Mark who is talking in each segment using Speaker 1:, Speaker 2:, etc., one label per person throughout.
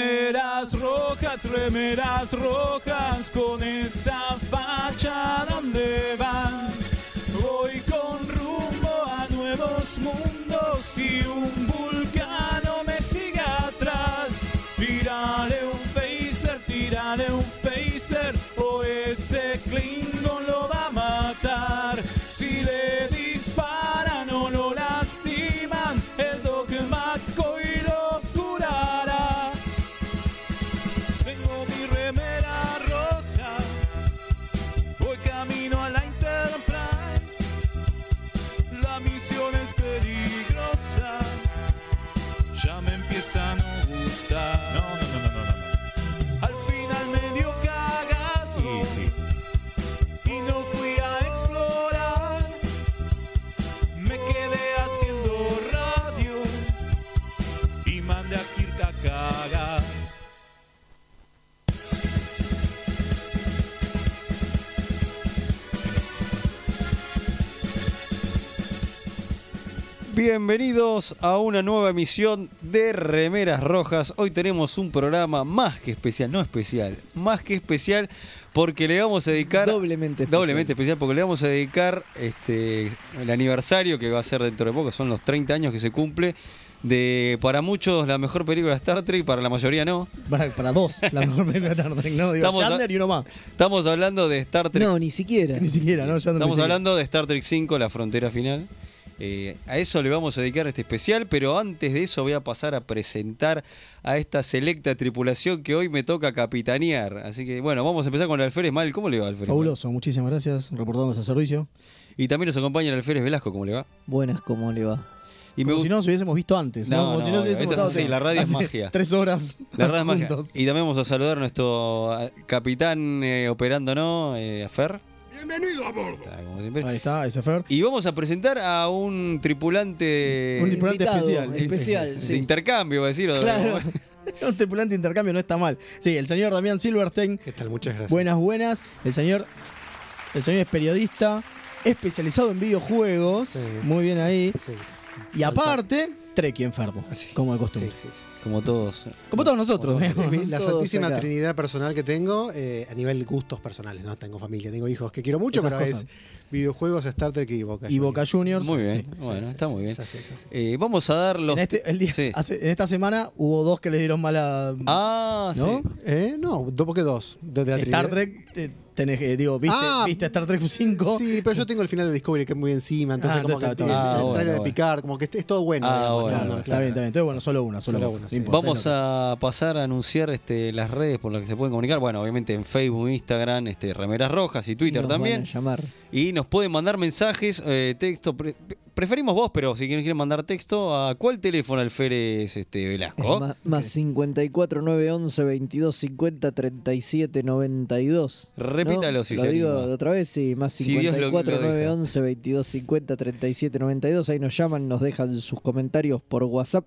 Speaker 1: remeras rojas, remeras rojas, con esa facha donde van. Voy con rumbo a nuevos mundos y un vulcano me sigue atrás. Tírale un phaser, tírale un phaser, o ese Klingon lo va a matar. Si le disparan o lo lastiman, el dogma y lo curará. Tengo mi remera rota, voy camino a la Enterprise. La misión es peligrosa, ya me empieza a no gustar. No, no, no, no, no. Al final me dio cagazo y no fui a explorar. Me quedé haciendo radio y mandé a Kirk a cagar.
Speaker 2: Bienvenidos a una nueva emisión de Remeras Rojas. Hoy tenemos un programa más que especial, no especial, más que especial porque le vamos a dedicar
Speaker 3: Doblemente especial.
Speaker 2: doblemente especial porque le vamos a dedicar este el aniversario que va a ser dentro de poco, son los 30 años que se cumple de para muchos la mejor película de Star Trek, para la mayoría no.
Speaker 4: Para, para dos, la mejor película de Star Trek, ¿no? Digo,
Speaker 2: Estamos a-
Speaker 4: Shatner y uno más.
Speaker 2: Estamos hablando de Star Trek.
Speaker 3: No, ni siquiera.
Speaker 4: Ni siquiera, ¿no? Shatner
Speaker 2: Estamos
Speaker 4: ni siquiera.
Speaker 2: hablando de Star Trek 5, la frontera final. Eh, a eso le vamos a dedicar este especial, pero antes de eso voy a pasar a presentar a esta selecta tripulación que hoy me toca capitanear. Así que bueno, vamos a empezar con el Alférez Mal. ¿Cómo le va, Alférez? Mal?
Speaker 4: Fabuloso, muchísimas gracias, reportando ese servicio.
Speaker 2: Y también nos acompaña el Alférez Velasco, ¿cómo le va?
Speaker 3: Buenas, ¿cómo le va?
Speaker 2: Y me
Speaker 4: Como
Speaker 2: gu-
Speaker 4: si no nos hubiésemos visto antes, ¿no?
Speaker 2: No,
Speaker 4: Como
Speaker 2: no,
Speaker 4: si nos
Speaker 2: esto
Speaker 4: hubiésemos
Speaker 2: es
Speaker 4: estado
Speaker 2: así,
Speaker 4: hace-
Speaker 2: la radio es
Speaker 4: hace
Speaker 2: magia.
Speaker 4: Tres horas.
Speaker 2: La verdad es magia.
Speaker 4: juntos.
Speaker 2: Y también vamos a saludar a nuestro ah, capitán eh, operando, ¿no? Eh, a Fer. Bienvenido a bordo.
Speaker 4: Ahí está, ese Fer.
Speaker 2: Y vamos a presentar a un tripulante.
Speaker 4: Un tripulante
Speaker 3: Invitado,
Speaker 4: especial.
Speaker 3: Especial,
Speaker 2: De
Speaker 3: sí.
Speaker 2: intercambio, va a decir. o de-
Speaker 3: Claro.
Speaker 4: Un tripulante de intercambio no está mal. Sí, el señor Damián Silverstein.
Speaker 5: ¿Qué tal? Muchas gracias.
Speaker 4: Buenas, buenas. El señor, el señor es periodista, especializado en videojuegos.
Speaker 5: Sí.
Speaker 4: Muy bien ahí.
Speaker 5: Sí,
Speaker 4: Y aparte, Treki enfermo,
Speaker 2: Ah,
Speaker 5: Así.
Speaker 4: como de
Speaker 5: sí,
Speaker 4: costumbre.
Speaker 5: sí, sí.
Speaker 2: Como todos.
Speaker 4: Como todos nosotros, digamos.
Speaker 5: Es mi- La
Speaker 3: Todos
Speaker 5: santísima
Speaker 3: acá.
Speaker 5: trinidad personal que tengo, eh, a nivel gustos personales, ¿no? Tengo familia, tengo hijos que quiero mucho,
Speaker 4: Esas
Speaker 5: pero
Speaker 4: cosas.
Speaker 5: es videojuegos, Star Trek y Boca.
Speaker 4: Y Boca Juniors.
Speaker 2: Muy bien.
Speaker 4: sí.
Speaker 5: Sí,
Speaker 2: bueno,
Speaker 5: sí,
Speaker 2: está
Speaker 5: sí,
Speaker 2: muy bien.
Speaker 5: es así, es así.
Speaker 2: Eh, vamos a dar los.
Speaker 4: En, este- el día-
Speaker 2: Sí.
Speaker 4: hace- en esta semana hubo dos que le dieron mala.
Speaker 2: Ah,
Speaker 4: ¿No?
Speaker 2: sí.
Speaker 5: Eh, no, do- ¿por qué dos? ¿De de la
Speaker 4: Star
Speaker 5: trinidad?
Speaker 4: Trek, te- tenés que- digo, ¿viste,
Speaker 5: Ah,
Speaker 4: viste Star Trek 5?
Speaker 5: Sí, pero yo tengo el final de Discovery que es muy encima, entonces
Speaker 4: Ah,
Speaker 5: como
Speaker 4: está-
Speaker 5: que
Speaker 4: está-
Speaker 5: el-
Speaker 2: ah,
Speaker 5: el,
Speaker 2: bueno,
Speaker 5: trailer
Speaker 2: bueno.
Speaker 5: de Picard, como que este, es, es todo bueno.
Speaker 2: Ah,
Speaker 5: digamos,
Speaker 2: bueno,
Speaker 4: Claro,
Speaker 2: bueno,
Speaker 4: está bien, está bien. Entonces, bueno, solo una, solo,
Speaker 5: Solo
Speaker 4: una.
Speaker 5: una,
Speaker 4: no
Speaker 5: sí.
Speaker 4: importa,
Speaker 2: Vamos
Speaker 4: es lo que-
Speaker 2: a pasar a anunciar este, las redes por las que se pueden comunicar. Bueno, obviamente en Facebook, Instagram, este, Remeras Rojas y Twitter
Speaker 3: Nos van a
Speaker 2: también.
Speaker 3: llamar.
Speaker 2: Y nos pueden mandar mensajes, eh, texto. pre- pre- preferimos vos, pero si quieren, quieren mandar texto, ¿a cuál teléfono, Alférez este, Velasco?
Speaker 3: Ma- más eh, 54 9 11 22 50 37 92. ¿no?
Speaker 2: Repítalo si
Speaker 3: Lo
Speaker 2: se
Speaker 3: digo
Speaker 2: anima.
Speaker 3: otra vez, sí, más
Speaker 2: Si Dios lo-
Speaker 3: 54
Speaker 2: lo deja.
Speaker 3: 9 11 22 50 37 92. Ahí nos llaman, nos dejan sus comentarios por WhatsApp.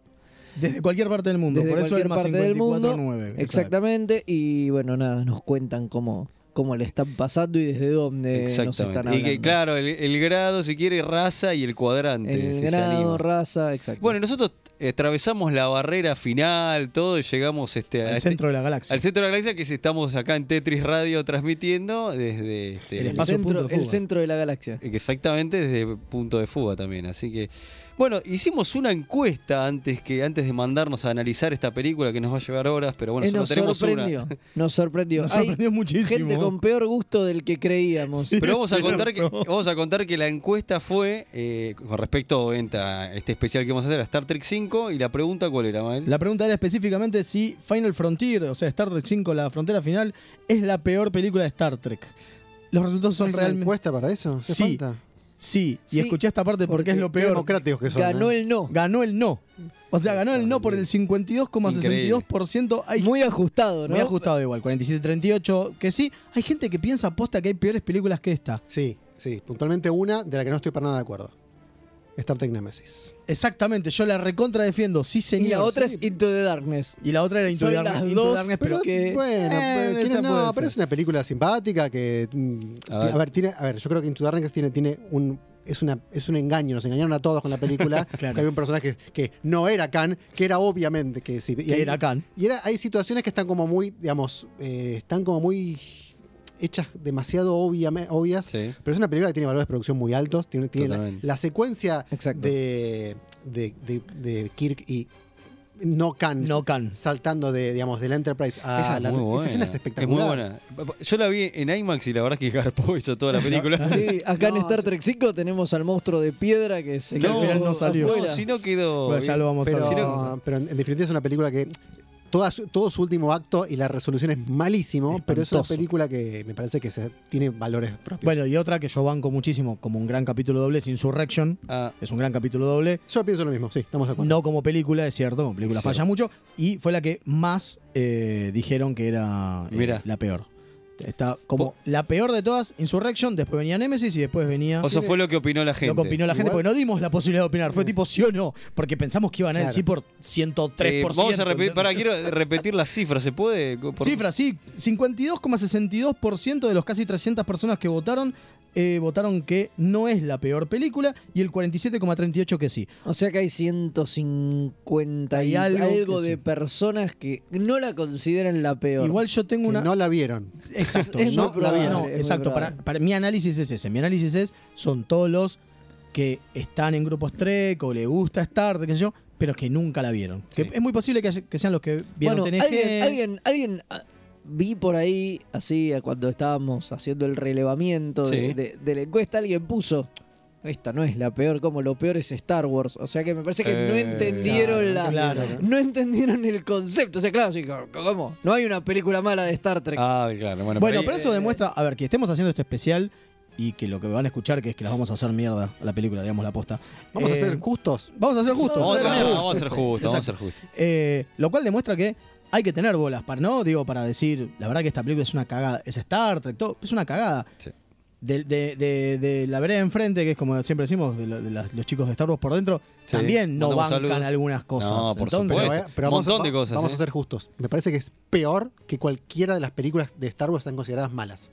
Speaker 4: Desde cualquier parte del mundo.
Speaker 3: desde
Speaker 4: por eso
Speaker 3: cualquier
Speaker 4: el más
Speaker 3: parte del mundo.
Speaker 4: 54.9, exacto.
Speaker 3: Exactamente, y bueno, nada, nos cuentan cómo, cómo le están pasando y desde dónde nos están hablando.
Speaker 2: y que, claro, el, el grado, si quiere, raza y el cuadrante.
Speaker 3: el
Speaker 2: si se
Speaker 3: grado,
Speaker 2: anima.
Speaker 3: raza, exacto.
Speaker 2: Bueno, y nosotros eh, atravesamos la barrera final, todo, y llegamos este, a
Speaker 4: Al
Speaker 2: este-
Speaker 4: centro de la galaxia.
Speaker 2: al centro de la galaxia, que es- estamos acá en Tetris Radio transmitiendo desde... este,
Speaker 4: El
Speaker 3: el,
Speaker 4: espacio
Speaker 3: centro,
Speaker 4: punto de
Speaker 3: el
Speaker 4: fuga.
Speaker 3: centro de la galaxia.
Speaker 2: Exactamente, desde punto de fuga también. Así que, bueno, hicimos una encuesta antes que antes de mandarnos a analizar esta película que nos va a llevar horas, pero bueno,
Speaker 3: Eh,
Speaker 2: solo
Speaker 3: nos,
Speaker 2: tenemos
Speaker 3: sorprendió,
Speaker 2: una.
Speaker 3: nos sorprendió,
Speaker 4: Nos
Speaker 3: Hay
Speaker 4: sorprendió muchísimo.
Speaker 3: Gente con peor gusto del que creíamos.
Speaker 4: Sí.
Speaker 2: Pero vamos a
Speaker 4: Es
Speaker 2: contar que
Speaker 4: cierto.
Speaker 2: vamos a contar que la encuesta fue eh, con respecto obviamente, a este especial que vamos a hacer a Star Trek 5 y la pregunta cuál era, Mael?
Speaker 4: La pregunta era específicamente si Final Frontier, o sea, Star Trek 5, la frontera final, es la peor película de Star Trek. Los resultados son
Speaker 5: ¿Es una
Speaker 4: realmente.
Speaker 5: encuesta para eso? ¿Hace
Speaker 4: Sí.
Speaker 5: falta?
Speaker 4: Sí, y
Speaker 3: Sí,
Speaker 4: escuché esta parte porque,
Speaker 3: porque
Speaker 4: es lo
Speaker 5: Qué
Speaker 4: peor.
Speaker 5: democráticos que son.
Speaker 3: Ganó
Speaker 5: ¿eh?
Speaker 3: el no.
Speaker 4: Ganó el no. O sea, ganó el no por el 52,62%. Hay
Speaker 3: Muy ajustado, ¿no?
Speaker 4: muy ajustado igual, 47-38, que sí. Hay gente que piensa aposta que hay peores películas que esta.
Speaker 5: Sí, sí, puntualmente una de la que no estoy para nada de acuerdo. Star Trek Nemesis.
Speaker 4: Exactamente, yo la recontra defiendo, sí señor.
Speaker 3: Y la otra es Into the Darkness.
Speaker 4: Y la otra era Into
Speaker 3: Son
Speaker 4: the Dark-
Speaker 3: las
Speaker 4: Into the
Speaker 3: dos,
Speaker 4: Darkness, pero
Speaker 3: pero que-
Speaker 5: bueno,
Speaker 4: Eh,
Speaker 5: pero, tiene-
Speaker 4: esa
Speaker 5: no,
Speaker 4: puede
Speaker 5: pero
Speaker 4: ser.
Speaker 5: es una película simpática que mm, ti-
Speaker 2: A
Speaker 5: a,
Speaker 2: ver.
Speaker 5: ver. tiene a ver, yo creo que Into the Darkness tiene tiene un es, una, es un engaño, nos engañaron a todos con la película.
Speaker 4: Claro.
Speaker 5: que había un personaje que no era Khan, que era obviamente que sí. Y
Speaker 4: Que
Speaker 5: hay-
Speaker 4: era Khan.
Speaker 5: Y era, hay situaciones que están como muy, digamos, eh, están como muy hechas demasiado obvia- obvias.
Speaker 2: Sí.
Speaker 5: Pero es una película que tiene valores de producción muy altos. Tiene, tiene la,
Speaker 2: Totalmente.
Speaker 5: la secuencia
Speaker 3: Exacto.
Speaker 5: de, de, de- de Kirk y no Khan
Speaker 4: No Khan.
Speaker 5: saltando de, digamos, de la Enterprise a
Speaker 2: Esa es
Speaker 5: la
Speaker 2: Ah, muy buena.
Speaker 5: Esa escena es espectacular.
Speaker 2: muy buena. Yo la vi en IMAX y la verdad es que garpó hizo toda la película.
Speaker 3: Sí, acá
Speaker 5: No,
Speaker 3: en Star
Speaker 5: sí.
Speaker 3: Trek 5 tenemos al monstruo de piedra que se
Speaker 4: Que al
Speaker 3: quedó
Speaker 4: final no salió.
Speaker 2: No,
Speaker 3: afuera.
Speaker 2: si no quedó.
Speaker 4: Bueno, ya
Speaker 2: bien.
Speaker 4: lo vamos a
Speaker 5: Pero,
Speaker 4: ver.
Speaker 2: eh,
Speaker 5: pero en, en definitiva es una película que toda su- todo su último acto y la resolución es malísimo, pero es una
Speaker 4: Espantoso.
Speaker 5: película que me parece que se- tiene valores propios.
Speaker 4: Bueno, y otra que yo banco muchísimo como un gran capítulo doble es Insurrection.
Speaker 2: Ah,
Speaker 4: Es un gran capítulo doble.
Speaker 5: yo pienso lo mismo, sí, estamos de acuerdo.
Speaker 4: No como película, es cierto, como película
Speaker 2: Es cierto.
Speaker 4: falla mucho. Y fue la que más eh, dijeron que era eh,
Speaker 2: Mirá.
Speaker 4: la peor. Está como
Speaker 2: Po-
Speaker 4: la peor de todas, Insurrection, después venía Nemesis y después venía...
Speaker 2: o sea, fue lo que opinó la gente.
Speaker 4: Lo que opinó la gente,
Speaker 5: Igual-
Speaker 4: porque no dimos la posibilidad de opinar. Fue tipo sí o no, porque pensamos que iban a ganar el sí por 103%.
Speaker 2: Eh, vamos a repetir,
Speaker 4: ¿entendés?
Speaker 2: para quiero repetir las cifras, ¿se puede? Por-
Speaker 4: Cifra, sí. 52,62% de los casi 300 personas que votaron eh, votaron que no es la peor película y el 47,38% que sí.
Speaker 3: O sea que hay 150 y
Speaker 4: Hay algo
Speaker 3: algo,
Speaker 4: que
Speaker 3: de
Speaker 4: sí.
Speaker 3: personas que no la consideran la peor.
Speaker 4: Igual yo tengo
Speaker 5: Que
Speaker 4: una...
Speaker 5: no la vieron.
Speaker 4: Exacto.
Speaker 3: Es
Speaker 4: no,
Speaker 3: muy
Speaker 4: la
Speaker 5: probable,
Speaker 4: vi- no,
Speaker 3: es muy
Speaker 4: exacto. Para,
Speaker 3: probable.
Speaker 4: para- mi análisis es ese. Mi análisis es, son todos los que están en grupos Trek o le gusta Star Trek, qué sé yo, pero que nunca la vieron.
Speaker 5: Sí.
Speaker 4: Que es muy posible que, haya- que sean los que vieron
Speaker 3: bueno,
Speaker 4: TNG.
Speaker 3: alguien, alguien, alguien, ah, vi por ahí, así, a cuando estábamos haciendo el relevamiento de,
Speaker 2: Sí.
Speaker 3: de- de la encuesta, alguien puso. Esta no es la peor, como lo peor es Star Wars. O sea que me parece que no
Speaker 2: Eh,
Speaker 3: entendieron
Speaker 5: claro,
Speaker 3: la.
Speaker 4: claro.
Speaker 3: No entendieron el concepto. O sea, claro, sí, co- ¿cómo? No hay una película mala de Star Trek.
Speaker 2: Ah, claro. Bueno,
Speaker 4: Bueno,
Speaker 2: ahí- eh,
Speaker 4: pero eso demuestra, a ver, que estemos haciendo este especial y que lo que van a escuchar que es que las vamos a hacer mierda a la película, digamos la posta.
Speaker 5: Vamos a
Speaker 4: Eh,
Speaker 5: ser justos.
Speaker 4: Vamos a ser justos.
Speaker 2: Vamos, a ser
Speaker 5: Otra
Speaker 4: Mierda.
Speaker 2: justos, vamos a ser justos, vamos a ser justos.
Speaker 4: Eh, lo cual demuestra que hay que tener bolas para no, digo, para decir, la verdad que esta película es una cagada, es Star Trek, todo, es una cagada.
Speaker 2: Sí.
Speaker 4: De, de- de- de la vereda de enfrente, que es como siempre decimos, de, lo- de las- los chicos de Star Wars por dentro,
Speaker 2: Sí.
Speaker 4: también no
Speaker 2: Mandamos
Speaker 4: bancan
Speaker 2: saludos.
Speaker 4: algunas cosas.
Speaker 2: No, por
Speaker 4: Entonces,
Speaker 2: supuesto.
Speaker 5: eh, pero vamos,
Speaker 2: montón
Speaker 5: a-
Speaker 2: de cosas,
Speaker 5: Vamos
Speaker 2: eh.
Speaker 5: a ser justos. Me parece que es peor que cualquiera de las películas de Star Wars están consideradas malas.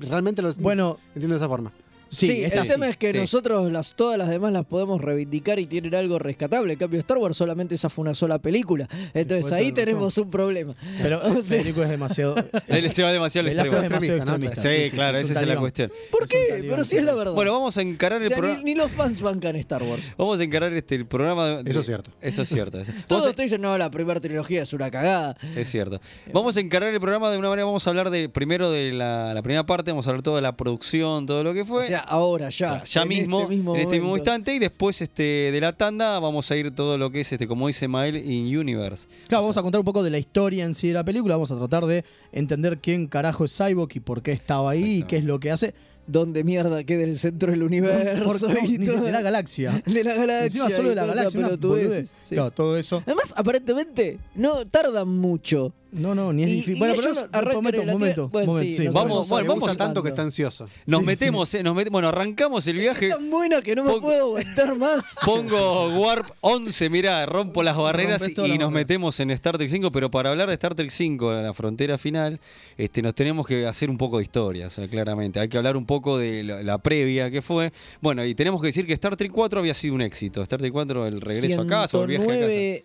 Speaker 5: Realmente lo
Speaker 4: Bueno,
Speaker 5: entiendo de esa forma.
Speaker 4: sí,
Speaker 3: Sí,
Speaker 4: es
Speaker 3: el
Speaker 4: así.
Speaker 3: tema es que
Speaker 2: sí.
Speaker 3: nosotros las, todas las demás las podemos reivindicar y tienen algo rescatable. En cambio, Star Wars solamente esa fue una sola película. Entonces
Speaker 5: Después
Speaker 3: ahí
Speaker 5: todo el
Speaker 3: tenemos un problema.
Speaker 4: Pero Federico es demasiado.
Speaker 2: Él se va demasiado al
Speaker 4: Velasco
Speaker 2: extremo.
Speaker 4: es demasiado
Speaker 5: Extremista,
Speaker 4: extremista.
Speaker 2: Sí, claro, esa es la cuestión.
Speaker 4: Es
Speaker 3: ¿Por
Speaker 4: un
Speaker 3: qué?
Speaker 4: talibán,
Speaker 3: Pero si es la
Speaker 4: claro.
Speaker 3: verdad.
Speaker 2: Bueno, vamos a encarar el
Speaker 3: O sea,
Speaker 2: programa.
Speaker 3: ni, ni los fans bancan Star Wars.
Speaker 2: Vamos a encarar este, el programa. de-
Speaker 5: Eso es cierto.
Speaker 2: Eso es cierto. eso-
Speaker 3: Todos
Speaker 2: Vamos
Speaker 3: te dicen, no, la primera trilogía es una cagada.
Speaker 2: a- es cierto. Vamos a encarar el programa de una manera. Vamos a hablar de, primero de la, la primera parte. Vamos a hablar todo de la producción, todo lo que fue.
Speaker 3: O sea, ahora ya.
Speaker 2: O sea, ya
Speaker 3: en
Speaker 2: mismo,
Speaker 3: este mismo
Speaker 2: en este mismo
Speaker 3: momento.
Speaker 2: instante. Y después este, de la tanda vamos a ir todo lo que es, este, como dice Mael, In Universe.
Speaker 4: Claro, vamos a contar un poco de la historia en sí de la película. Vamos a tratar de entender quién carajo es Cyborg y por qué estaba ahí y qué es lo que hace.
Speaker 3: Donde mierda queda el centro del universo.
Speaker 4: Porque-
Speaker 3: y
Speaker 4: ni
Speaker 3: todo.
Speaker 4: de la galaxia.
Speaker 3: De la galaxia.
Speaker 4: Encima solo
Speaker 3: y
Speaker 4: de la
Speaker 3: toda esa
Speaker 4: galaxia. una
Speaker 3: pelotudez.
Speaker 4: boludez.
Speaker 3: Sí.
Speaker 4: Claro, todo eso.
Speaker 3: Además, aparentemente, no tardan mucho.
Speaker 4: No, no, ni es
Speaker 3: Y-
Speaker 4: difícil.
Speaker 3: y
Speaker 4: Bueno, pero no,
Speaker 3: ellos
Speaker 4: no,
Speaker 3: arrancan
Speaker 4: momento,
Speaker 3: en la
Speaker 4: momento.
Speaker 3: Tierra. Bueno,
Speaker 4: momento,
Speaker 3: sí,
Speaker 4: sí.
Speaker 3: nos
Speaker 2: Vamos,
Speaker 3: vamos
Speaker 2: bueno,
Speaker 5: Le
Speaker 2: vamos
Speaker 5: gusta
Speaker 3: avanzando.
Speaker 5: tanto que está ansioso.
Speaker 2: Nos
Speaker 4: Sí,
Speaker 2: metemos, eh, nos met- bueno, arrancamos el viaje.
Speaker 3: Es tan buena que no me
Speaker 2: Poco-
Speaker 3: puedo aguantar más.
Speaker 2: Pongo Warp 11, mira, rompo las barreras
Speaker 4: Rompes
Speaker 2: y,
Speaker 4: todas las
Speaker 2: nos
Speaker 4: barreras.
Speaker 2: metemos en Star Trek 5, pero para hablar de Star Trek 5, la frontera final, este, nos tenemos que hacer un poco de historia, o sea, claramente. Hay que hablar un poco de la, la previa que fue. Bueno, y tenemos que decir que Star Trek 4 había sido un éxito. Star Trek 4, el regreso a casa, o el viaje a casa.
Speaker 3: 109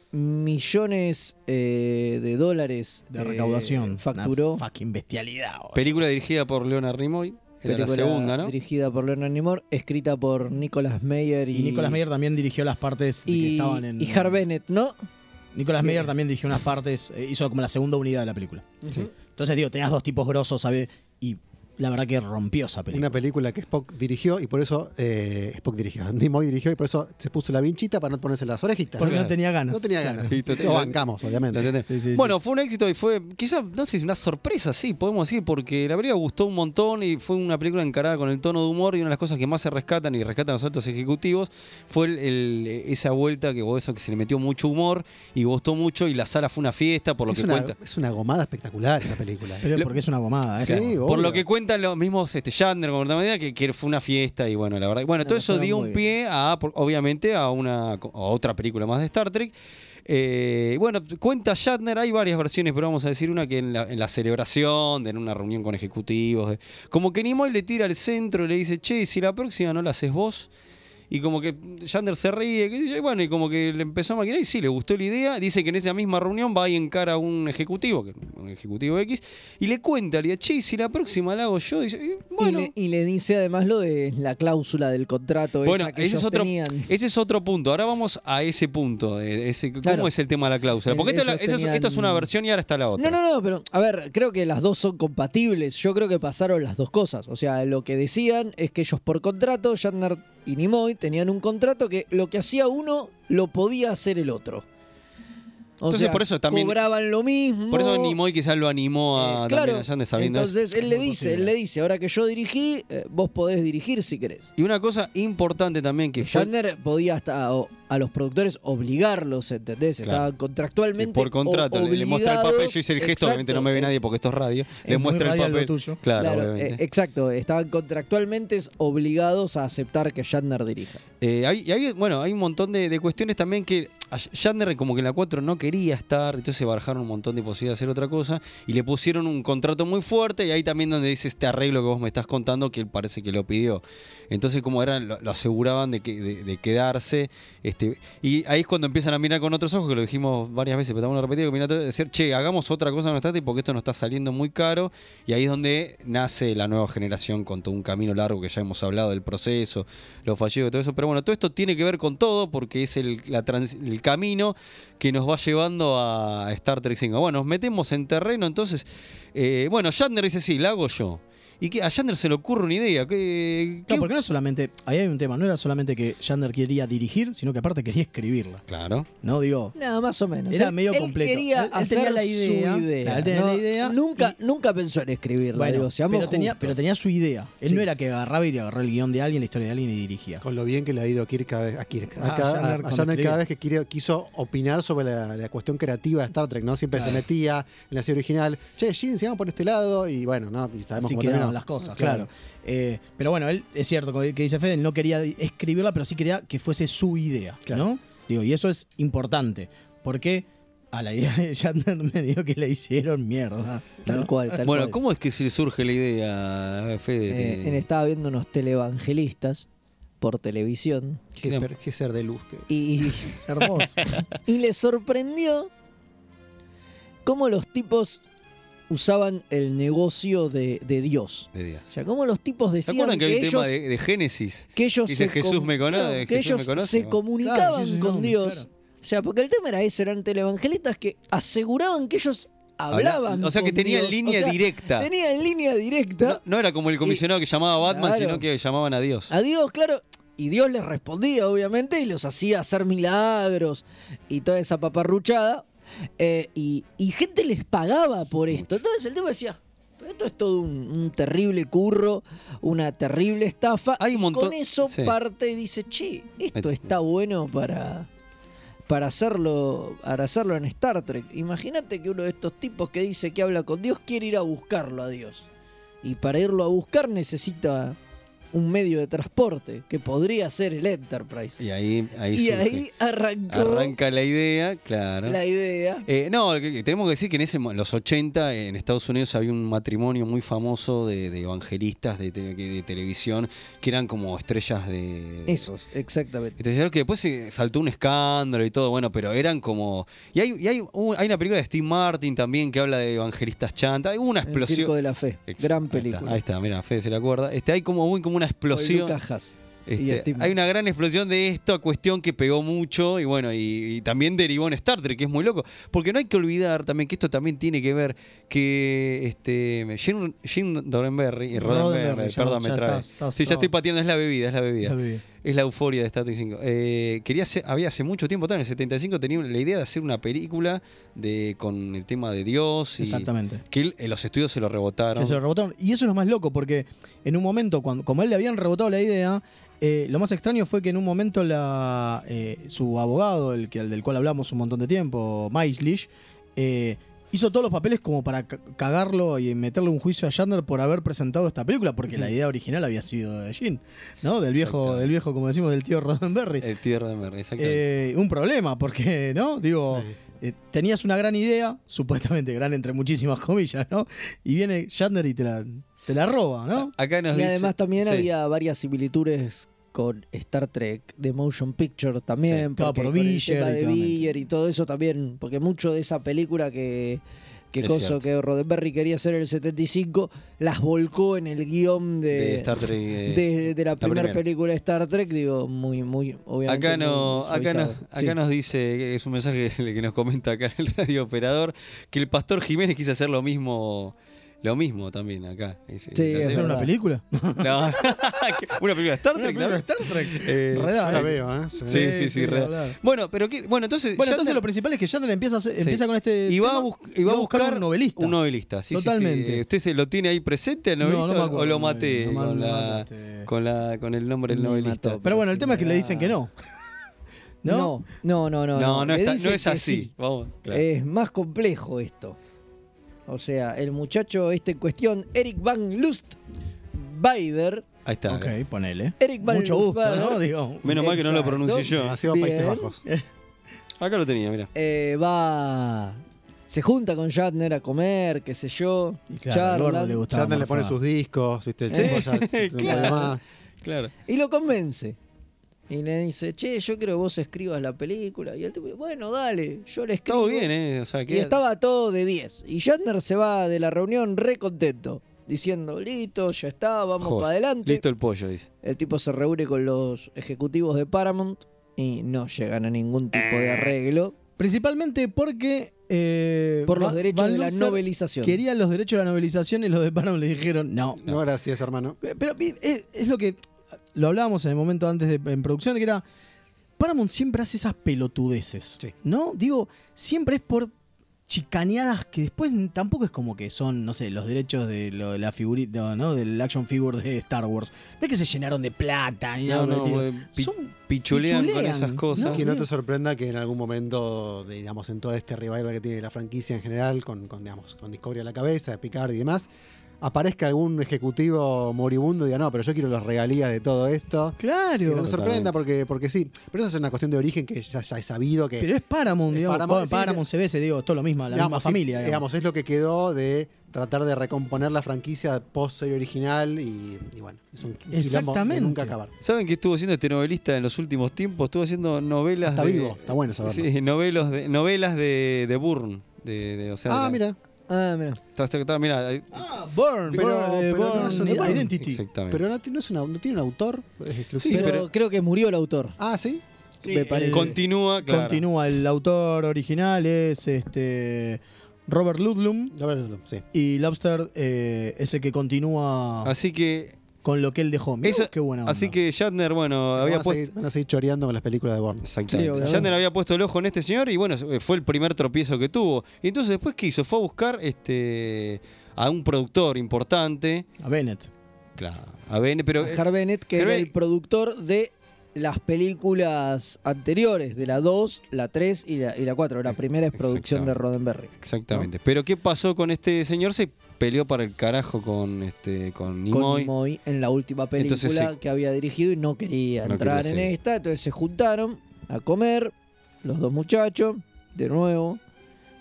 Speaker 3: millones eh, de dólares
Speaker 4: De recaudación.
Speaker 3: eh, facturó.
Speaker 4: Una fucking bestialidad. boludo.
Speaker 2: Película dirigida por Leonard Nimoy, era la
Speaker 3: Película
Speaker 2: segunda, ¿no?
Speaker 3: Dirigida por Leonard Nimoy, escrita por Nicolas Meyer y,
Speaker 4: Y Nicolas Meyer también dirigió las partes de que
Speaker 3: y,
Speaker 4: estaban en.
Speaker 3: y Harv Bennett, ¿no?
Speaker 4: Nicolas
Speaker 3: Sí.
Speaker 4: Meyer también dirigió unas partes, eh, hizo como la segunda unidad de la película.
Speaker 5: Sí.
Speaker 4: Entonces, digo, tenías dos tipos grosos, ¿sabes? Y la verdad que rompió esa película.
Speaker 5: Una película que Spock dirigió y por eso. eh, Spock dirigió. Nimoy dirigió y por eso se puso la vinchita para no ponerse las orejitas.
Speaker 4: Porque
Speaker 5: no,
Speaker 4: no tenía ganas.
Speaker 5: tenía
Speaker 4: Claro.
Speaker 5: ganas.
Speaker 2: Sí, total-
Speaker 5: Lo bancamos,
Speaker 2: ¿Lo
Speaker 5: obviamente.
Speaker 2: entendés?
Speaker 4: Sí, sí, sí.
Speaker 2: bueno, fue un éxito y fue quizás, no sé, una sorpresa, sí, podemos decir, porque la película gustó un montón y fue una película encarada con el tono de humor y una de las cosas que más se rescatan y rescatan a los altos ejecutivos fue el- el- esa vuelta que, o eso, que se le metió mucho humor y gustó mucho y la sala fue una fiesta, por lo
Speaker 5: Es
Speaker 2: que
Speaker 5: una,
Speaker 2: cuenta.
Speaker 5: es una gomada espectacular esa película.
Speaker 4: Pero porque es una gomada, ¿eh?
Speaker 5: Sí,
Speaker 4: Claro.
Speaker 5: obvio.
Speaker 2: Por lo que cuentan los mismos este, Shatner, como manera, que, que fue una fiesta y bueno, la verdad. Bueno,
Speaker 3: No,
Speaker 2: todo
Speaker 3: no
Speaker 2: eso
Speaker 3: quedó
Speaker 2: dio
Speaker 3: muy
Speaker 2: un pie a, por- obviamente, a una a otra película más de Star Trek. Eh, bueno, cuenta Shatner, hay varias versiones, pero vamos a decir una que en la, en la celebración, en una reunión con ejecutivos, de- como que Nimoy le tira al centro y le dice, che, si la próxima no la haces vos, y como que Yander se ríe, qué sé yo, y bueno, y como que le empezó a maquinar y sí, le gustó la idea. Dice que en esa misma reunión va y encara a un ejecutivo, que- un ejecutivo X, y le cuenta, le dice, che, si la próxima la hago yo, dice, y bueno.
Speaker 3: Y, le, y le dice además lo de la cláusula del contrato
Speaker 2: Bueno,
Speaker 3: esa que
Speaker 2: ese
Speaker 3: ellos
Speaker 2: es, otro,
Speaker 3: tenían.
Speaker 2: ese es otro punto. Ahora vamos a ese punto. eh, ese- ¿Cómo
Speaker 3: Claro.
Speaker 2: es el tema de la cláusula? Porque esto, es la-
Speaker 3: Ellos
Speaker 2: eso es- esto es una
Speaker 3: tenían-
Speaker 2: versión y ahora está la otra.
Speaker 3: No, no, no, pero a ver, creo que las dos son compatibles. Yo creo que pasaron las dos cosas. O sea, lo que decían es que ellos por contrato, Shatner y Nimoy, tenían un contrato que lo que hacía uno lo podía hacer el otro. O
Speaker 2: Entonces,
Speaker 3: sea,
Speaker 2: por eso también-
Speaker 3: cobraban lo mismo.
Speaker 2: Por eso Nimoy quizás lo animó
Speaker 3: Eh,
Speaker 2: a,
Speaker 3: claro.
Speaker 2: también a Yander sabiendo eso.
Speaker 3: Entonces él le
Speaker 4: Es muy
Speaker 3: dice, él
Speaker 4: posible.
Speaker 3: le dice, ahora que yo dirigí, eh, vos podés dirigir si querés.
Speaker 2: Y una cosa importante también que fue
Speaker 3: Shatner podía hasta o- a los productores obligarlos, ¿entendés?
Speaker 2: Claro.
Speaker 3: Estaban contractualmente
Speaker 2: Y por contrato,
Speaker 3: o-
Speaker 2: le, le muestra el papel,
Speaker 3: obligados-
Speaker 2: yo hice el gesto,
Speaker 3: Exacto.
Speaker 2: obviamente no me ve nadie porque esto es radio. le
Speaker 4: muy
Speaker 2: muestra el
Speaker 4: radial lo
Speaker 2: papel.
Speaker 4: tuyo.
Speaker 2: Claro,
Speaker 3: Claro, eh,
Speaker 2: obviamente.
Speaker 3: exacto, estaban contractualmente obligados a aceptar que Shatner dirija.
Speaker 2: Eh, hay, y hay- bueno, hay un montón de, de cuestiones también que a Shatner como que en la 4 no quería estar, entonces se barajaron un montón de posibilidades de hacer otra cosa y le pusieron un contrato muy fuerte y ahí también donde dice este arreglo que vos me estás contando que él parece que lo pidió. Entonces como era, lo, lo aseguraban de, que, de, de quedarse. Este, y ahí es cuando empiezan a mirar con otros ojos, que lo dijimos varias veces, pero estamos a repetir, que mirar todo- decir, che, hagamos otra cosa en nuestra y porque esto nos está saliendo muy caro. Y ahí es donde nace la nueva generación con todo un camino largo que ya hemos hablado del proceso, los fallidos y todo eso. Pero bueno, todo esto tiene que ver con todo porque es el, la trans- el camino que nos va llevando a Star Trek 5. Bueno, nos metemos en terreno, entonces, eh, bueno, Shatner dice, sí, la hago yo. Y que a Shatner se le ocurre una idea. ¿Qué,
Speaker 4: No,
Speaker 2: qué-
Speaker 4: porque no es solamente. Ahí hay un tema, no era solamente que Yander quería dirigir, sino que aparte quería escribirla.
Speaker 2: Claro.
Speaker 4: No digo.
Speaker 3: Nada, más o menos.
Speaker 4: Era
Speaker 3: Él-
Speaker 4: medio
Speaker 3: él
Speaker 4: completo.
Speaker 3: Quería
Speaker 4: Él- él
Speaker 3: hacer
Speaker 4: tenía la idea,
Speaker 3: su idea.
Speaker 4: claro, él tenía
Speaker 3: ¿no?
Speaker 4: la idea
Speaker 3: Nunca, nunca pensó en escribirla, digo, seamos
Speaker 4: pero, tenía,
Speaker 3: justos.
Speaker 4: pero tenía su idea. Él
Speaker 3: Sí.
Speaker 4: no era que agarraba y le agarró el guión de alguien, la historia de alguien y dirigía.
Speaker 5: Con lo bien que le ha ido a Kirk cada vez, a Kirk, a
Speaker 4: Ah,
Speaker 5: cada-
Speaker 4: Shatner
Speaker 5: a- a
Speaker 4: cuando
Speaker 5: Shatner
Speaker 4: escribía.
Speaker 5: cada vez que quiere- quiso opinar sobre la, la cuestión creativa de Star Trek, ¿no? Siempre se metía en la serie original, che, Jim, sigamos por este lado, y bueno, ¿no? Y sabemos
Speaker 4: Así
Speaker 5: cómo
Speaker 4: quedaron
Speaker 5: terminó.
Speaker 4: las cosas, claro. Eh, pero bueno, él es cierto, como que dice Fede, él no quería di- escribirla, pero sí quería que fuese su idea,
Speaker 5: Claro.
Speaker 4: ¿no? Digo, y eso es importante, porque a la idea de Shatner me digo que la hicieron mierda.
Speaker 3: Ah, Tal
Speaker 4: ¿no?
Speaker 3: cual, tal
Speaker 2: Bueno,
Speaker 3: cual.
Speaker 2: ¿cómo es que se le surge la idea, Fede?
Speaker 3: Eh,
Speaker 2: Te-
Speaker 3: en- estaba viendo unos televangelistas por televisión
Speaker 5: Qué, per- qué ser de luz. que-
Speaker 3: y,
Speaker 4: Hermoso.
Speaker 3: y le sorprendió cómo los tipos usaban el negocio de, de Dios.
Speaker 2: de día.
Speaker 3: O sea, cómo los tipos
Speaker 2: ¿Se
Speaker 3: decían
Speaker 2: acuerdan que,
Speaker 3: que
Speaker 2: hay un tema
Speaker 3: ellos
Speaker 2: de, de Génesis?
Speaker 3: que ellos
Speaker 2: Dice,
Speaker 3: se
Speaker 2: "Jesús
Speaker 3: com-
Speaker 2: me conoce,
Speaker 3: claro, que
Speaker 2: Jesús me
Speaker 3: ellos
Speaker 2: conoce".
Speaker 3: se
Speaker 2: Claro,
Speaker 3: comunicaban
Speaker 4: Jesús y
Speaker 3: con
Speaker 4: Naomi,
Speaker 3: Dios.
Speaker 4: claro.
Speaker 3: O sea, porque el tema era eso, eran televangelistas que aseguraban que ellos hablaban.
Speaker 2: O sea, que
Speaker 3: con
Speaker 2: tenía
Speaker 3: Dios.
Speaker 2: línea
Speaker 3: O sea,
Speaker 2: directa.
Speaker 3: Tenía en línea
Speaker 2: No,
Speaker 3: directa
Speaker 2: no era como el comisionado que llamaba a Batman,
Speaker 3: Claro.
Speaker 2: sino que llamaban a Dios.
Speaker 3: a Dios, claro. Y Dios les respondía, obviamente, y los hacía hacer milagros y toda esa paparruchada. Eh, y, y gente les pagaba por esto. Entonces el tipo decía. Esto es todo un, un terrible curro, una terrible estafa.
Speaker 2: Hay un
Speaker 3: y
Speaker 2: montón-
Speaker 3: con eso
Speaker 2: sí.
Speaker 3: parte y dice, che, esto
Speaker 2: Ahí-
Speaker 3: está bueno para, para, hacerlo, para hacerlo en Star Trek. Imagínate que uno de estos tipos que dice que habla con Dios quiere ir a buscarlo a Dios. Y para irlo a buscar necesita un medio de transporte, que podría ser el Enterprise.
Speaker 2: Y ahí, ahí, Ah,
Speaker 3: y
Speaker 2: surge.
Speaker 3: ahí arrancó
Speaker 2: arranca la idea, claro.
Speaker 3: la idea.
Speaker 2: Eh, no, que- que tenemos que decir que en ese, mo- los 80 en Estados Unidos había un matrimonio muy famoso de, de evangelistas de, te- que- de televisión que eran como estrellas de...
Speaker 3: Esos, exactamente.
Speaker 2: Entonces, creo que después se saltó un escándalo y todo, bueno, pero eran como... Y hay, y hay, un- hay una película de Steve Martin también que habla de evangelistas chanta. Hay una
Speaker 3: El Circo
Speaker 2: explosión...
Speaker 3: de la Fe.
Speaker 2: Ex-
Speaker 3: Gran
Speaker 2: ahí está,
Speaker 3: película.
Speaker 2: Ahí está, mira, Fede se la acuerda. Este, hay como, un- como una explosión.
Speaker 3: Con Lucas Haas.
Speaker 2: Este,
Speaker 3: Y Steve
Speaker 2: hay una gran explosión de esto, a cuestión que pegó mucho y bueno, y, y también derivó en Star Trek, que es muy loco. Porque no hay que olvidar también que esto también tiene que ver que este Jim, Jim Roddenberry, eh, Roddenberry,
Speaker 4: Roddenberry, ya-
Speaker 2: perdón, me
Speaker 4: ya
Speaker 2: trabé.
Speaker 4: estás- estás
Speaker 2: Sí, ya
Speaker 4: todo.
Speaker 2: estoy pateando, es la bebida, es la bebida.
Speaker 4: La bebida.
Speaker 2: Es la euforia de Star Trek 5. Eh, quería hacer- había hace mucho tiempo, tal, en el 75 tenía la idea de hacer una película de con el tema de Dios y
Speaker 4: Exactamente.
Speaker 2: que él- eh, los estudios se lo rebotaron.
Speaker 4: Que se lo rebotaron. Y eso es lo más loco, porque en un momento, cuando, como a él le habían rebotado la idea, eh, lo más extraño fue que en un momento la, eh, su abogado, el, que, el del cual hablamos un montón de tiempo, Maislish, eh, hizo todos los papeles como para ca- cagarlo y meterle un juicio a Shatner por haber presentado esta película, porque la idea original había sido de Gene, ¿no? Del viejo,
Speaker 2: Exactamente.
Speaker 4: del viejo, como decimos, del tío Roddenberry.
Speaker 2: El tierra de Mer, exactamente.
Speaker 4: Eh, un problema, porque, ¿no? Digo, eh, tenías una gran idea, supuestamente gran entre muchísimas comillas, ¿no? Y viene Shatner y te la, te la roba, ¿no?
Speaker 2: Acá nos
Speaker 3: Y
Speaker 2: dice-
Speaker 3: además también
Speaker 2: Sí.
Speaker 3: había varias similitudes con Star Trek de Motion Picture también.
Speaker 4: Sí, claro,
Speaker 3: porque
Speaker 4: por
Speaker 3: con el
Speaker 4: Villiers
Speaker 3: tema
Speaker 4: y
Speaker 3: de
Speaker 4: todo,
Speaker 3: Villiers y todo eso también. Porque mucho de esa película que, que
Speaker 2: Es
Speaker 3: coso
Speaker 2: cierto.
Speaker 3: que Roddenberry quería hacer en el 75, las volcó en el guión de,
Speaker 2: de Star Trek. eh,
Speaker 3: de- de la, primera
Speaker 2: primera.
Speaker 3: película de Star Trek. Digo, muy, muy, obviamente.
Speaker 2: Acá, no,
Speaker 3: muy
Speaker 2: acá, no-
Speaker 3: suavizado.
Speaker 2: acá
Speaker 3: Sí.
Speaker 2: nos dice, eh, es un mensaje que que nos comenta acá el radio operador, que el pastor Jiménez quiso hacer lo mismo, lo mismo también acá. Dice,
Speaker 3: Sí,
Speaker 2: entonces-
Speaker 3: es
Speaker 4: ¿Hacer una
Speaker 3: verdad.
Speaker 4: película?
Speaker 2: No, una película de Star Trek,
Speaker 4: Una película de
Speaker 2: ¿no?
Speaker 4: Star Trek.
Speaker 2: Eh,
Speaker 4: Redada,
Speaker 5: Yo la
Speaker 4: ¿eh?
Speaker 5: veo, ¿eh? Sí.
Speaker 2: Sí, sí, sí,
Speaker 4: sí,
Speaker 2: re-
Speaker 4: hablar.
Speaker 2: Bueno, pero qué, bueno, entonces.
Speaker 4: Bueno,
Speaker 2: ya
Speaker 4: entonces
Speaker 2: te-
Speaker 4: lo principal es que Shatner empieza, a hacer-
Speaker 2: Eh, Sí.
Speaker 4: empieza con este.
Speaker 2: y va, a
Speaker 4: tema,
Speaker 2: bus- y va a buscar,
Speaker 4: un novelista.
Speaker 2: Un novelista, sí, sí, sí.
Speaker 4: Totalmente.
Speaker 2: ¿Usted se lo tiene ahí presente el
Speaker 4: No,
Speaker 2: novelista
Speaker 4: no me
Speaker 2: o- o
Speaker 4: acuerdo,
Speaker 2: lo
Speaker 4: no me-
Speaker 2: maté
Speaker 4: no me-
Speaker 2: con,
Speaker 4: no me
Speaker 2: la,
Speaker 4: mataste.
Speaker 2: con, la, con el nombre del
Speaker 3: Me
Speaker 2: novelista?
Speaker 3: mató.
Speaker 4: Pero bueno, el tema es que le dicen que no. ¿No?
Speaker 3: No, no, no, no.
Speaker 2: no, no,
Speaker 3: Le
Speaker 2: está-
Speaker 3: dice
Speaker 2: no es
Speaker 3: que
Speaker 2: así.
Speaker 3: sí.
Speaker 2: Vamos, claro.
Speaker 3: Es más complejo esto. O sea, el muchacho este en cuestión, Eric Van Lust Bader.
Speaker 2: ahí está.
Speaker 4: Ok, ponele.
Speaker 3: Eric Van
Speaker 4: Mucho
Speaker 3: Lust
Speaker 4: gusto, ¿no?
Speaker 3: Bader,
Speaker 4: Digo.
Speaker 2: Menos mal que no lo pronuncié yo.
Speaker 5: Ha sido Países
Speaker 3: Bien.
Speaker 5: Bajos.
Speaker 2: Acá lo tenía, mira.
Speaker 3: eh, va. Se junta con Shatner a comer, qué sé yo.
Speaker 4: Y claro, al gordo
Speaker 3: charlan, Eh,
Speaker 4: le gusta.
Speaker 5: Shatner le pone
Speaker 4: morfar.
Speaker 5: sus discos, ¿viste? El chico ya se- se
Speaker 2: claro.
Speaker 5: pone más.
Speaker 2: Claro.
Speaker 3: y lo convence. Y le dice, che, yo quiero que vos escribas la película. Y él te dice, bueno, dale, yo le escribo.
Speaker 2: Todo bien, ¿eh? O sea,
Speaker 3: Y
Speaker 2: que-
Speaker 3: estaba todo de 10. Y Shatner se va de la reunión re contento. Diciendo, listo, ya está, vamos
Speaker 2: Joder,
Speaker 3: para adelante.
Speaker 2: Listo el pollo, dice.
Speaker 3: El tipo se reúne con los ejecutivos de Paramount y no llegan a ningún tipo
Speaker 2: Eh.
Speaker 3: de arreglo
Speaker 4: Principalmente porque. eh,
Speaker 3: por los
Speaker 4: Va-
Speaker 3: derechos
Speaker 4: Van
Speaker 3: de la
Speaker 4: Luther
Speaker 3: novelización.
Speaker 4: Querían los derechos de la novelización y los de Paramount le dijeron no.
Speaker 5: No, gracias, hermano.
Speaker 4: Pero eh, es, lo que. Lo hablábamos en el momento antes de en producción, que era. Paramount siempre hace esas pelotudeces.
Speaker 5: Sí.
Speaker 4: ¿No? Digo, siempre es por chicaneadas que después tampoco es como que son, no sé, los derechos de, lo, de la figurita, ¿no? Del action figure de Star Wars. No es que se llenaron de plata ni
Speaker 2: No,
Speaker 4: nada.
Speaker 2: no,
Speaker 4: por el estilo.
Speaker 2: eh, pi-
Speaker 4: Son-
Speaker 2: pichulean, con
Speaker 4: pichulean,
Speaker 2: esas cosas.
Speaker 4: No,
Speaker 5: que no
Speaker 4: bien.
Speaker 5: te sorprenda que en algún momento, digamos, en todo este revival que tiene la franquicia en general, con, con, digamos, con Discovery a la cabeza, Picard y demás, aparezca algún ejecutivo moribundo y diga, no, pero yo quiero las regalías de todo esto. Que
Speaker 4: Claro.
Speaker 5: no te sorprenda porque, porque sí. Pero eso es una cuestión de origen que ya, ya es sabido que...
Speaker 4: Pero es Paramount,
Speaker 5: Es
Speaker 4: digamos.
Speaker 5: Paramount,
Speaker 4: Bueno,
Speaker 5: sí,
Speaker 4: Paramount CBS, digo, todo lo mismo, la misma
Speaker 5: digamos, sí,
Speaker 4: familia. digamos.
Speaker 5: digamos, es lo que quedó de tratar de recomponer la franquicia post-serie original y, y bueno, es un quilombo de
Speaker 4: Exactamente.
Speaker 5: nunca Ah, acabar.
Speaker 2: ¿Saben qué estuvo haciendo este novelista en los últimos tiempos? Estuvo haciendo novelas
Speaker 5: Está
Speaker 2: de-
Speaker 5: vivo, está bueno saberlo.
Speaker 2: Sí, novelos de, novelas de, de Burn. De, de- o sea,
Speaker 5: Ah,
Speaker 2: de-
Speaker 5: mira,
Speaker 3: Ah, mira.
Speaker 2: Está- está- está- mirá, ahí-
Speaker 4: Ah, Burn,
Speaker 5: Pero-
Speaker 4: Burn, eh,
Speaker 5: pero no
Speaker 4: Burn
Speaker 5: es un- Burn.
Speaker 4: Identity.
Speaker 2: Exactamente.
Speaker 5: pero no, tiene- no es una- no tiene un autor es
Speaker 3: Sí,
Speaker 5: exclusivo.
Speaker 3: pero, creo que murió el autor.
Speaker 5: Ah, sí.
Speaker 4: Sí,
Speaker 3: me parece.
Speaker 4: el-
Speaker 2: Continúa, claro.
Speaker 4: Continúa, el autor original es este Robert Ludlum
Speaker 5: No, no, no, sí.
Speaker 4: y Lobster eh, es el que continúa
Speaker 2: Así que,
Speaker 4: con lo que él dejó. Mirá
Speaker 2: Ah, Eso-
Speaker 4: vos qué buena onda.
Speaker 2: así que Shatner, bueno,
Speaker 5: Van
Speaker 2: había
Speaker 5: a
Speaker 2: puesto.
Speaker 5: seguir- van a seguir choreando con las películas de Bourne.
Speaker 2: Exactamente.
Speaker 3: Sí, obviamente.
Speaker 2: Shatner había puesto el ojo en este señor y bueno, fue el primer tropiezo que tuvo. Y entonces después qué hizo? Fue a buscar este a un productor importante,
Speaker 4: A Bennett.
Speaker 2: claro, a Ben, pero eh,
Speaker 3: Harv Bennett, que era
Speaker 2: Harvey-
Speaker 3: el productor de las películas anteriores, de la 2, la 3 y la, y la 4. La primera es producción de Roddenberry.
Speaker 2: exactamente. Pero qué pasó con este señor? Se peleó para el carajo con este con
Speaker 3: Con
Speaker 2: Nimoy.
Speaker 3: Nimoy en la última película
Speaker 2: Entonces, sí.
Speaker 3: que había dirigido y no quería
Speaker 2: No
Speaker 3: entrar
Speaker 2: quería
Speaker 3: en
Speaker 2: seguir.
Speaker 3: esta. Entonces se juntaron a comer, los dos muchachos, de nuevo,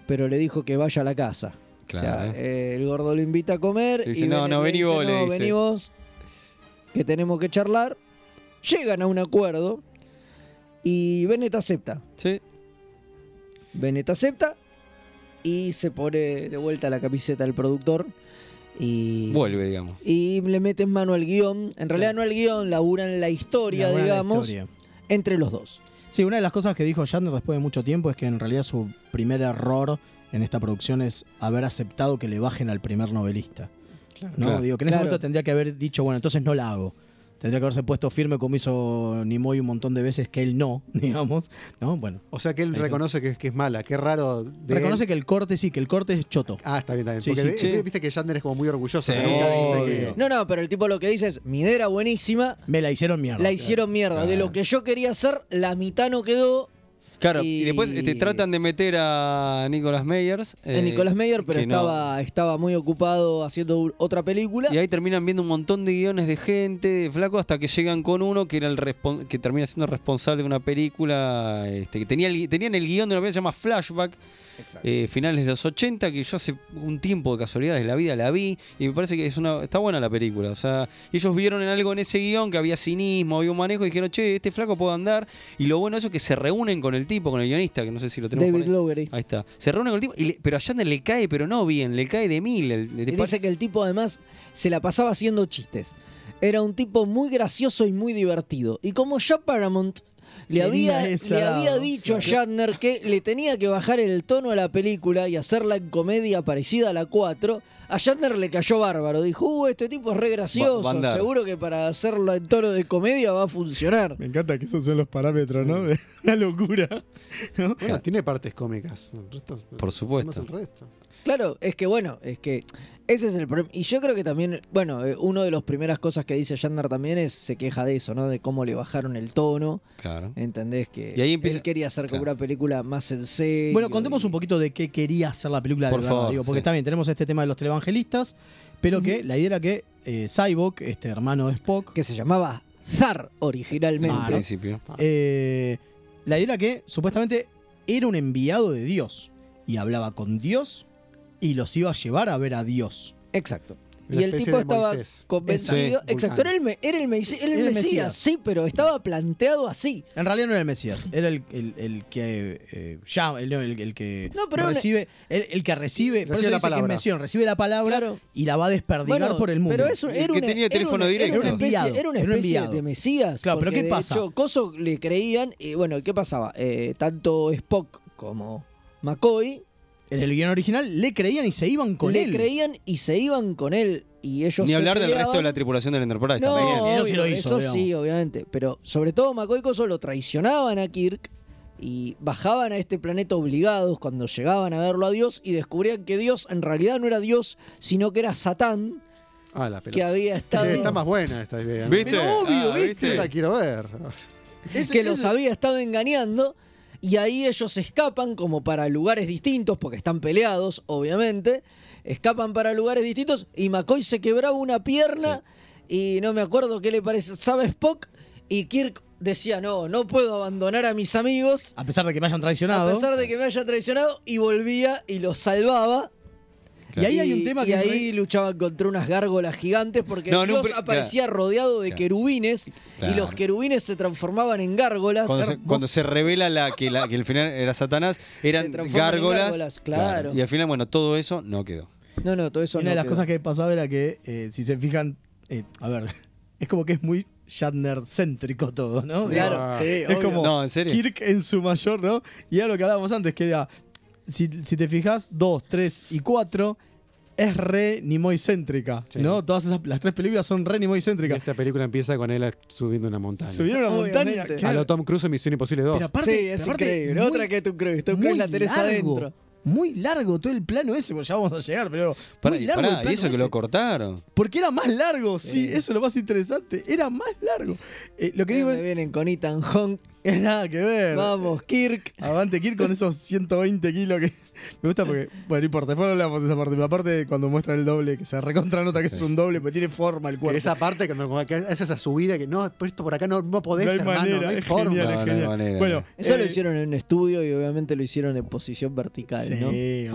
Speaker 3: pero le dijo que vaya a la casa.
Speaker 2: Claro.
Speaker 3: O sea, eh, el gordo lo invita a comer.
Speaker 2: Le dice,
Speaker 3: y
Speaker 2: "No,
Speaker 3: Bennett
Speaker 2: no,
Speaker 3: le
Speaker 2: vení
Speaker 3: dice,
Speaker 2: vos", le
Speaker 3: "No,
Speaker 2: dice.
Speaker 3: vení vos, que tenemos que charlar. Llegan a un acuerdo y Bennett acepta.
Speaker 2: Sí.
Speaker 3: Bennett acepta y se pone de vuelta la camiseta del productor. Y
Speaker 2: Vuelve, digamos.
Speaker 3: y le meten mano al guión. En realidad no al guión, laburan la historia,
Speaker 4: Una buena
Speaker 3: digamos,
Speaker 4: historia.
Speaker 3: entre los dos.
Speaker 4: Sí, una de las cosas que dijo Shatner después de mucho tiempo es que en realidad su primer error en esta producción es haber aceptado que le bajen al primer novelista. ¿no?
Speaker 2: Claro.
Speaker 4: Digo, que en ese
Speaker 3: Claro.
Speaker 4: momento tendría que haber dicho, bueno, entonces no la hago. Tendría que haberse puesto firme como hizo Nimoy un montón de veces que él no, digamos, ¿no? Bueno.
Speaker 5: O sea que él
Speaker 4: Ahí
Speaker 5: reconoce que, es- que es mala. Qué raro. De
Speaker 4: Reconoce
Speaker 5: él.
Speaker 4: que el corte sí, que el corte es choto.
Speaker 5: Ah, está bien, está bien.
Speaker 4: Sí,
Speaker 5: Porque
Speaker 4: sí,
Speaker 5: ve-
Speaker 2: sí.
Speaker 5: ve- viste que Yander es como muy orgulloso.
Speaker 2: Sí.
Speaker 5: que nunca dice
Speaker 4: Obvio.
Speaker 5: que-
Speaker 3: No, no, pero el tipo lo que dice es, mi idea era buenísima,
Speaker 4: Me la hicieron mierda.
Speaker 3: la hicieron mierda. De lo que yo quería hacer, la mitad no quedó.
Speaker 2: Claro, y,
Speaker 3: Y-
Speaker 2: después este, tratan de meter a Nicolas Meyers.
Speaker 3: de
Speaker 2: eh,
Speaker 3: Nicolás Meyer, pero
Speaker 2: que no-
Speaker 3: estaba, estaba muy ocupado haciendo u- otra película.
Speaker 2: Y ahí terminan viendo un montón de guiones de gente, de flaco, hasta que llegan con uno que era el respon- que termina siendo responsable de una película. este, que tenía el, gui- tenían el guión de una película que se llama Flashback, eh, finales de los 80, que yo hace un tiempo de casualidades de la vida la vi, y me parece que es una, está buena la película. O sea, ellos vieron en algo en ese guión que había cinismo, había un manejo, y dijeron, che, este flaco puede andar. Y lo bueno de eso es que se reúnen con el tipo, con el guionista, que no sé si lo tenemos.
Speaker 3: David
Speaker 2: por ahí.
Speaker 3: Lowery.
Speaker 2: Ahí está. Se reúne con el tipo, y le- pero a Shatner le cae, pero no bien, le cae de mil. el- le
Speaker 3: Y
Speaker 2: pasa-
Speaker 3: dice que el tipo además se la pasaba haciendo chistes. Era un tipo muy gracioso y muy divertido. Y como ya Paramount le
Speaker 4: Tenía
Speaker 3: había,
Speaker 4: esa-
Speaker 3: le había dicho a Shatner que le tenía que bajar el tono a la película y hacerla en comedia parecida a la 4, a Shatner le cayó bárbaro. Dijo, uh, este tipo es re gracioso.
Speaker 2: va a andar".
Speaker 3: Seguro que para hacerlo en tono de comedia va a funcionar.
Speaker 6: Me encanta que esos son los parámetros, ¿no? De una locura. ¿no?
Speaker 5: Bueno, tiene partes cómicas. El resto,
Speaker 2: Por supuesto.
Speaker 5: más el resto.
Speaker 3: Claro, es que bueno, es que ese es el problema. Y yo creo que también, bueno, eh, una de las primeras cosas que dice Yandar también es, se queja de eso, ¿no? De cómo le bajaron el tono.
Speaker 2: Claro.
Speaker 3: ¿Entendés? Que
Speaker 2: Y ahí empieza-
Speaker 3: él quería hacer como
Speaker 2: claro.
Speaker 3: una película más en serio.
Speaker 4: Bueno, contemos
Speaker 3: y-
Speaker 4: un poquito de qué quería hacer la película de
Speaker 2: Por
Speaker 4: verdad,
Speaker 2: favor,
Speaker 4: digo, porque
Speaker 2: sí.
Speaker 4: también tenemos este tema de los televangelistas, pero que la idea era que eh, Cyborg, este hermano de Spock,
Speaker 3: Que se llamaba Zar originalmente.
Speaker 2: En
Speaker 4: Ah, ¿no?
Speaker 2: principio.
Speaker 4: eh, la idea era que supuestamente era un enviado de Dios y hablaba con Dios y los iba a llevar a ver a Dios.
Speaker 3: Exacto.
Speaker 5: Una
Speaker 3: y el
Speaker 5: especie
Speaker 3: tipo
Speaker 5: de
Speaker 3: estaba
Speaker 5: Moisés.
Speaker 3: convencido.
Speaker 5: Exacto.
Speaker 3: Exacto, era el, me- era el, Meisi- era el
Speaker 4: Era el
Speaker 3: Mesías,
Speaker 4: Mesías.
Speaker 3: sí, pero estaba planteado así.
Speaker 4: En realidad no era el Mesías, era el, el- el que eh, llama, el, el- el que
Speaker 3: No, pero era un-
Speaker 4: recibe, el, el que recibe, por
Speaker 5: Recibe
Speaker 4: eso
Speaker 5: la
Speaker 4: dice que es
Speaker 5: palabra.
Speaker 4: Mesión, recibe la palabra
Speaker 3: Claro.
Speaker 4: y la va a desperdigar
Speaker 3: Bueno,
Speaker 4: por el mundo.
Speaker 3: Pero eso
Speaker 2: El
Speaker 3: era
Speaker 2: que
Speaker 3: una-
Speaker 2: tenía
Speaker 3: era
Speaker 2: teléfono
Speaker 3: una-
Speaker 2: directo.
Speaker 3: Era una
Speaker 4: Era un
Speaker 3: especie,
Speaker 4: enviado,
Speaker 3: era una
Speaker 4: era un
Speaker 3: especie
Speaker 4: enviado.
Speaker 3: de Mesías.
Speaker 4: Claro, pero
Speaker 3: porque
Speaker 4: ¿qué
Speaker 3: de
Speaker 4: pasa?
Speaker 3: hecho, Coso le creían, y bueno, ¿qué pasaba? Eh, tanto Spock como McCoy
Speaker 4: En el guión original le creían y se iban con
Speaker 3: le
Speaker 4: él.
Speaker 3: creían y se iban con él. Y ellos
Speaker 2: Ni
Speaker 3: se
Speaker 2: hablar del resto de
Speaker 3: peleaban.
Speaker 2: la tripulación del Enterprise
Speaker 3: No,
Speaker 2: también.
Speaker 4: Sí, él sí lo
Speaker 3: obvio,
Speaker 4: hizo,
Speaker 3: eso sí, obviamente. Pero sobre todo McCoy y Coso lo traicionaban a Kirk y bajaban a este planeta obligados cuando llegaban a verlo a Dios y descubrían que Dios en realidad no era Dios, sino que era Satán
Speaker 5: Ah, la
Speaker 3: que
Speaker 5: pelota.
Speaker 3: había estado.
Speaker 5: Che, está más buena esta idea. ¿no?
Speaker 2: ¿Viste?
Speaker 4: Pero obvio,
Speaker 2: Ah,
Speaker 5: Yo La quiero ver.
Speaker 3: que los había estado engañando. Y ahí ellos escapan como para lugares distintos, porque están peleados, obviamente. Escapan para lugares distintos y McCoy se quebraba una pierna y no me acuerdo qué le parece. ¿Sabe Spock? Y Kirk decía, no, no puedo abandonar a mis amigos
Speaker 4: A pesar de que me hayan traicionado.
Speaker 3: a pesar de que me haya traicionado. Y volvía y los salvaba.
Speaker 4: Y ahí hay un tema
Speaker 3: y
Speaker 4: que.
Speaker 3: ahí luchaban contra unas gárgolas gigantes porque
Speaker 2: No, en un
Speaker 3: Dios
Speaker 2: pri-
Speaker 3: aparecía rodeado de
Speaker 2: Claro.
Speaker 3: querubines
Speaker 2: Claro.
Speaker 3: y los querubines se transformaban en gárgolas.
Speaker 2: Cuando se, cuando se revela la que, la que el final era Satanás, eran
Speaker 3: transforman en
Speaker 2: gárgolas.
Speaker 3: gárgolas, claro.
Speaker 2: Y al final, bueno, todo eso no quedó.
Speaker 3: No, no, todo eso
Speaker 4: Una
Speaker 3: no
Speaker 4: de las
Speaker 3: quedó.
Speaker 4: cosas que pasaba era que, eh, si se fijan, eh, a ver, es como que es muy Shatner céntrico todo, ¿no? Digo,
Speaker 3: Claro, sí,
Speaker 4: es
Speaker 3: obvio.
Speaker 4: como
Speaker 2: No, en serio.
Speaker 4: Kirk en su mayor, ¿no? Y era lo que hablábamos antes, que era, si, si te fijas, 2, 3 y 4 es re Nimoy céntrica,
Speaker 5: Sí.
Speaker 4: ¿no? Todas esas, las tres películas son re Nimoy
Speaker 5: Y
Speaker 4: céntricas.
Speaker 5: Esta película empieza con él subiendo una montaña.
Speaker 4: Subieron a la montaña.
Speaker 3: Obviamente.
Speaker 4: que
Speaker 5: A
Speaker 4: era-
Speaker 5: lo Tom Cruise en Misión Imposible 2.
Speaker 4: pero aparte-
Speaker 3: sí, es
Speaker 4: pero aparte
Speaker 3: increíble.
Speaker 4: muy-
Speaker 3: Otra que tú crees, tú crees la tenés adentro.
Speaker 4: Muy largo todo el plano ese, porque ya vamos a llegar, pero.
Speaker 2: Pará,
Speaker 4: muy
Speaker 2: y
Speaker 4: largo
Speaker 2: pará,
Speaker 4: el plano
Speaker 2: y eso que
Speaker 4: ese.
Speaker 2: lo cortaron.
Speaker 4: Porque era más largo, sí, eso es lo más interesante. Era más largo. Eh, lo que digo
Speaker 3: Me
Speaker 4: es,
Speaker 3: vienen con Ethan Hawke.
Speaker 4: es nada que ver.
Speaker 3: Vamos, Kirk.
Speaker 4: Avante Kirk con esos 120 kilos que. Me gusta porque. Bueno, no importa, después hablamos de esa parte. Pero aparte, cuando muestra el doble, que se recontra nota que es un doble, pues tiene forma el
Speaker 5: Que
Speaker 4: cuerpo.
Speaker 5: Esa parte cuando que haces esa subida que no, pero esto por acá no, no podés,
Speaker 4: no hay
Speaker 5: hermano,
Speaker 4: manera,
Speaker 5: no hay
Speaker 4: es
Speaker 5: forma.
Speaker 4: genial,
Speaker 2: No,
Speaker 4: es
Speaker 2: no hay
Speaker 4: genial.
Speaker 2: manera.
Speaker 4: Bueno,
Speaker 3: Eso lo
Speaker 4: eh,
Speaker 3: hicieron en un estudio y obviamente lo hicieron en posición vertical,
Speaker 4: Sí,
Speaker 3: ¿no?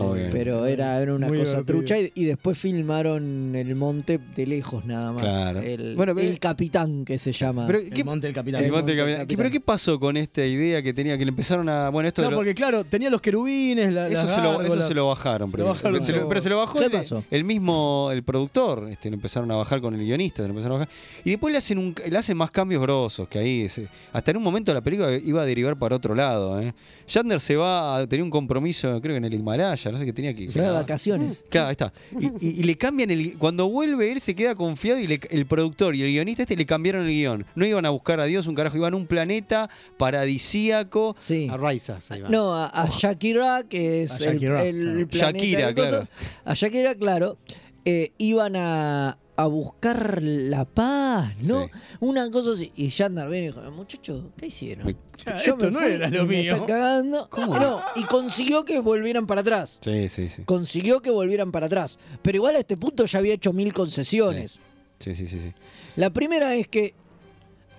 Speaker 2: Obvio.
Speaker 3: Pero era, era una
Speaker 4: Muy
Speaker 3: cosa
Speaker 4: divertido.
Speaker 3: trucha y, y después filmaron el monte de lejos nada más.
Speaker 2: Claro.
Speaker 3: El,
Speaker 2: Bueno,
Speaker 3: el
Speaker 2: pero-
Speaker 3: capitán que se llama.
Speaker 2: Pero,
Speaker 4: El
Speaker 2: ¿qué,
Speaker 4: monte del capitán.
Speaker 2: el monte
Speaker 3: del
Speaker 2: capitán.
Speaker 3: capitán.
Speaker 2: ¿Pero qué pasó con esta idea que tenía? Que le empezaron a. Bueno, esto de
Speaker 4: Claro,
Speaker 2: lo-
Speaker 4: porque claro, tenía los querubines, la,
Speaker 2: eso,
Speaker 4: las
Speaker 2: se lo, eso
Speaker 4: gárgolas.
Speaker 2: se lo bajaron.
Speaker 4: Se lo
Speaker 2: primero.
Speaker 4: bajaron
Speaker 2: Se lo-
Speaker 4: todo.
Speaker 2: pero se lo bajó
Speaker 3: ¿Qué
Speaker 2: el,
Speaker 3: pasó?
Speaker 2: el mismo el productor. Este, lo empezaron a bajar con el guionista. lo empezaron a bajar. Y después le hacen, un, le hacen más cambios grosos que ahí. se- hasta en un momento la película iba a derivar para otro lado. ¿eh? Shatner se va a tener un compromiso, creo que en el Himalaya. No sé qué tenía que
Speaker 3: se va de vacaciones.
Speaker 2: Claro, ahí está. Y, y- y le cambian el. Cuando vuelve, él se queda confiado y le- el productor y el guionista este le cambiaron el guión. No iban a buscar a Dios un carajo, iban a un planeta paradisíaco.
Speaker 3: Sí. Ah,
Speaker 5: A Raiza se iba.
Speaker 3: No, a, a Shakira, que es
Speaker 4: A Shakira,
Speaker 3: el, el
Speaker 2: claro.
Speaker 3: planeta
Speaker 2: Shakira,
Speaker 3: del coso.
Speaker 2: claro.
Speaker 3: A Shakira, claro. eh, iban a, a buscar la paz, ¿no?
Speaker 2: Sí.
Speaker 3: Una cosa así. Y Yandar viene y dijo, muchachos, ¿qué hicieron?
Speaker 2: Me-
Speaker 4: Ya,
Speaker 3: Yo
Speaker 4: esto
Speaker 3: me
Speaker 4: no
Speaker 3: fui
Speaker 4: era
Speaker 3: y
Speaker 4: lo
Speaker 3: me
Speaker 4: mío.
Speaker 3: están cagando. No, y consiguió que volvieran para atrás.
Speaker 2: Sí, sí, sí.
Speaker 3: Consiguió que volvieran para atrás. Pero igual a este punto ya había hecho mil concesiones.
Speaker 2: Sí, sí, sí, sí.
Speaker 3: La primera es que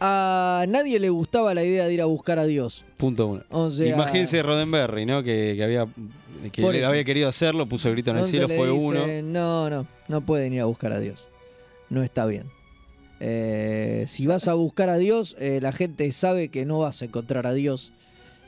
Speaker 3: a nadie le gustaba la idea de ir a buscar a Dios.
Speaker 2: Punto uno.
Speaker 3: O sea-
Speaker 2: Imagínense Roddenberry, ¿no? Que, que había que
Speaker 3: Por
Speaker 2: él
Speaker 3: eso.
Speaker 2: había querido hacerlo, puso el grito en el cielo,
Speaker 3: le
Speaker 2: fue uno.
Speaker 3: dicen, No, no, no pueden ir a buscar a Dios. No está bien. Eh, si vas a buscar a Dios, eh, la gente sabe que no vas a encontrar a Dios.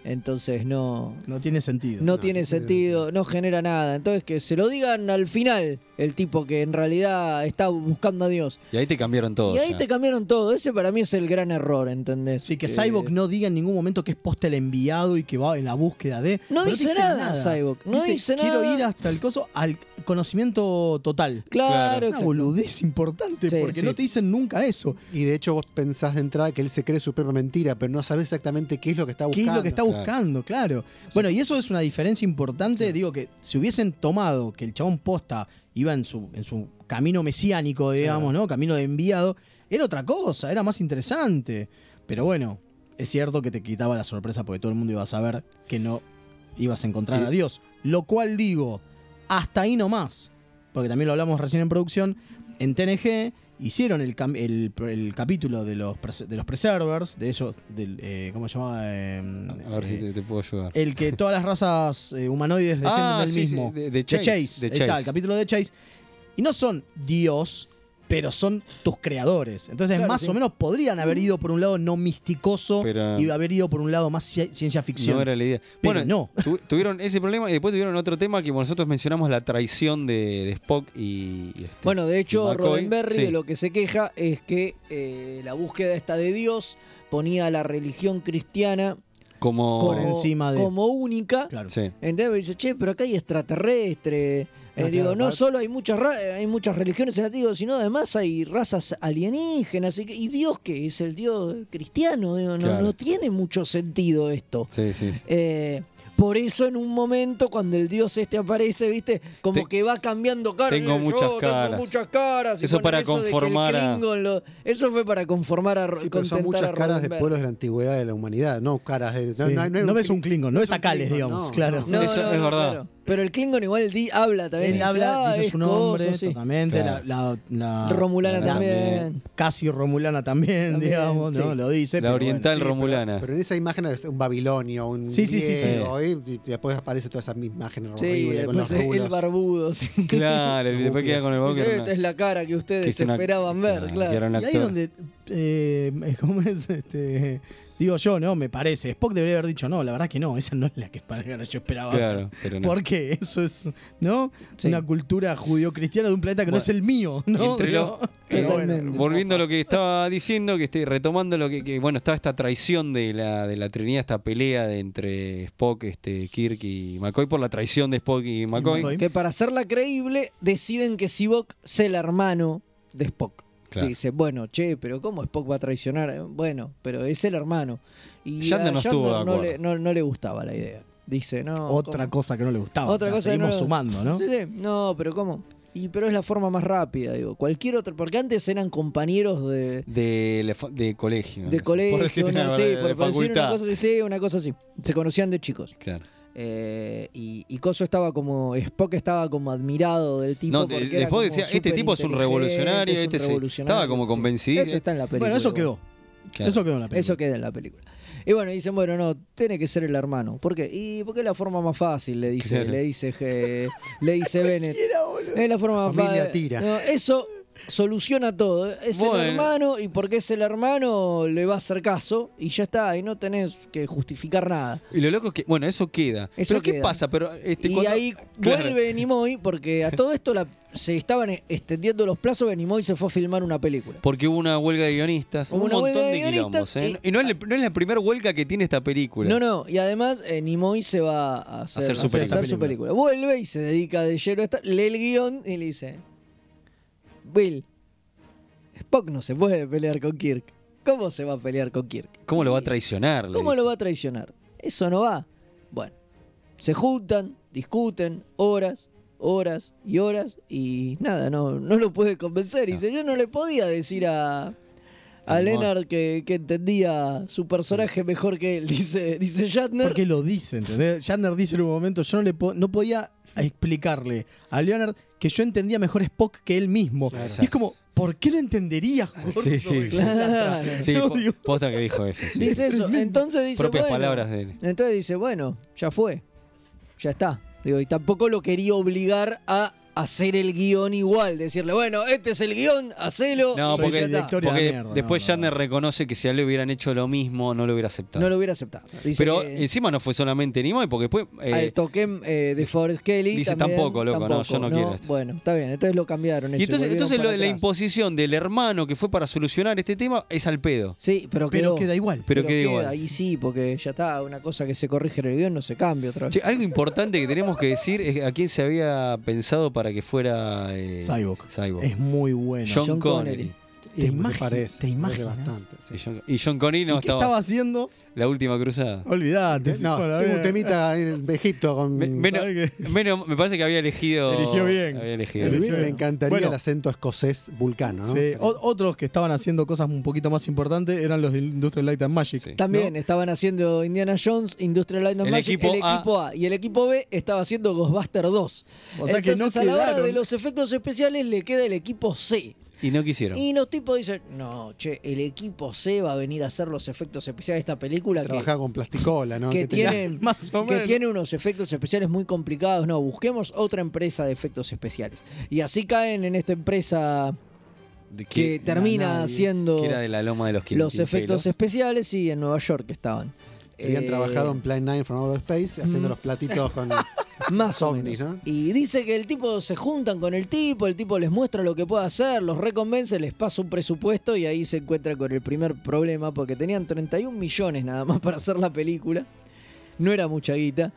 Speaker 3: Entonces no,
Speaker 4: No tiene sentido.
Speaker 3: no tiene sentido, no genera nada. Entonces que se lo digan al final el tipo que en realidad está buscando a Dios.
Speaker 2: Y ahí te cambiaron todo.
Speaker 3: y ahí
Speaker 2: ya.
Speaker 3: te cambiaron todo. Ese para mí es el gran error, ¿entendés?
Speaker 4: Sí, que Cyborg no diga en ningún momento que es poste el enviado y que va en la búsqueda de.
Speaker 3: No
Speaker 4: Pero
Speaker 3: dice nada, Cyborg, no dice nada.
Speaker 4: Quiero ir hasta el coso, al conocimiento total.
Speaker 3: Claro,
Speaker 4: Una
Speaker 3: exacto.
Speaker 4: boludez importante,
Speaker 3: Sí,
Speaker 4: porque
Speaker 3: sí.
Speaker 4: no te dicen nunca eso.
Speaker 5: Y de hecho vos pensás de entrada que él se cree su propia mentira, pero no sabés exactamente qué es lo que está
Speaker 4: ¿Qué
Speaker 5: buscando.
Speaker 4: es lo que está
Speaker 2: Claro.
Speaker 4: buscando? Claro. Bueno, y eso es una diferencia importante. Digo que si hubiesen tomado que el chabón posta iba en su, en su camino mesiánico, digamos, ¿no? Camino de enviado, era otra cosa, era más interesante. Pero bueno, es cierto que te quitaba la sorpresa porque todo el mundo iba a saber que no ibas a encontrar a Dios. Lo cual digo, hasta ahí nomás, porque también lo hablamos recién en producción, en TNG hicieron el, cam- el, el capítulo de los, pres- de los Preservers, de ellos, del, eh, ¿cómo se llamaba? Eh,
Speaker 2: A ver si
Speaker 4: eh,
Speaker 2: te, te puedo ayudar.
Speaker 4: El que todas las razas eh, humanoides descienden
Speaker 2: Ah,
Speaker 4: del
Speaker 2: sí,
Speaker 4: mismo.
Speaker 2: sí, de- de
Speaker 4: De
Speaker 2: Chase,
Speaker 4: Chase.
Speaker 2: de
Speaker 4: ahí está,
Speaker 2: Chase.
Speaker 4: el capítulo de Chase. Y no son Dios, pero son tus creadores. Entonces,
Speaker 3: Claro,
Speaker 4: más
Speaker 3: sí.
Speaker 4: o menos podrían haber ido por un lado no misticoso
Speaker 2: Pero-
Speaker 4: y haber ido por un lado más ci- ciencia ficción.
Speaker 2: No era la idea.
Speaker 4: Pero
Speaker 2: Bueno,
Speaker 4: no.
Speaker 2: tu- tuvieron ese problema y después tuvieron otro tema que nosotros mencionamos la traición de, de Spock y. y este-
Speaker 3: Bueno, de
Speaker 2: y
Speaker 3: hecho,
Speaker 2: McCoy.
Speaker 3: Roddenberry
Speaker 2: Sí.
Speaker 3: de lo que se queja es que eh, la búsqueda esta de Dios ponía a la religión cristiana
Speaker 2: como.
Speaker 4: Por
Speaker 3: como,
Speaker 4: encima de-
Speaker 3: como única.
Speaker 4: Claro.
Speaker 2: Sí.
Speaker 3: Entonces dice, che, pero acá hay extraterrestres. Eh,
Speaker 5: No,
Speaker 3: digo,
Speaker 5: claro,
Speaker 3: no
Speaker 5: para-
Speaker 3: solo hay muchas ra- eh, hay muchas religiones en la digo, sino además hay razas alienígenas. así que- y Dios que es el Dios cristiano, digo, no,
Speaker 2: Claro.
Speaker 3: no tiene mucho sentido esto.
Speaker 2: Sí, sí.
Speaker 3: Eh, por eso en un momento cuando el dios este aparece, ¿viste? Como
Speaker 2: Te-
Speaker 3: que va cambiando caras.
Speaker 2: tengo
Speaker 3: Yo
Speaker 2: muchas
Speaker 3: tengo
Speaker 2: caras.
Speaker 3: muchas caras. Y
Speaker 2: Eso
Speaker 3: ponen
Speaker 2: para
Speaker 3: de que el
Speaker 2: conformar a-
Speaker 3: Klingon lo- Eso fue para conformar a Ro-
Speaker 5: Sí, pero son
Speaker 3: contentar a
Speaker 5: muchas caras de
Speaker 3: Roddenberry.
Speaker 5: pueblos de la antigüedad de la humanidad, no caras de.
Speaker 4: Sí. No,
Speaker 5: hay- hay
Speaker 4: ves un Klingon, no ves
Speaker 5: es un
Speaker 4: a Cales,
Speaker 5: Klingon,
Speaker 4: digamos.
Speaker 5: no,
Speaker 4: claro.
Speaker 5: no.
Speaker 3: No,
Speaker 2: Eso
Speaker 3: no,
Speaker 2: es
Speaker 3: no,
Speaker 2: verdad.
Speaker 3: claro. Pero el Klingon igual di- habla también.
Speaker 4: Él habla,
Speaker 3: ah,
Speaker 4: dice
Speaker 3: es
Speaker 4: su nombre,
Speaker 3: coso, sí.
Speaker 4: totalmente.
Speaker 2: Claro.
Speaker 4: La, la- la-
Speaker 3: Romulana
Speaker 4: la-
Speaker 3: también.
Speaker 4: Casi Romulana también,
Speaker 3: También,
Speaker 4: digamos, ¿no?
Speaker 3: sí.
Speaker 4: Lo dice.
Speaker 2: La
Speaker 4: pero
Speaker 2: oriental
Speaker 4: bueno, sí,
Speaker 2: romulana.
Speaker 5: Pero en esa imagen es un babilonio, un
Speaker 4: Sí, sí, sí, sí.
Speaker 5: griego, Y, y después aparece toda esa imagen
Speaker 3: Sí,
Speaker 5: horrible con los
Speaker 3: después el,
Speaker 5: rulos.
Speaker 3: barbudo. sí.
Speaker 2: Claro, y después queda con el
Speaker 3: Dice,
Speaker 2: Boca.
Speaker 3: Esta es la cara que
Speaker 2: que
Speaker 3: ustedes
Speaker 2: es una-
Speaker 3: esperaban ver, claro.
Speaker 2: que era un
Speaker 4: Y ahí es
Speaker 2: actor.
Speaker 4: donde, eh, ¿cómo es? Este, digo yo, no, me parece. Spock debería haber dicho, no, la verdad que no, esa no es la que yo esperaba.
Speaker 2: Claro, pero no.
Speaker 4: Porque eso es, ¿no?
Speaker 3: Sí.
Speaker 4: Una cultura judio-cristiana de un planeta que no
Speaker 2: Bueno.
Speaker 4: es el mío, ¿no?
Speaker 2: Entre
Speaker 4: Digo,
Speaker 2: los-
Speaker 4: pero bueno.
Speaker 3: Totalmente.
Speaker 2: Volviendo a lo que estaba diciendo, que estoy retomando lo que, que, bueno, estaba esta traición de la, de la Trinidad, esta pelea de entre Spock, este, Kirk y McCoy por la traición de Spock y McCoy.
Speaker 4: McCoy.
Speaker 3: Que para hacerla creíble, deciden que Sivok es el hermano de Spock.
Speaker 2: Claro.
Speaker 3: Dice, bueno, che, pero ¿cómo Spock va a traicionar? Eh, Bueno, pero es el hermano. Y
Speaker 2: Yandar
Speaker 3: a
Speaker 2: no estuvo
Speaker 3: Yandar
Speaker 2: de
Speaker 3: no
Speaker 2: acuerdo.
Speaker 3: le, no- no le gustaba la idea. Dice, no.
Speaker 4: Otra
Speaker 3: ¿cómo?
Speaker 4: cosa que no le gustaba.
Speaker 3: Otra
Speaker 4: o sea,
Speaker 3: cosa que no
Speaker 4: seguimos
Speaker 3: le-
Speaker 4: sumando, ¿no?
Speaker 3: Sí, sí. No, pero ¿cómo? Y pero es la forma más rápida, digo. Cualquier otro, porque antes eran compañeros de,
Speaker 2: De, la fa- de colegio. no
Speaker 3: de
Speaker 2: sé,
Speaker 3: colegio,
Speaker 2: por decirte
Speaker 3: una-
Speaker 2: una-
Speaker 3: sí,
Speaker 2: de,
Speaker 3: por- por decir una
Speaker 2: facultad.
Speaker 3: cosa así, sí, una cosa así. Se conocían de chicos.
Speaker 2: Claro.
Speaker 3: Eh, y, y Coso estaba como. Spock estaba como admirado del tipo.
Speaker 2: No, de-
Speaker 3: porque era
Speaker 2: después
Speaker 3: como
Speaker 2: decía, este tipo es un
Speaker 3: superinteligente,
Speaker 2: revolucionario,
Speaker 3: es un
Speaker 2: este sí.
Speaker 3: revolucionario,
Speaker 2: Estaba como
Speaker 3: sí.
Speaker 2: convencido.
Speaker 3: Eso está en la película.
Speaker 4: Bueno, eso
Speaker 3: igual.
Speaker 4: quedó.
Speaker 2: claro.
Speaker 4: Eso quedó en la película.
Speaker 3: Eso queda en la película. Y bueno, dicen, bueno, no, tiene que ser el hermano. ¿Por qué? Y porque es la forma más fácil, le dice,
Speaker 2: Claro.
Speaker 3: le dice, eh, le dice Bennett. Es la forma más
Speaker 5: Familia
Speaker 3: fácil.
Speaker 5: tira.
Speaker 3: No, eso soluciona todo. Es
Speaker 2: Bueno.
Speaker 3: el hermano y porque es el hermano le va a hacer caso y ya está, y no tenés que justificar nada.
Speaker 2: Y lo loco es que, bueno, eso queda.
Speaker 3: Eso
Speaker 2: Pero ¿qué
Speaker 3: queda.
Speaker 2: pasa? Pero, este,
Speaker 3: y
Speaker 2: cuando-
Speaker 3: ahí
Speaker 2: Claro.
Speaker 3: vuelve Nimoy porque a todo esto la- se estaban e- extendiendo los plazos que Nimoy se fue a filmar una película.
Speaker 2: Porque hubo una huelga de guionistas,
Speaker 3: Hubo
Speaker 2: un
Speaker 3: una
Speaker 2: montón
Speaker 3: huelga de
Speaker 2: de quilombos.
Speaker 3: guionistas
Speaker 2: ¿eh? Y, no, es la, no es la primera huelga que tiene esta película.
Speaker 3: No, no, y además eh, Nimoy se va a hacer,
Speaker 2: Hacer su
Speaker 3: a
Speaker 2: película.
Speaker 3: hacer su película. Vuelve y se dedica de lleno a esta, lee el guión y le dice, Will, Spock no se puede pelear con Kirk. ¿Cómo se va a pelear con Kirk?
Speaker 2: ¿Cómo lo va a traicionar? le
Speaker 3: ¿Cómo
Speaker 2: dice.
Speaker 3: lo va a traicionar? Eso no va. Bueno, se juntan, discuten, horas, horas y horas y nada, no, no lo pude convencer. Y dice, yo no le podía decir a, a
Speaker 2: Al
Speaker 3: Leonard que, que entendía su personaje mejor que él, dice, dice Shatner.
Speaker 4: Porque lo dice, ¿entendés? Shatner dice en un momento, yo no le po- no podía explicarle a Leonard que yo entendía mejor Spock que él mismo.
Speaker 5: Claro.
Speaker 4: Y es como, ¿por qué lo entendería, gordo?
Speaker 2: Sí, sí, sí.
Speaker 3: Claro.
Speaker 2: Sí,
Speaker 4: No,
Speaker 2: po-
Speaker 4: digo-
Speaker 2: posta que dijo eso. sí.
Speaker 3: Dice eso. Entonces dice.
Speaker 2: Propias
Speaker 3: bueno.
Speaker 2: palabras de él.
Speaker 3: Entonces dice, bueno, ya fue. Ya está. Digo, y tampoco lo quería obligar a hacer el guión igual. Decirle, bueno, este es el guión, hacelo.
Speaker 2: No,
Speaker 3: y
Speaker 2: porque-
Speaker 3: ya está.
Speaker 4: director.
Speaker 2: Porque
Speaker 4: de mierda,
Speaker 2: después
Speaker 4: no, no,
Speaker 2: Shatner reconoce que si a él le hubieran hecho lo mismo, no lo hubiera aceptado.
Speaker 3: No lo hubiera aceptado. Dice
Speaker 2: Pero
Speaker 3: que
Speaker 2: encima no fue solamente Nimoy, porque después. eh,
Speaker 3: al toque eh, de Forrest Kelly.
Speaker 2: dice,
Speaker 3: también,
Speaker 2: tampoco, loco, no, yo no quiero esto.
Speaker 3: Bueno, está bien. Entonces lo cambiaron. eso,
Speaker 2: y entonces,
Speaker 3: volvieron
Speaker 2: entonces lo
Speaker 3: para
Speaker 2: de la
Speaker 3: atrás.
Speaker 2: imposición del hermano que fue para solucionar este tema es al pedo.
Speaker 3: Sí, pero
Speaker 4: Pero
Speaker 3: quedó.
Speaker 4: queda igual.
Speaker 2: Pero queda igual.
Speaker 3: Ahí sí, porque ya está. Una cosa que se corrige en el guión no se cambia otra vez.
Speaker 2: Che, algo importante que tenemos que decir es a quién se había pensado para que fuera eh,
Speaker 4: Cyborg.
Speaker 2: Cyborg.
Speaker 4: Es muy bueno.
Speaker 2: John,
Speaker 3: John
Speaker 2: Connery.
Speaker 3: Connery.
Speaker 4: te
Speaker 5: Sí,
Speaker 4: imagi-
Speaker 5: se parece,
Speaker 4: te
Speaker 5: se parece
Speaker 4: imaginas.
Speaker 5: bastante. sí.
Speaker 2: Y John- Y John Connery
Speaker 4: ¿Y
Speaker 2: no
Speaker 4: qué
Speaker 2: estaba.
Speaker 4: estaba haciendo?
Speaker 2: La última cruzada.
Speaker 6: Olvidate. sí,
Speaker 5: Eh, No,
Speaker 6: para
Speaker 5: tengo un
Speaker 6: ver.
Speaker 5: temita en Egipto con.
Speaker 2: Me- menos,
Speaker 6: ¿sabe
Speaker 2: menos- me parece que había elegido.
Speaker 6: Eligió bien.
Speaker 2: Había elegido.
Speaker 6: Eligió-
Speaker 5: me encantaría
Speaker 6: Bueno.
Speaker 5: el acento escocés vulcano, ¿no?
Speaker 4: Sí. O- otros que estaban haciendo cosas un poquito más importantes eran los de Industrial Light and Magic.
Speaker 2: Sí.
Speaker 3: También estaban haciendo Indiana Jones, Industrial Light and
Speaker 2: El
Speaker 3: Magic,
Speaker 2: equipo
Speaker 3: el
Speaker 2: A.
Speaker 3: equipo a. y el equipo B estaba haciendo Ghostbuster 2.
Speaker 4: O sea que
Speaker 3: Entonces,
Speaker 4: no
Speaker 3: a la hora
Speaker 4: quedaron.
Speaker 3: de los efectos especiales le queda el equipo C.
Speaker 2: Y no quisieron.
Speaker 3: Y los tipos dicen, no, che, el equipo C va a venir a hacer los efectos especiales de esta película que,
Speaker 5: Trabajaba con plasticola, ¿no?
Speaker 3: que
Speaker 5: tenía-
Speaker 3: tiene,
Speaker 4: más o
Speaker 3: que
Speaker 4: menos.
Speaker 3: tiene unos efectos especiales muy complicados. No, busquemos otra empresa de efectos especiales. Y así caen en esta empresa
Speaker 2: De
Speaker 3: que, termina haciendo
Speaker 2: que era de la loma de los kilos.
Speaker 3: los efectos especiales y en Nueva York que estaban.
Speaker 5: que habían
Speaker 3: Eh,
Speaker 5: trabajado en Plan 9 from Outer Space haciendo los platitos con.
Speaker 3: Más o
Speaker 5: Ovnis,
Speaker 3: menos.
Speaker 5: ¿no?
Speaker 3: Y dice que el tipo se juntan con el tipo, el tipo les muestra lo que puede hacer, los reconvence, les pasa un presupuesto y ahí se encuentra con el primer problema porque tenían 31 millones nada más para hacer la película. No era mucha guita.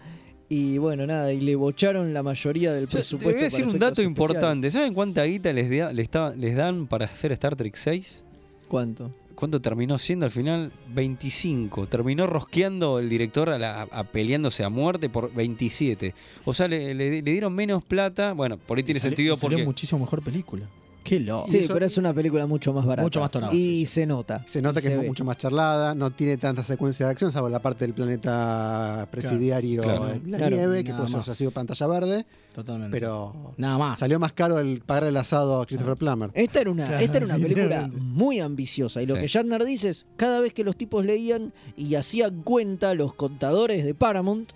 Speaker 3: Y bueno, nada, y le bocharon la mayoría del
Speaker 2: Yo
Speaker 3: presupuesto.
Speaker 2: Te voy a
Speaker 3: para
Speaker 2: decir un
Speaker 3: efectos
Speaker 2: dato
Speaker 3: especiales.
Speaker 2: importante. ¿Saben cuánta guita les, da- les, da- les dan para hacer Star Trek 6?
Speaker 3: ¿Cuánto?
Speaker 2: ¿Cuánto terminó siendo al final? 25. Terminó rosqueando el director a, la- a- peleándose a muerte por 27. O sea, le, le- le dieron menos plata. Bueno, por ahí tiene
Speaker 4: Y salió-
Speaker 2: sentido
Speaker 4: y salió
Speaker 2: porque.
Speaker 4: muchísimo mejor película. Qué loco.
Speaker 3: Sí,
Speaker 5: hizo-
Speaker 3: pero es una película mucho más barata.
Speaker 4: Mucho más tonada,
Speaker 3: Y
Speaker 4: sí, sí.
Speaker 3: se nota.
Speaker 5: Se nota
Speaker 3: y
Speaker 5: que es
Speaker 3: ve.
Speaker 5: mucho más charlada, no tiene tanta secuencia de acción, salvo la parte del planeta presidiario
Speaker 2: Claro.
Speaker 5: en la
Speaker 3: Claro.
Speaker 5: nieve, que
Speaker 4: Nada
Speaker 5: pues
Speaker 4: más.
Speaker 5: eso ha sido pantalla verde,
Speaker 4: Totalmente.
Speaker 5: pero
Speaker 4: Nada más.
Speaker 5: salió más caro el pagar el asado a Christopher Plummer.
Speaker 3: Esta era una,
Speaker 4: Claro,
Speaker 3: esta era una película
Speaker 4: evidentemente.
Speaker 3: muy ambiciosa. Y lo
Speaker 2: Sí.
Speaker 3: que Shatner dice es, cada vez que los tipos leían y hacían cuenta los contadores de Paramount,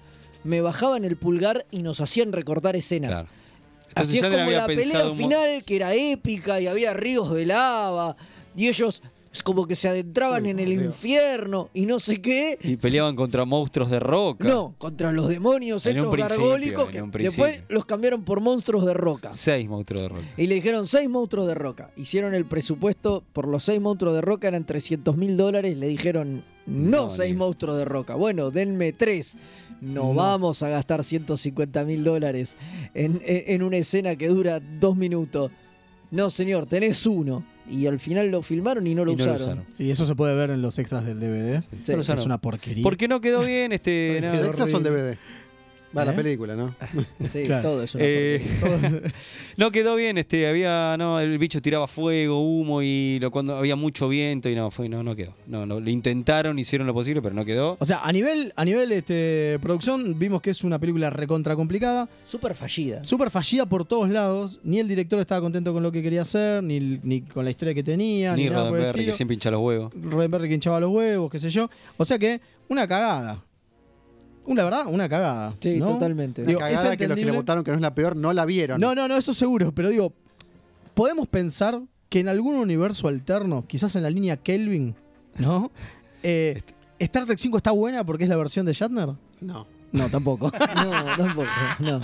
Speaker 3: me bajaban el pulgar y nos hacían recortar escenas.
Speaker 2: Claro. Entonces
Speaker 3: Así es
Speaker 2: Sandra
Speaker 3: como
Speaker 2: había
Speaker 3: la
Speaker 2: pensado
Speaker 3: pelea
Speaker 2: un mo-
Speaker 3: final, que era épica y había ríos de lava, y ellos como que se adentraban
Speaker 5: Uy,
Speaker 3: en
Speaker 5: por
Speaker 3: el
Speaker 5: Dios.
Speaker 3: infierno y no sé qué.
Speaker 2: Y peleaban contra monstruos de roca.
Speaker 3: No, contra los demonios
Speaker 2: En un
Speaker 3: estos
Speaker 2: principio,
Speaker 3: gargólicos
Speaker 2: en
Speaker 3: que
Speaker 2: un principio.
Speaker 3: después los cambiaron por monstruos de roca.
Speaker 2: Seis monstruos de roca.
Speaker 3: Y le dijeron seis monstruos de roca. Hicieron el presupuesto por los seis monstruos de roca, eran 300 mil dólares. Le dijeron, no,
Speaker 2: No,
Speaker 3: seis
Speaker 2: ni-
Speaker 3: monstruos de roca. Bueno, denme tres. No, vamos a gastar 150 mil dólares en, en- en una escena que dura dos minutos. No, señor, tenés uno. Y al final lo filmaron y no lo,
Speaker 2: y no
Speaker 3: usaron.
Speaker 2: lo usaron.
Speaker 4: Sí, eso se puede ver en los extras del DVD.
Speaker 3: Sí.
Speaker 2: No lo usaron.
Speaker 4: Es una porquería.
Speaker 2: Porque no quedó bien este.
Speaker 4: Porque
Speaker 2: nada.
Speaker 5: Los extras son DVD. Va la
Speaker 4: ¿Eh?
Speaker 5: película, ¿no?
Speaker 3: Sí,
Speaker 4: Claro.
Speaker 3: todo eso.
Speaker 2: Eh, no quedó bien, este, había, no, el bicho tiraba fuego, humo y lo, cuando había mucho viento y no, fue, no, no quedó. No, no, lo intentaron, hicieron lo posible, pero no quedó.
Speaker 4: O sea, a nivel, a nivel este, producción, vimos que es una película recontra complicada,
Speaker 3: Súper fallida.
Speaker 4: súper fallida por todos lados. Ni el director estaba contento con lo que quería hacer, ni, ni con la historia que tenía, ni,
Speaker 2: Ni
Speaker 4: nada por el
Speaker 2: Roddenberry, que
Speaker 4: estilo.
Speaker 2: siempre hincha los huevos.
Speaker 4: Roddenberry que hinchaba los huevos, qué sé yo. O sea que, una cagada. Uh, La verdad, una cagada.
Speaker 3: Sí,
Speaker 4: ¿no?
Speaker 3: totalmente.
Speaker 4: Digo,
Speaker 5: la
Speaker 4: es
Speaker 5: cagada que los que le
Speaker 4: entendible.
Speaker 5: votaron que no es la peor no la vieron.
Speaker 4: No, no, no, eso seguro, pero digo, podemos pensar que en algún universo alterno, quizás en la línea Kelvin, ¿no? Eh, Star Trek 5 está buena porque es la versión de Shatner.
Speaker 5: No.
Speaker 4: No, tampoco.
Speaker 3: No, tampoco. No, no,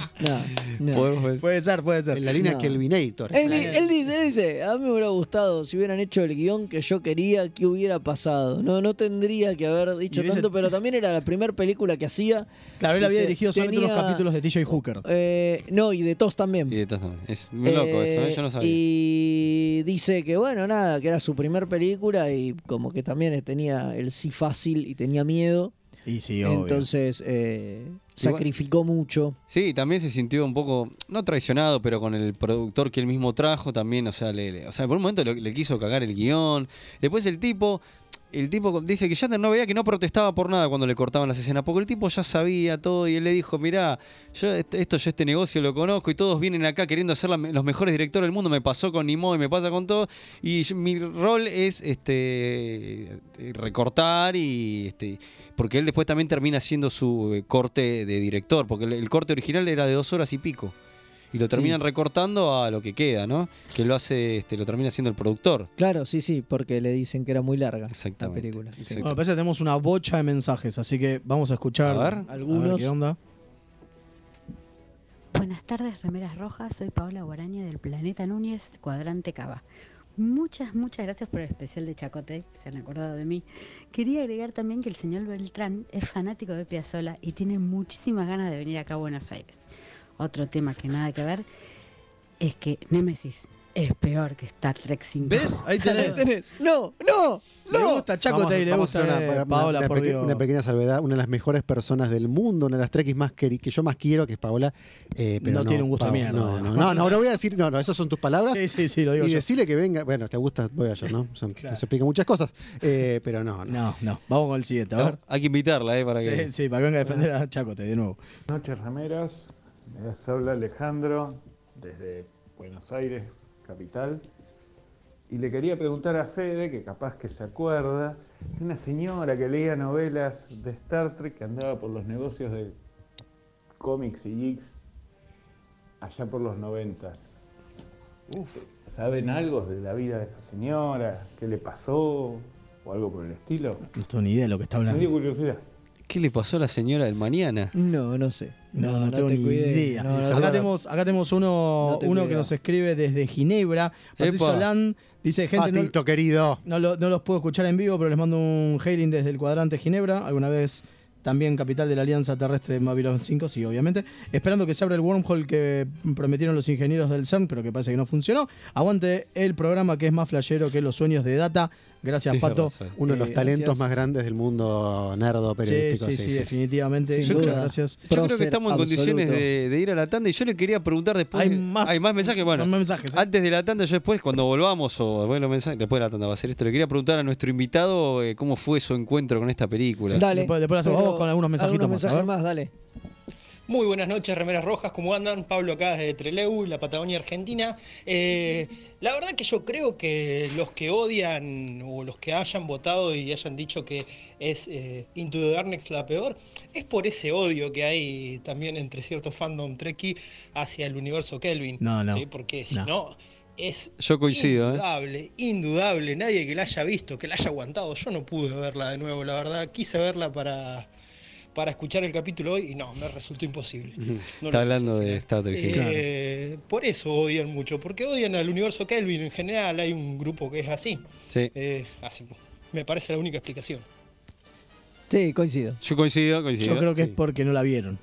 Speaker 3: no.
Speaker 2: Podemos ver.
Speaker 4: puede ser, puede ser.
Speaker 5: En la línea
Speaker 3: No.
Speaker 5: Kelvinator.
Speaker 3: Él, di- él dice, él dice, a mí me hubiera gustado si hubieran hecho el guión que yo quería, que hubiera pasado. No, no tendría que haber dicho
Speaker 4: Y hubiese-
Speaker 3: tanto, pero también era la primera película que hacía.
Speaker 4: Claro, él había
Speaker 3: Dice,
Speaker 4: dirigido solamente
Speaker 3: tenía-
Speaker 4: unos capítulos de TJ Hooker.
Speaker 3: Eh, no, y de TOS también.
Speaker 2: Y de todas maneras, es muy loco eso, ¿eh?
Speaker 3: Eh,
Speaker 2: yo no sabía.
Speaker 3: Y dice que bueno, nada, que era su primer película y como que también tenía el sí fácil y tenía miedo.
Speaker 4: Y sí, obvio.
Speaker 3: Entonces eh,
Speaker 2: Igual-
Speaker 3: sacrificó mucho.
Speaker 2: Sí, también se sintió un poco, no traicionado, pero con el productor que él mismo trajo también, o sea, le, le- o sea por un momento lo- le quiso cagar el guión. Después el tipo, el tipo dice que Shatner no veía que no protestaba por nada cuando le cortaban las escenas, porque el tipo ya sabía todo y él le dijo, mirá, yo este- esto, yo este negocio lo conozco y todos vienen acá queriendo ser la- los mejores directores del mundo, me pasó con Nimoy, me pasa con todo, y yo- mi rol es este recortar y este porque él después también termina haciendo su eh, corte de director, porque el, el corte original era de dos horas y pico. Y lo terminan recortando a lo que queda, ¿no? Que lo hace, este, lo termina haciendo el productor.
Speaker 3: Claro, sí, sí, porque le dicen que era muy larga la
Speaker 2: Exactamente.
Speaker 3: película. sí.
Speaker 2: Exacto.
Speaker 4: Bueno, parece que tenemos una bocha de mensajes, así que vamos a escuchar
Speaker 2: A ver.
Speaker 4: A ver
Speaker 3: Algunos.
Speaker 4: qué onda.
Speaker 7: Buenas tardes, Remeras Rojas. Soy Paola Guaraña del Planeta Núñez, cuadrante Cava. Muchas, muchas gracias por el especial de Chacote, que se han acordado de mí. Quería agregar también que el señor Beltrán es fanático de Piazzola y tiene muchísimas ganas de venir acá a Buenos Aires. Otro tema que nada que ver es que Némesis es peor que Star Trek 5.
Speaker 4: ¿Ves? Ahí tenés.
Speaker 3: Tenés- No, no,
Speaker 4: Le
Speaker 3: no.
Speaker 4: gusta Chacote y le
Speaker 5: vamos a
Speaker 4: gusta
Speaker 5: hacer
Speaker 4: eh, Paola,
Speaker 5: una
Speaker 4: por
Speaker 5: peque-
Speaker 4: Dios.
Speaker 5: una pequeña salvedad. Una de las mejores personas del mundo, una de las trekkies más queri- que yo más quiero, que es Paola. eh, pero
Speaker 4: No tiene un gusto
Speaker 5: Pao-
Speaker 4: de mierda,
Speaker 5: No, no,
Speaker 4: digamos.
Speaker 5: no, no, no voy a decir, no, no, esas son tus palabras.
Speaker 4: Sí, sí, sí, lo digo
Speaker 5: y
Speaker 4: yo.
Speaker 5: decirle que venga. Bueno, te gusta, voy a yo, ¿no? Son- Eso explica muchas cosas. Eh, pero no, no.
Speaker 4: No, no. Vamos con el siguiente, a ver.
Speaker 2: Hay que invitarla, ¿eh? Para que...
Speaker 4: Sí, sí, para que venga a defender a Chacote de nuevo.
Speaker 8: noches, remeras. Les habla Alejandro desde Buenos Aires, capital. Y le quería preguntar a Fede, que capaz que se acuerda, de una señora que leía novelas de Star Trek que andaba por los negocios de cómics y geeks allá por los 90.
Speaker 9: Eh,
Speaker 8: Uf, ¿saben algo de la vida de esta señora? ¿Qué le pasó? ¿O algo por el estilo?
Speaker 4: No tengo ni idea de lo que está
Speaker 8: Me dio
Speaker 4: hablando.
Speaker 8: curiosidad.
Speaker 2: ¿Qué le pasó a la señora del mañana?
Speaker 3: No, no sé.
Speaker 4: No, no, tengo
Speaker 3: te
Speaker 4: ni
Speaker 3: cuidé.
Speaker 4: idea.
Speaker 3: No, no,
Speaker 4: acá,
Speaker 3: no.
Speaker 4: tenemos, acá tenemos uno,
Speaker 3: No te
Speaker 4: uno
Speaker 3: cuidé.
Speaker 4: que nos escribe desde Ginebra. Patricio
Speaker 2: Epa.
Speaker 4: Land dice, gente, no,
Speaker 5: Patito, querido.
Speaker 4: no lo- no los puedo escuchar en vivo, pero les mando un hailing desde el cuadrante Ginebra. Alguna vez también capital de la Alianza Terrestre Mavilon 5, sí, obviamente. Esperando que se abra el wormhole que prometieron los ingenieros del CERN, pero que parece que no funcionó. Aguante el programa que es más flashero que los sueños de Data. Gracias,
Speaker 2: Tienes
Speaker 4: Pato.
Speaker 2: razón.
Speaker 5: Uno de
Speaker 4: Eh,
Speaker 5: los talentos
Speaker 4: gracias.
Speaker 5: más grandes del mundo nerdo
Speaker 4: Sí,
Speaker 5: periodístico.
Speaker 4: sí, sí, definitivamente.
Speaker 3: Sin
Speaker 4: Muchas
Speaker 3: duda.
Speaker 4: gracias.
Speaker 2: Yo creo que
Speaker 3: Prócer
Speaker 2: estamos en
Speaker 3: absoluto.
Speaker 2: condiciones de, de ir a la tanda y yo le quería preguntar después.
Speaker 4: Hay más-
Speaker 2: mensajes, bueno.
Speaker 4: más mensajes, ¿eh?
Speaker 2: Antes de la tanda, yo después, cuando volvamos, o bueno, mensaje, después de la tanda va a ser esto. Le quería preguntar a nuestro invitado eh, cómo fue su encuentro con esta película.
Speaker 3: Dale.
Speaker 4: Después- después lo hacemos.
Speaker 3: Pero
Speaker 4: Vamos con algunos mensajitos más, a
Speaker 3: mensajes
Speaker 4: ver.
Speaker 3: más, dale.
Speaker 9: Muy buenas noches, remeras rojas, ¿cómo andan? Pablo acá desde Treleu, la Patagonia Argentina. Eh, la verdad que yo creo que los que odian o los que hayan votado y hayan dicho que es eh, Into the Darkness la peor, es por ese odio que hay también entre ciertos fandom trekkie hacia el universo Kelvin.
Speaker 4: No, no.
Speaker 9: ¿sí? Porque si
Speaker 4: No.
Speaker 9: no, es
Speaker 2: Yo coincido, ¿eh?
Speaker 9: indudable, indudable. Nadie que la haya visto, que la haya aguantado. Yo no pude verla de nuevo, la verdad. Quise verla para, para escuchar el capítulo hoy y no, me resultó imposible. No lo hice,
Speaker 2: Está hablando
Speaker 9: al
Speaker 2: de
Speaker 9: final.
Speaker 2: Star Trek, sí.
Speaker 9: Eh, Por eso odian mucho, porque odian al universo Kelvin en general. Hay un grupo que es así.
Speaker 2: Sí.
Speaker 9: Eh, así me parece la única explicación.
Speaker 3: Sí, coincido.
Speaker 2: Yo coincido, coincido.
Speaker 4: Yo creo que
Speaker 2: Sí.
Speaker 4: es porque no la vieron.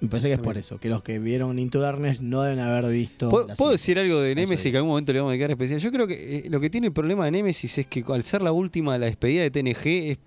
Speaker 4: Me parece que es por eso, que los que vieron Into Darkness no deben haber visto.
Speaker 2: ¿Puedo,
Speaker 4: la
Speaker 2: puedo
Speaker 4: serie.
Speaker 2: decir algo de Nemesis
Speaker 4: sí.
Speaker 2: que en algún momento le vamos a dedicar especial? Yo creo que eh, lo que tiene el problema de Nemesis es que al ser la última de la despedida de TNG es-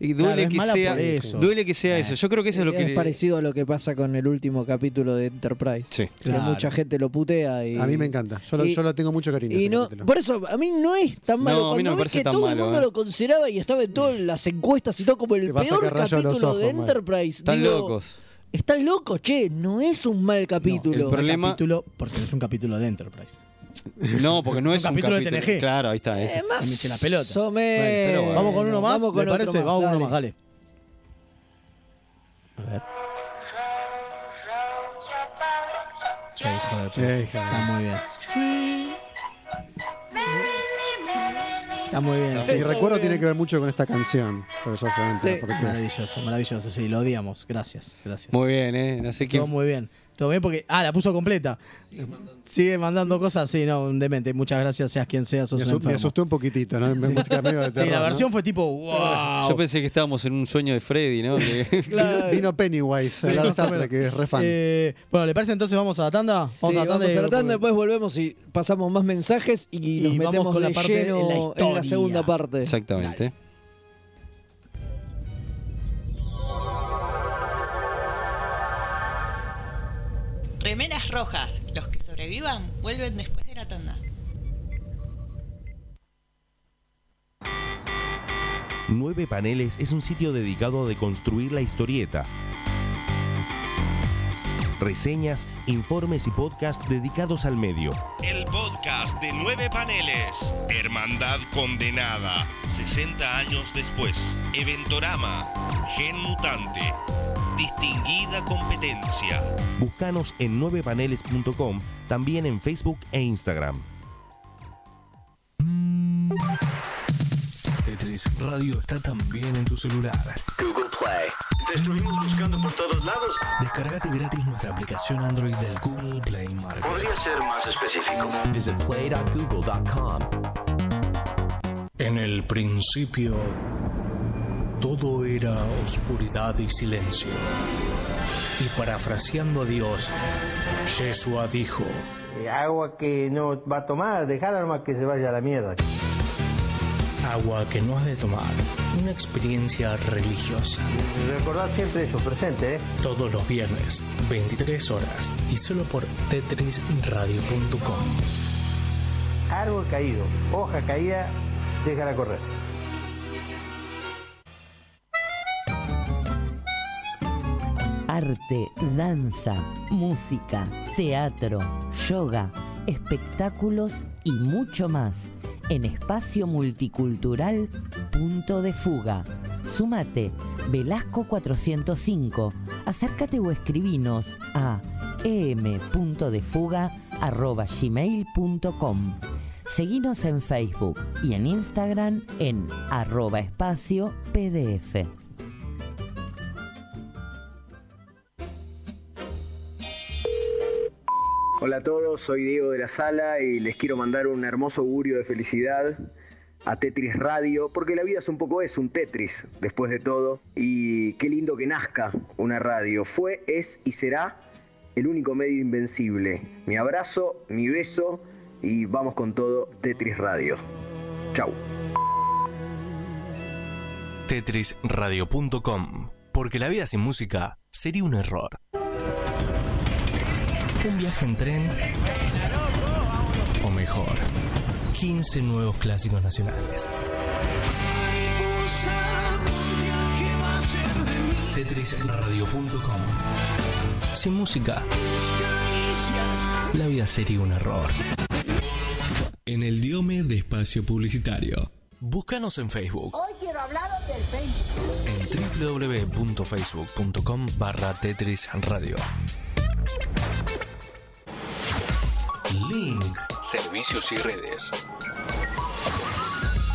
Speaker 2: y
Speaker 4: Claro,
Speaker 2: duele,
Speaker 4: es
Speaker 2: que
Speaker 4: mala
Speaker 2: sea,
Speaker 4: por eso.
Speaker 2: duele que sea
Speaker 4: Eh.
Speaker 2: eso. Yo creo que eso es lo que.
Speaker 3: parecido a lo que pasa con el último capítulo de Enterprise.
Speaker 2: Sí.
Speaker 3: Que
Speaker 4: Claro.
Speaker 3: mucha gente lo putea y.
Speaker 5: A mí me encanta. Yo lo,
Speaker 3: Y-
Speaker 5: yo lo tengo mucho cariño.
Speaker 3: Y
Speaker 5: ese
Speaker 3: no,
Speaker 5: capítulo.
Speaker 3: por eso, a mí no es tan
Speaker 2: No,
Speaker 3: malo.
Speaker 2: a mí no me
Speaker 3: Cuando ves
Speaker 2: parece
Speaker 3: que
Speaker 2: tan
Speaker 3: todo el
Speaker 2: malo,
Speaker 3: mundo
Speaker 2: eh.
Speaker 3: lo consideraba y estaba en todas las encuestas y todo como el
Speaker 5: Te vas a
Speaker 3: peor
Speaker 5: sacar rayos a
Speaker 3: capítulo
Speaker 5: los
Speaker 3: de
Speaker 5: ojos, Mike.
Speaker 3: Enterprise.
Speaker 2: Están
Speaker 3: Digo,
Speaker 2: locos.
Speaker 3: Están locos, che. No es un mal
Speaker 4: No, es
Speaker 3: capítulo.
Speaker 4: un
Speaker 2: el problema-
Speaker 4: capítulo porque no es un capítulo de Enterprise.
Speaker 2: No, porque no
Speaker 4: Es
Speaker 2: es
Speaker 4: un
Speaker 2: un
Speaker 4: capítulo de TNG.
Speaker 2: Claro, ahí está. ese.
Speaker 3: Eh, más
Speaker 4: Me eché la pelota.
Speaker 3: o menos.
Speaker 2: Bueno, pero bueno.
Speaker 4: Vamos con uno más,
Speaker 3: Vamos
Speaker 4: vamos
Speaker 3: con otro
Speaker 4: parece,
Speaker 3: más,
Speaker 4: vamos con
Speaker 3: dale.
Speaker 4: uno más, dale. A ver. Che, hijo de puta.
Speaker 5: Eh, hija.
Speaker 4: Está muy bien. Está muy bien.
Speaker 5: Sí,
Speaker 4: sí.
Speaker 5: recuerdo tiene que ver mucho con esta canción. Pero ya se va a enterar
Speaker 3: Sí.
Speaker 5: por qué.
Speaker 4: Maravilloso, maravilloso, sí, lo odiamos. Gracias, gracias.
Speaker 2: Muy bien, ¿eh? No sé quién.
Speaker 4: Todo muy bien. Todo bien porque. Ah, la puso completa. Sigue mandando, cosas. Sí, no, un demente. Muchas gracias, seas quien seas, sos
Speaker 5: Me,
Speaker 4: un
Speaker 5: asu- me
Speaker 4: enfermo.
Speaker 5: asustó un poquitito, ¿no? Me música medio de
Speaker 4: sí,
Speaker 5: terror,
Speaker 4: la
Speaker 5: ¿no?
Speaker 4: versión fue tipo.
Speaker 2: Yo
Speaker 4: ¡Wow!
Speaker 2: pensé que estábamos en un sueño de Freddy, ¿no? Que-
Speaker 5: Vino, vino Pennywise,
Speaker 4: Sí,
Speaker 5: a la
Speaker 4: más o
Speaker 5: tarde,
Speaker 4: menos.
Speaker 5: que es re fan.
Speaker 4: Eh, bueno, ¿le parece entonces vamos a la tanda?
Speaker 3: Vamos a
Speaker 4: y-
Speaker 3: la tanda, después volvemos y pasamos más mensajes y,
Speaker 4: Y
Speaker 3: nos
Speaker 4: vamos
Speaker 3: metemos
Speaker 4: con la
Speaker 3: de
Speaker 4: parte de
Speaker 3: lleno
Speaker 4: la
Speaker 3: en la
Speaker 4: historia.
Speaker 3: segunda parte.
Speaker 2: Exactamente.
Speaker 10: rojas. Los que sobrevivan vuelven después de la tanda.
Speaker 11: Nueve Paneles es un sitio dedicado a deconstruir la historieta. Reseñas, informes y podcast dedicados al medio.
Speaker 12: El podcast de nueve paneles. Hermandad condenada. 60 años después. Eventorama. Gen mutante. Distinguida competencia.
Speaker 11: Búscanos en 9paneles.com, también en Facebook e Instagram.
Speaker 13: Tetris Radio está también en tu celular.
Speaker 14: Google Play. Te estuvimos buscando por todos lados.
Speaker 13: Descargate gratis nuestra aplicación Android del Google Play Market.
Speaker 14: Podría ser más específico.
Speaker 15: Visit play.google.com.
Speaker 13: En el principio, todo era oscuridad y silencio. Y parafraseando a Dios, Yeshua dijo:
Speaker 16: Eh, Agua que no va a tomar, dejar nomás que se vaya a la mierda.
Speaker 13: Agua que no has de tomar, una experiencia religiosa.
Speaker 16: Recordad siempre eso, presente, ¿eh?
Speaker 13: Todos los viernes, 23 horas, y solo por tetrisradio.com.
Speaker 16: Árbol caído, hoja caída, déjala correr.
Speaker 17: Arte, danza, música, teatro, yoga, espectáculos y mucho más en espacio multicultural Punto de Fuga. Sumate, Velasco 405. Acércate o escribinos a em em.defuga.gmail.com. Seguinos en Facebook y en Instagram en arroba espacio pdf.
Speaker 18: Hola a todos, soy Diego de la Sala y les quiero mandar un hermoso augurio de felicidad a Tetris Radio, porque la vida es un poco eso, un Tetris, después de todo. Y qué lindo que nazca una radio. Fue, es y será el único medio invencible. Mi abrazo, mi beso y vamos con todo Tetris Radio. Chau.
Speaker 11: Tetrisradio.com Porque la vida sin música sería un error.
Speaker 13: Un viaje en tren. O mejor, 15 nuevos clásicos nacionales. Tetrisradio.com Sin música, la vida sería un error.
Speaker 11: En el diome de espacio publicitario.
Speaker 13: Búscanos en Facebook,
Speaker 19: Hoy quiero hablaros del Facebook.
Speaker 13: en www.facebook.com barra Tetris Radio. Link, servicios y redes.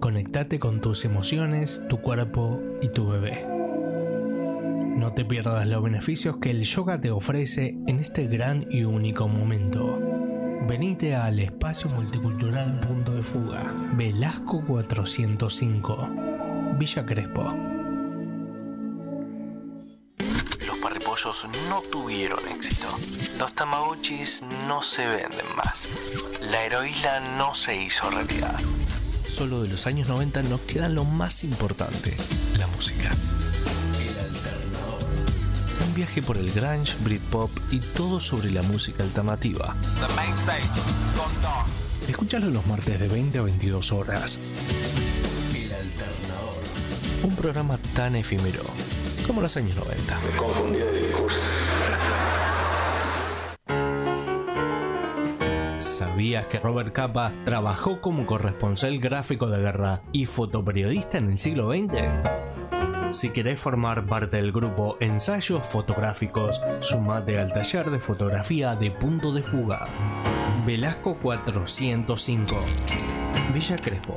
Speaker 13: Conectate con tus emociones, tu cuerpo y tu bebé. No te pierdas los beneficios que el yoga te ofrece en este gran y único momento. Venite al espacio multicultural Punto de Fuga, Velasco 405, Villa Crespo.
Speaker 11: Los parripollos no tuvieron éxito. Los tamagotchis no se venden más. La heroína no se hizo realidad.
Speaker 13: Solo de los años 90 nos queda lo más importante, la música. El alternador. Un viaje por el grunge, Britpop y todo sobre la música alternativa.
Speaker 14: The main stage goes dark.
Speaker 13: Escúchalo los martes de 20 a 22 horas. El alternador. Un programa tan efímero como los años 90. ¿Sabías que Robert Capa trabajó como corresponsal gráfico de guerra y fotoperiodista en el siglo XX? Si querés formar parte del grupo Ensayos Fotográficos, sumate al taller de fotografía de Punto de Fuga. Velasco 405, Villa Crespo.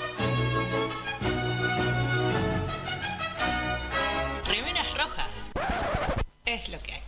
Speaker 10: Remeras rojas. Es lo que hay.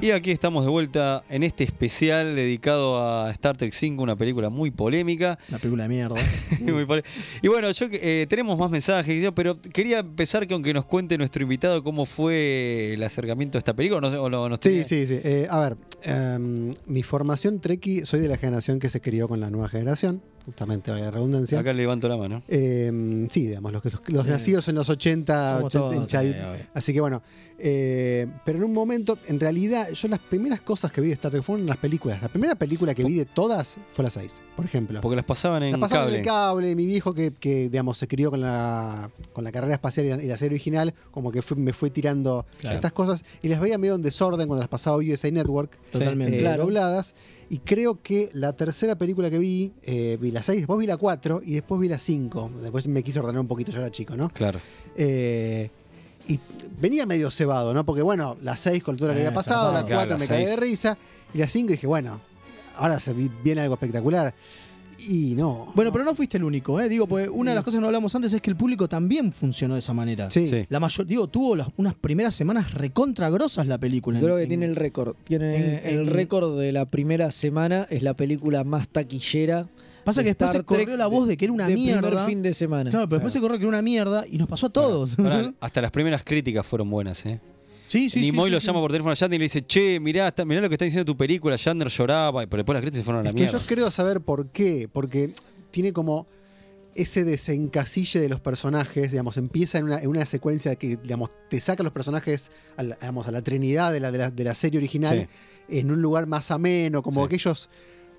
Speaker 2: Y aquí estamos de vuelta en este especial dedicado a Star Trek 5, una película muy polémica.
Speaker 4: Una película de mierda.
Speaker 2: Muy pole- y bueno, yo que- eh, tenemos más mensajes, yo, pero quería empezar con que nos cuente nuestro invitado cómo fue el acercamiento a esta película. o No, sé, o no- nos
Speaker 5: Sí,
Speaker 2: tiene-
Speaker 5: sí, sí. Eh, a ver, em, mi formación treki, soy de la generación que se crió con la nueva generación, justamente, vaya redundancia.
Speaker 2: Acá levanto la mano.
Speaker 5: Em, sí, digamos, los, que- los, los
Speaker 2: Sí.
Speaker 5: nacidos en los 80,
Speaker 2: Somos
Speaker 5: 80,
Speaker 2: todos,
Speaker 5: chai-
Speaker 2: sí, obvio.
Speaker 5: así que bueno, eh, pero en un momento, en realidad, yo las primeras cosas que vi de Star Trek fueron las películas. La primera película que vi de todas fue la 6, por ejemplo.
Speaker 2: Porque las pasaban en
Speaker 5: La pasaban
Speaker 2: cable.
Speaker 5: en el cable, mi viejo que, que, digamos, se crió con la, con la carrera espacial y la, y la serie original, como que fue- me fue tirando
Speaker 2: Claro.
Speaker 5: estas cosas y las veía medio en desorden cuando las pasaba USA Network,
Speaker 4: Totalmente.
Speaker 5: eh,
Speaker 4: Claro.
Speaker 5: dobladas. Y creo que la tercera película que vi, eh, vi la 6, después vi la 4 y después vi la 5. Después me quise ordenar un poquito, yo era chico, ¿no?
Speaker 2: Claro.
Speaker 5: Eh, y venía medio cebado, ¿no? Porque bueno, la 6 con la altura que
Speaker 4: Eh,
Speaker 5: había pasado,
Speaker 4: zarpado.
Speaker 5: la 4
Speaker 4: Claro, la
Speaker 5: me caí de
Speaker 4: seis.
Speaker 5: risa y la 5 dije, bueno, ahora se vi- viene algo espectacular. Y no,
Speaker 4: Bueno, pero no fuiste el único, ¿eh? Digo, porque una de las cosas que no hablamos antes es que el público también funcionó de esa manera.
Speaker 5: Sí. Sí.
Speaker 4: La mayor, digo, tuvo las- unas primeras semanas recontra grosas la película.
Speaker 3: Creo que
Speaker 4: En-
Speaker 3: tiene el récord. Tiene
Speaker 4: en-
Speaker 3: el
Speaker 4: en-
Speaker 3: récord de la primera semana. Es la película más taquillera.
Speaker 4: Pasa
Speaker 3: de
Speaker 4: que después
Speaker 3: Star
Speaker 4: se corrió
Speaker 3: Trek
Speaker 4: la voz de que era una mierda.
Speaker 3: primer fin de semana.
Speaker 4: Claro, pero después se corrió que era una mierda y nos pasó a todos.
Speaker 2: Pará, hasta las primeras críticas fueron buenas, ¿eh?
Speaker 4: Sí, sí,
Speaker 2: Nimoy
Speaker 4: sí, sí,
Speaker 2: lo
Speaker 4: sí.
Speaker 2: llama por teléfono a Shatner y le dice, che, mirá, está- mirá lo que está diciendo tu película, Shatner lloraba, pero después las críticas se fueron a la
Speaker 5: Es que
Speaker 2: mierda.
Speaker 5: yo creo saber por qué, porque tiene como ese desencasille de los personajes, digamos, empieza en una, en una secuencia que, digamos, te saca los personajes, a la, digamos, a la trinidad de la, de la, de la serie original en un lugar más ameno, como aquellos,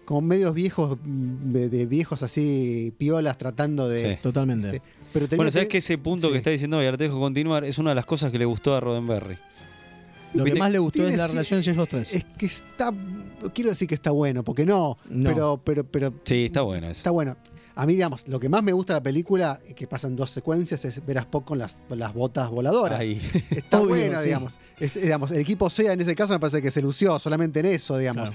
Speaker 5: como medios viejos, mm, de, de viejos así, piolas, tratando de...
Speaker 2: Sí.
Speaker 4: Totalmente.
Speaker 5: Pero tenía
Speaker 2: Bueno, sabes
Speaker 5: que-
Speaker 2: que ese punto que está diciendo, y ahora te dejo continuar, es una de las cosas que le gustó a Roddenberry.
Speaker 4: Lo que
Speaker 2: Viste-
Speaker 4: más le gustó es
Speaker 5: tiene
Speaker 4: la
Speaker 5: sí-
Speaker 4: relación entre ellos tres.
Speaker 5: es que está. Quiero decir que está bueno, porque no,
Speaker 4: No.
Speaker 5: Pero, pero, pero.
Speaker 2: Sí, está bueno eso.
Speaker 5: Está bueno. A mí, digamos, lo que más me gusta de la película, que pasan dos secuencias, es ver a Spock con las, con las botas voladoras.
Speaker 2: Ahí.
Speaker 5: Está
Speaker 4: Obvio,
Speaker 5: bueno,
Speaker 4: sí.
Speaker 5: digamos. Es- digamos. El equipo SEA en ese caso me parece que se lució solamente en eso, digamos.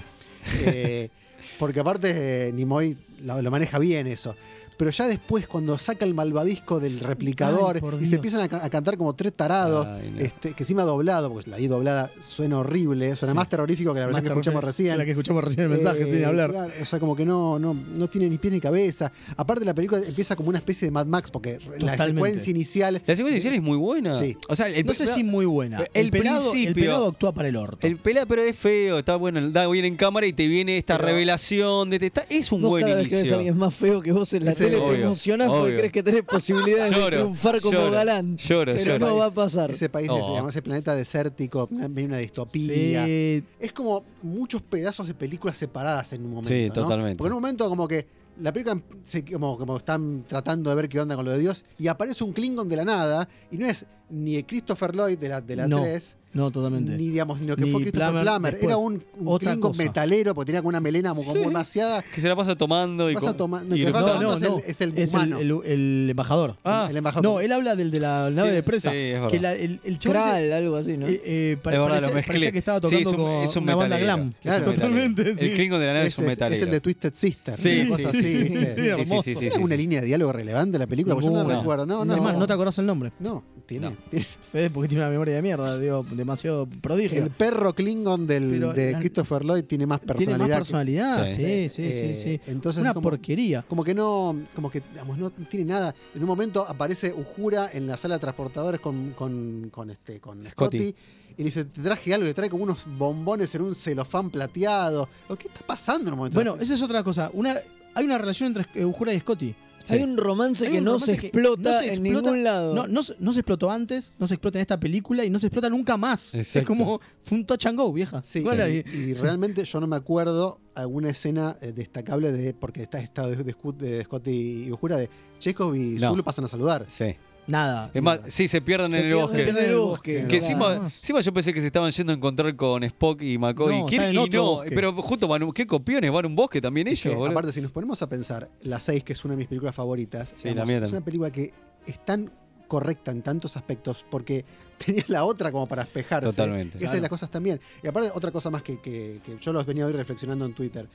Speaker 5: Eh, porque aparte eh, Nimoy lo, lo maneja bien eso. Pero ya después, cuando saca el malvavisco del replicador
Speaker 4: Ay, por
Speaker 5: y
Speaker 4: Dios.
Speaker 5: se empiezan a, ca- a cantar como tres tarados,
Speaker 2: Ay, no.
Speaker 5: este, que encima doblado, porque la I doblada suena horrible, eh, suena
Speaker 4: Sí.
Speaker 5: más terrorífico que la versión
Speaker 4: Más
Speaker 5: que escuchamos
Speaker 4: terror-
Speaker 5: recién.
Speaker 4: La que escuchamos recién el mensaje,
Speaker 5: Eh,
Speaker 4: sin hablar.
Speaker 5: claro, o sea, como que no, no, no tiene ni pie ni cabeza. Aparte, la película empieza como una especie de Mad Max, porque la
Speaker 4: Totalmente.
Speaker 5: secuencia inicial.
Speaker 2: La secuencia inicial es muy buena.
Speaker 5: Sí.
Speaker 2: O sea, el-
Speaker 4: no sé si muy buena. El,
Speaker 2: el
Speaker 4: pelado, el
Speaker 2: principio-
Speaker 4: pelado actúa para el orto.
Speaker 2: El pelado, pero es feo, está bueno, da bien en cámara y te viene esta revelación. De, está, es un
Speaker 3: Vos
Speaker 2: buen
Speaker 3: cada vez que ves a
Speaker 2: inicio.
Speaker 3: alguien más feo que vos en la
Speaker 2: Sí,
Speaker 3: tele
Speaker 2: obvio,
Speaker 3: te emocionás porque
Speaker 2: obvio.
Speaker 3: crees que tenés posibilidades de
Speaker 2: Lloro,
Speaker 3: triunfar como
Speaker 2: lloro,
Speaker 3: galán.
Speaker 2: lloro,
Speaker 3: pero
Speaker 2: lloro.
Speaker 3: no va a pasar.
Speaker 5: Ese país,
Speaker 2: Oh.
Speaker 5: digamos, ese planeta desértico, una, medio una distopía.
Speaker 4: Sí.
Speaker 5: Es como muchos pedazos de películas separadas en un momento.
Speaker 2: Sí,
Speaker 5: ¿no?
Speaker 2: totalmente.
Speaker 5: Porque en un momento como que la película se- como, como están tratando de ver qué onda con lo de Dios y aparece un Klingon de la nada y no es ni el Christopher Lloyd de la, de la
Speaker 4: no,
Speaker 5: 3.
Speaker 4: no, totalmente.
Speaker 5: Ni, digamos, ni lo que
Speaker 4: Ni
Speaker 5: fue Christopher
Speaker 4: Plummer
Speaker 5: Plummer.
Speaker 4: después.
Speaker 5: Era un, un
Speaker 4: Otra
Speaker 5: Klingon
Speaker 4: cosa.
Speaker 5: metalero porque tenía como una melena como demasiada.
Speaker 2: Que se la pasa tomando y
Speaker 5: Pasa
Speaker 2: com-
Speaker 5: toma- no,
Speaker 2: y
Speaker 5: que
Speaker 2: lo-
Speaker 5: pasa
Speaker 2: No,
Speaker 5: tomando-
Speaker 2: no.
Speaker 5: es el- es el humano.
Speaker 4: el- el embajador.
Speaker 2: Ah.
Speaker 5: El embajador.
Speaker 4: No, él habla del de la nave
Speaker 2: Sí,
Speaker 4: de presa.
Speaker 2: sí, es verdad.
Speaker 4: que la- el, el chabón ese-
Speaker 3: Kral, algo así, ¿no?
Speaker 4: Eh, eh, pare-
Speaker 2: Es verdad,
Speaker 4: parece-
Speaker 2: lo mezclé.
Speaker 4: parecía que estaba
Speaker 2: Sí,
Speaker 4: tocando
Speaker 2: es un-
Speaker 4: con
Speaker 2: es un
Speaker 4: una banda
Speaker 2: metalero.
Speaker 4: glam.
Speaker 2: Claro.
Speaker 4: Es un metalero.
Speaker 2: Totalmente, sí. El Klingon de la nave es un
Speaker 5: el-
Speaker 2: metalero.
Speaker 5: Es el de Twisted Sister.
Speaker 2: Sí,
Speaker 5: una
Speaker 2: sí,
Speaker 5: cosa
Speaker 2: sí,
Speaker 5: así,
Speaker 2: sí,
Speaker 5: ¿viste?
Speaker 2: sí, sí, sí, hermoso. sí, sí,
Speaker 5: ¿Tiene
Speaker 2: sí,
Speaker 5: alguna
Speaker 2: sí.
Speaker 5: línea de diálogo relevante en la película? Porque yo no,
Speaker 4: Ninguna.
Speaker 5: recuerdo. No, no,
Speaker 4: Es más, no te acordás el nombre.
Speaker 5: No, tiene. tiene-
Speaker 4: No. Fede, porque tiene una memoria de mierda, digo, demasiado prodigio.
Speaker 5: El perro Klingon del,
Speaker 4: Pero
Speaker 5: de
Speaker 4: la-
Speaker 5: Christopher Lloyd tiene más
Speaker 4: tiene
Speaker 5: personalidad.
Speaker 4: más
Speaker 5: que-
Speaker 4: personalidad,
Speaker 2: Sí.
Speaker 4: sí, sí, sí,
Speaker 5: Eh,
Speaker 4: sí.
Speaker 5: Entonces,
Speaker 4: una
Speaker 5: como,
Speaker 4: porquería.
Speaker 5: como que no, como que digamos, no tiene nada. En un momento aparece Ujura en la sala de transportadores con, con, con este, con
Speaker 2: Scotty.
Speaker 5: Scotty. Y le dice, te traje algo, y le trae como unos bombones en un celofán plateado. Digo, ¿Qué está pasando en un momento?
Speaker 4: Bueno, esa es otra cosa. Una, hay una relación entre eh, Ujura y Scotty.
Speaker 3: Hay un romance
Speaker 4: Hay
Speaker 3: que
Speaker 4: un
Speaker 3: no
Speaker 4: romance
Speaker 3: se
Speaker 4: que
Speaker 3: explota
Speaker 4: no se
Speaker 3: en
Speaker 4: explota,
Speaker 3: ningún lado.
Speaker 4: No, no, se- no se explotó antes, no se explota en esta película y no se explota nunca más. Es
Speaker 2: Exacto.
Speaker 4: como fue un touch and go, vieja.
Speaker 5: Sí,
Speaker 4: Igual ahí.
Speaker 5: y, y realmente yo no me acuerdo alguna escena eh, destacable de porque está estado de, de Scu- de Scotty y Ujura de Chekhov y
Speaker 2: No.
Speaker 5: Zulu pasan a saludar.
Speaker 2: Sí.
Speaker 4: Nada.
Speaker 2: Es más, sí, se pierden
Speaker 4: Se
Speaker 2: en el
Speaker 4: pierden-
Speaker 2: bosque.
Speaker 4: se pierden en el bosque,
Speaker 2: Que
Speaker 4: nada
Speaker 2: encima,
Speaker 4: más.
Speaker 2: encima yo pensé que se estaban yendo a encontrar con Spock y McCoy.
Speaker 5: No,
Speaker 2: ¿Quién?
Speaker 5: están en
Speaker 2: Y
Speaker 5: otro
Speaker 2: no,
Speaker 5: bosque.
Speaker 2: pero justo van, un- qué copiones, van a un bosque también ellos.
Speaker 5: Que,
Speaker 2: boludo.
Speaker 5: aparte, si nos ponemos a pensar, La 6, que es una de mis películas favoritas,
Speaker 2: Sí, la mía
Speaker 5: es
Speaker 2: también.
Speaker 5: una película que es tan correcta en tantos aspectos porque tenía la otra como para espejarse.
Speaker 2: Totalmente.
Speaker 5: Esa es
Speaker 2: Claro.
Speaker 5: las cosas también. Y aparte, otra cosa más que, que- que yo los venía hoy reflexionando en Twitter.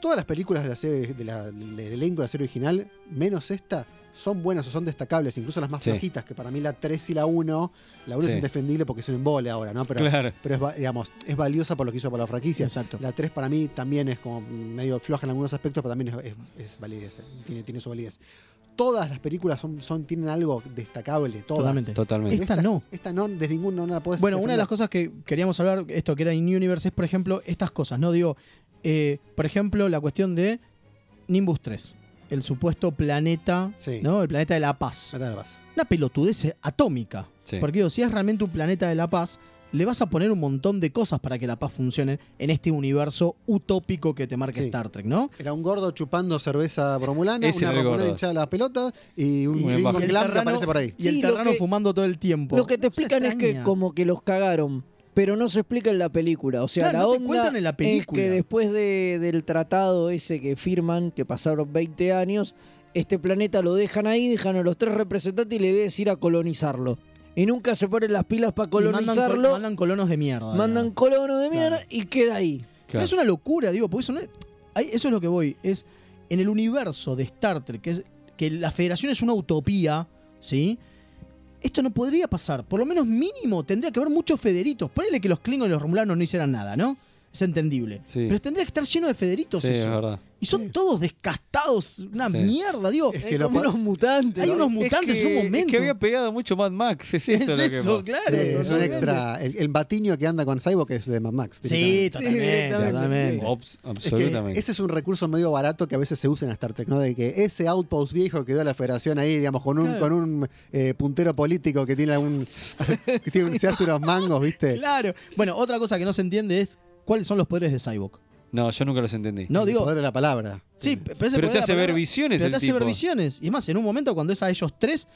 Speaker 5: Todas las películas de la serie, de la- del elenco de la serie original, menos esta, son buenas o son destacables, incluso las más
Speaker 2: Sí.
Speaker 5: flojitas, que para mí la 3 y la 1, la 1
Speaker 2: Sí.
Speaker 5: es indefendible porque es un embole ahora, ¿no? Pero,
Speaker 2: Claro.
Speaker 5: pero es, va- digamos, es valiosa por lo que hizo para la franquicia.
Speaker 4: Exacto.
Speaker 5: La 3 para mí también es como medio floja en algunos aspectos, pero también es, es- es validez, eh, tiene, tiene su validez. Todas las películas son, son, tienen algo destacable, todas.
Speaker 4: Totalmente.
Speaker 2: Totalmente.
Speaker 4: Esta no.
Speaker 5: Esta no, de ninguna no la puedes
Speaker 4: Bueno, una
Speaker 5: defender.
Speaker 4: de las cosas que queríamos hablar, esto que era in Universe, es por ejemplo estas cosas, ¿no? Digo, eh, por ejemplo, la cuestión de Nimbus 3, el supuesto planeta,
Speaker 5: Sí.
Speaker 4: ¿no? El planeta de la paz.
Speaker 5: Planeta de la paz.
Speaker 4: Una pelotudez atómica.
Speaker 2: Sí.
Speaker 4: Porque digo, si es realmente un planeta de la paz, le vas a poner un montón de cosas para que la paz funcione en este universo utópico que te marca
Speaker 5: Sí.
Speaker 4: Star Trek, ¿no?
Speaker 5: Era un gordo chupando cerveza bromulana,
Speaker 2: Ese
Speaker 5: una
Speaker 2: era el
Speaker 5: bromulana
Speaker 2: gordo.
Speaker 5: hinchada a las pelotas y un
Speaker 2: Y-
Speaker 5: gringo
Speaker 2: y el
Speaker 5: glam que
Speaker 4: terrano-
Speaker 5: aparece por ahí.
Speaker 4: Y el
Speaker 3: Sí, lo
Speaker 4: terrano
Speaker 3: que-
Speaker 4: fumando todo el tiempo.
Speaker 3: Lo que te
Speaker 4: Una cosa
Speaker 3: explican es que
Speaker 4: extraña.
Speaker 3: como que los cagaron, pero no se explica en la película. O sea,
Speaker 4: Claro,
Speaker 3: la
Speaker 4: no te
Speaker 3: onda
Speaker 4: cuentan en la película.
Speaker 3: es que después de- del tratado ese que firman, que pasaron 20 años, este planeta lo dejan ahí, dejan a los tres representantes y le debes ir a colonizarlo. Y nunca se ponen las pilas para
Speaker 4: Y mandan col-
Speaker 3: colonizarlo, mandan,
Speaker 4: mandan colonos de mierda. digamos.
Speaker 3: colonos de mierda
Speaker 4: Claro.
Speaker 3: y queda ahí.
Speaker 4: Pero
Speaker 2: Claro.
Speaker 4: Es una locura, digo, porque eso no es- ahí- eso es lo que voy. Es en el universo de Star Trek, que, es, que la federación es una utopía, ¿sí? Esto no podría pasar. Por lo menos mínimo tendría que haber muchos federitos. Ponele que los Klingons y los Romulanos no hicieran nada, ¿no? Es entendible.
Speaker 2: Sí.
Speaker 4: Pero tendría que estar lleno de federitos
Speaker 2: Sí,
Speaker 4: eso.
Speaker 2: es verdad.
Speaker 4: Y son todos descastados, una
Speaker 2: Sí.
Speaker 4: mierda, digo.
Speaker 5: Es
Speaker 3: Hay
Speaker 5: que lo
Speaker 3: como
Speaker 5: pa-
Speaker 3: unos mutantes.
Speaker 4: Hay unos
Speaker 2: Es
Speaker 4: mutantes
Speaker 2: que-
Speaker 4: en un momento.
Speaker 2: Es que había pegado mucho Mad Max, es
Speaker 4: Es
Speaker 2: eso, lo que
Speaker 4: eso,
Speaker 2: pasa.
Speaker 4: claro.
Speaker 5: Sí, es un
Speaker 4: totalmente.
Speaker 5: extra. El, el batiño que anda con Cyborg es de Mad Max.
Speaker 4: Sí,
Speaker 5: directamente.
Speaker 4: totalmente,
Speaker 3: directamente.
Speaker 4: totalmente.
Speaker 2: Ops,
Speaker 5: Es que
Speaker 2: absolutamente.
Speaker 5: ese es un recurso medio barato que a veces se usa en Star Trek, ¿no? De que ese outpost viejo que dio la federación ahí, digamos, con un,
Speaker 4: Claro.
Speaker 5: con un eh, puntero político que tiene algún. que tiene un- se hace unos mangos, ¿viste?
Speaker 4: Claro. Bueno, otra cosa que no se entiende es cuáles son los poderes de Cyborg.
Speaker 2: No, yo nunca los entendí.
Speaker 4: No,
Speaker 5: El
Speaker 4: digo,
Speaker 5: poder de la palabra.
Speaker 4: Sí, pero, ese
Speaker 2: Pero te
Speaker 4: poder
Speaker 2: hace
Speaker 4: de la
Speaker 2: ver
Speaker 4: palabra-
Speaker 2: visiones
Speaker 4: pero
Speaker 2: el
Speaker 4: te hace
Speaker 2: tipo.
Speaker 4: ver visiones. Y más, en un momento cuando es a ellos tres,